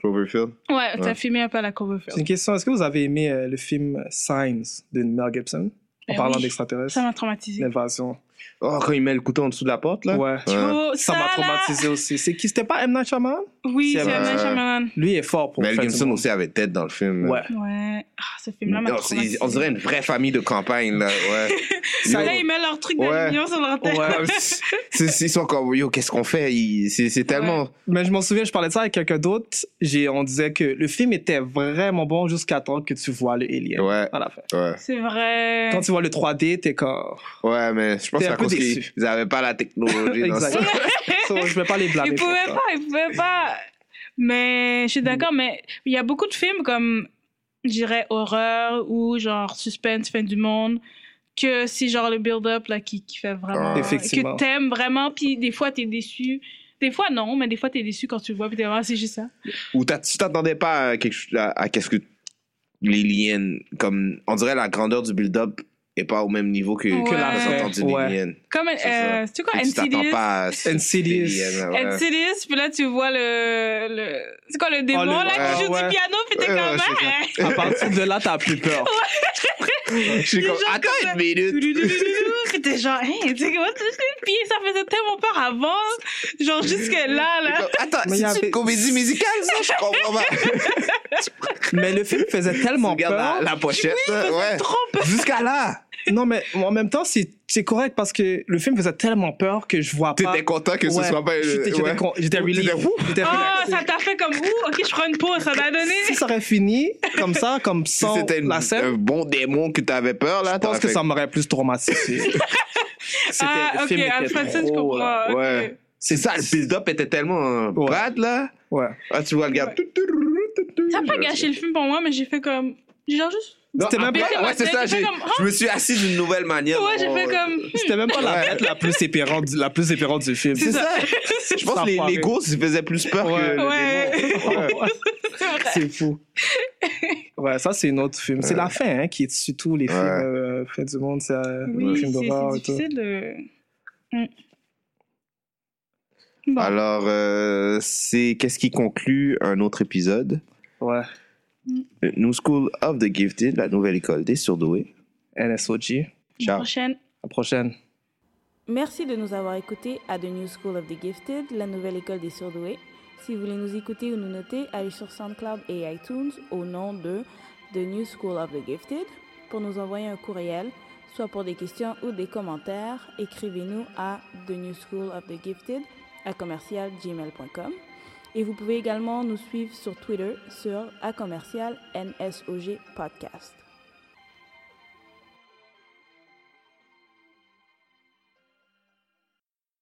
[SPEAKER 2] Cloverfield.
[SPEAKER 3] Ouais, t'as
[SPEAKER 2] Ouais.
[SPEAKER 3] filmé un peu à la
[SPEAKER 1] C'est
[SPEAKER 3] Cloverfield.
[SPEAKER 1] une question. Est-ce que vous avez aimé euh, le film Signs de Mel Gibson en
[SPEAKER 3] Ben
[SPEAKER 1] parlant
[SPEAKER 3] oui.
[SPEAKER 1] d'extraterrestres
[SPEAKER 3] Ça m'a traumatisé.
[SPEAKER 1] L'invasion.
[SPEAKER 2] Oh, quand il met le couteau en dessous de la porte, là.
[SPEAKER 1] Ouais.
[SPEAKER 2] Ouais.
[SPEAKER 3] Oh,
[SPEAKER 1] Ça m'a
[SPEAKER 3] là!
[SPEAKER 1] traumatisé aussi. C'est qui C'était pas M. Night Shyamalan
[SPEAKER 3] Oui,
[SPEAKER 1] C'est
[SPEAKER 3] c'est
[SPEAKER 1] vrai.
[SPEAKER 3] M. Shyamalan.
[SPEAKER 1] Lui il est fort pour
[SPEAKER 2] Mel
[SPEAKER 1] faire du
[SPEAKER 2] Gibson
[SPEAKER 1] monde.
[SPEAKER 2] aussi avait tête dans le film. là.
[SPEAKER 1] Ouais.
[SPEAKER 3] Ouais. Ah, ce film-là m'a
[SPEAKER 1] Oh,
[SPEAKER 2] Non,
[SPEAKER 3] traumatisé.
[SPEAKER 2] c'est- On dirait une vraie famille de campagne, là. Ouais.
[SPEAKER 1] Ça-
[SPEAKER 3] Là, ils mettent leur truc de
[SPEAKER 2] Ouais.
[SPEAKER 3] d'aluminium sur leur tête.
[SPEAKER 1] Ouais.
[SPEAKER 2] C'est- c'est- Ils sont comme, yo, qu'est-ce qu'on fait? Ils- C'est c'est tellement.
[SPEAKER 1] Mais je m'en souviens, je parlais de ça avec quelqu'un d'autre. J'ai- On disait que le film était vraiment bon jusqu'à temps que tu vois le alien.
[SPEAKER 2] Ouais,
[SPEAKER 1] À la fin.
[SPEAKER 2] ouais.
[SPEAKER 3] C'est vrai.
[SPEAKER 1] Quand tu vois le 3D, t'es comme.
[SPEAKER 2] Ouais, mais je pense
[SPEAKER 1] T'es
[SPEAKER 2] que c'est
[SPEAKER 1] un
[SPEAKER 2] à
[SPEAKER 1] peu
[SPEAKER 2] cause qu'ils
[SPEAKER 1] déçu.
[SPEAKER 2] n'avaient pas la technologie dans ça.
[SPEAKER 1] Exact. So, je vais pas les blâmer.
[SPEAKER 3] Ils
[SPEAKER 1] pour
[SPEAKER 3] pouvaient
[SPEAKER 1] ça.
[SPEAKER 3] pas, ils pouvaient pas. Mais je suis d'accord, mais il y a beaucoup de films comme, je dirais, horreur ou genre suspense, fin du monde, que c'est genre le build-up là qui, qui fait vraiment.
[SPEAKER 2] Ah.
[SPEAKER 1] Effectivement.
[SPEAKER 3] Que t'aimes vraiment, puis des fois t'es déçu. Des fois non, mais des fois t'es déçu quand tu le vois, puis t'es vraiment, c'est juste ça.
[SPEAKER 2] Ou t'as- tu t'attendais pas à, quelque, chose- à, à qu'est-ce que les liens, comme on dirait la grandeur du build-up est pas au même niveau que,
[SPEAKER 3] Ouais.
[SPEAKER 2] que la ressortante du
[SPEAKER 1] Ouais.
[SPEAKER 2] lien.
[SPEAKER 3] Comme,
[SPEAKER 2] C'est ça.
[SPEAKER 3] euh, c'est quoi,
[SPEAKER 2] Tu t'attends
[SPEAKER 3] NCDs?
[SPEAKER 2] pas à ce-
[SPEAKER 1] NCDs.
[SPEAKER 2] des liens, là, ouais.
[SPEAKER 3] NCDs, puis là tu vois le. le... C'est quoi le démon
[SPEAKER 1] le-
[SPEAKER 3] là qui
[SPEAKER 1] ouais,
[SPEAKER 3] joue
[SPEAKER 1] ouais.
[SPEAKER 3] du piano, puis t'es
[SPEAKER 2] Ah, Ouais, ouais,
[SPEAKER 3] comme.
[SPEAKER 2] je sais
[SPEAKER 3] ah,
[SPEAKER 1] À partir de là, t'as plus peur.
[SPEAKER 2] Je suis
[SPEAKER 3] Des
[SPEAKER 2] comme,
[SPEAKER 3] gens
[SPEAKER 2] attends
[SPEAKER 3] comme
[SPEAKER 2] une minute.
[SPEAKER 3] Puis t'es genre, hein, tu sais, comment tu fais? Puis ça faisait tellement peur avant. Genre, jusque là,
[SPEAKER 2] Je suis
[SPEAKER 3] là.
[SPEAKER 2] comme, Attends,
[SPEAKER 1] Mais il y
[SPEAKER 2] c'est
[SPEAKER 1] avait-
[SPEAKER 2] une comédie musicale, ça? Je comprends pas.
[SPEAKER 1] Mais le film faisait tellement
[SPEAKER 2] Regarde
[SPEAKER 1] peur.
[SPEAKER 2] la, la pochette, là, ouais.
[SPEAKER 3] Trop peur.
[SPEAKER 2] Jusqu'à là.
[SPEAKER 1] Non, mais en même temps, c'est c'est correct parce que le film faisait tellement peur que je vois pas.
[SPEAKER 2] T'étais content que ce
[SPEAKER 1] Ouais.
[SPEAKER 2] soit pas.
[SPEAKER 1] J'étais j'étais
[SPEAKER 2] ouais.
[SPEAKER 1] con- j'étais relieved.
[SPEAKER 2] T'étais fou.
[SPEAKER 1] J'étais
[SPEAKER 3] Oh,
[SPEAKER 1] relaxé.
[SPEAKER 3] ça t'a fait comme, ouh, ok, je prends une pause, ça m'a donné.
[SPEAKER 1] Si ça aurait fini comme ça, comme
[SPEAKER 2] Si
[SPEAKER 1] sans
[SPEAKER 2] c'était une- euh,
[SPEAKER 1] la scène,
[SPEAKER 2] un bon démon que t'avais peur, là,
[SPEAKER 1] je pense
[SPEAKER 2] t'aurais
[SPEAKER 1] que
[SPEAKER 2] fait-
[SPEAKER 1] ça m'aurait plus traumatisé. C'était- le
[SPEAKER 3] Ah, ok,
[SPEAKER 1] film était
[SPEAKER 3] en fait, ça, je
[SPEAKER 1] trop,
[SPEAKER 3] comprends. ok.
[SPEAKER 2] euh, ouais. C'est ça, le build-up était tellement euh,
[SPEAKER 1] Ouais.
[SPEAKER 2] bad, là.
[SPEAKER 1] Ouais.
[SPEAKER 2] Ah, tu vois le gars.
[SPEAKER 3] Ouais. Ça n'a pas gâché le film pour moi, mais j'ai fait comme. j'ai Genre, juste.
[SPEAKER 1] C'était même,
[SPEAKER 3] mais-
[SPEAKER 1] pas-
[SPEAKER 3] Baissé ma
[SPEAKER 2] Ouais, c'est
[SPEAKER 3] tête,
[SPEAKER 2] ça,
[SPEAKER 3] j'ai fait
[SPEAKER 2] j'ai-
[SPEAKER 3] comme, Ah.
[SPEAKER 2] je me suis assis d'une nouvelle manière.
[SPEAKER 3] Ouais, j'ai
[SPEAKER 2] Oh,
[SPEAKER 3] fait comme.
[SPEAKER 1] c'était même pas la tête la plus épeurante, du- la plus épeurante du film.
[SPEAKER 2] C'est ça. Je pense que les, euh,
[SPEAKER 1] Ça
[SPEAKER 2] les gosses, ils faisaient plus peur
[SPEAKER 1] Ouais.
[SPEAKER 2] que. le
[SPEAKER 3] Ouais.
[SPEAKER 2] démon. Ouais.
[SPEAKER 3] C'est vrai.
[SPEAKER 1] C'est fou. Ouais, ça c'est un autre film. C'est la fin hein, qui est dessus tous les films
[SPEAKER 2] Ouais.
[SPEAKER 1] euh, faits du monde, c'est euh, les
[SPEAKER 3] Oui, c'est
[SPEAKER 1] films d'horreur
[SPEAKER 3] c'est
[SPEAKER 1] et tout.
[SPEAKER 3] difficile de. Mm. Bon.
[SPEAKER 2] Alors, euh, c'est qu'est-ce qui conclut un autre épisode
[SPEAKER 1] Ouais,
[SPEAKER 2] Le New School of the Gifted, la nouvelle école des surdoués.
[SPEAKER 1] NSOG.
[SPEAKER 3] Une
[SPEAKER 2] Ciao.
[SPEAKER 3] prochaine.
[SPEAKER 1] À la prochaine.
[SPEAKER 4] Merci de nous avoir écoutés à The New School of the Gifted, la nouvelle école des surdoués. Si vous voulez nous écouter ou nous noter, allez sur SoundCloud et iTunes au nom de The New School of the Gifted pour nous envoyer un courriel, soit pour des questions ou des commentaires. Écrivez-nous à The New School of the Gifted à commercialgmail.com. Et vous pouvez également nous suivre sur Twitter sur à commercial NSOG Podcast.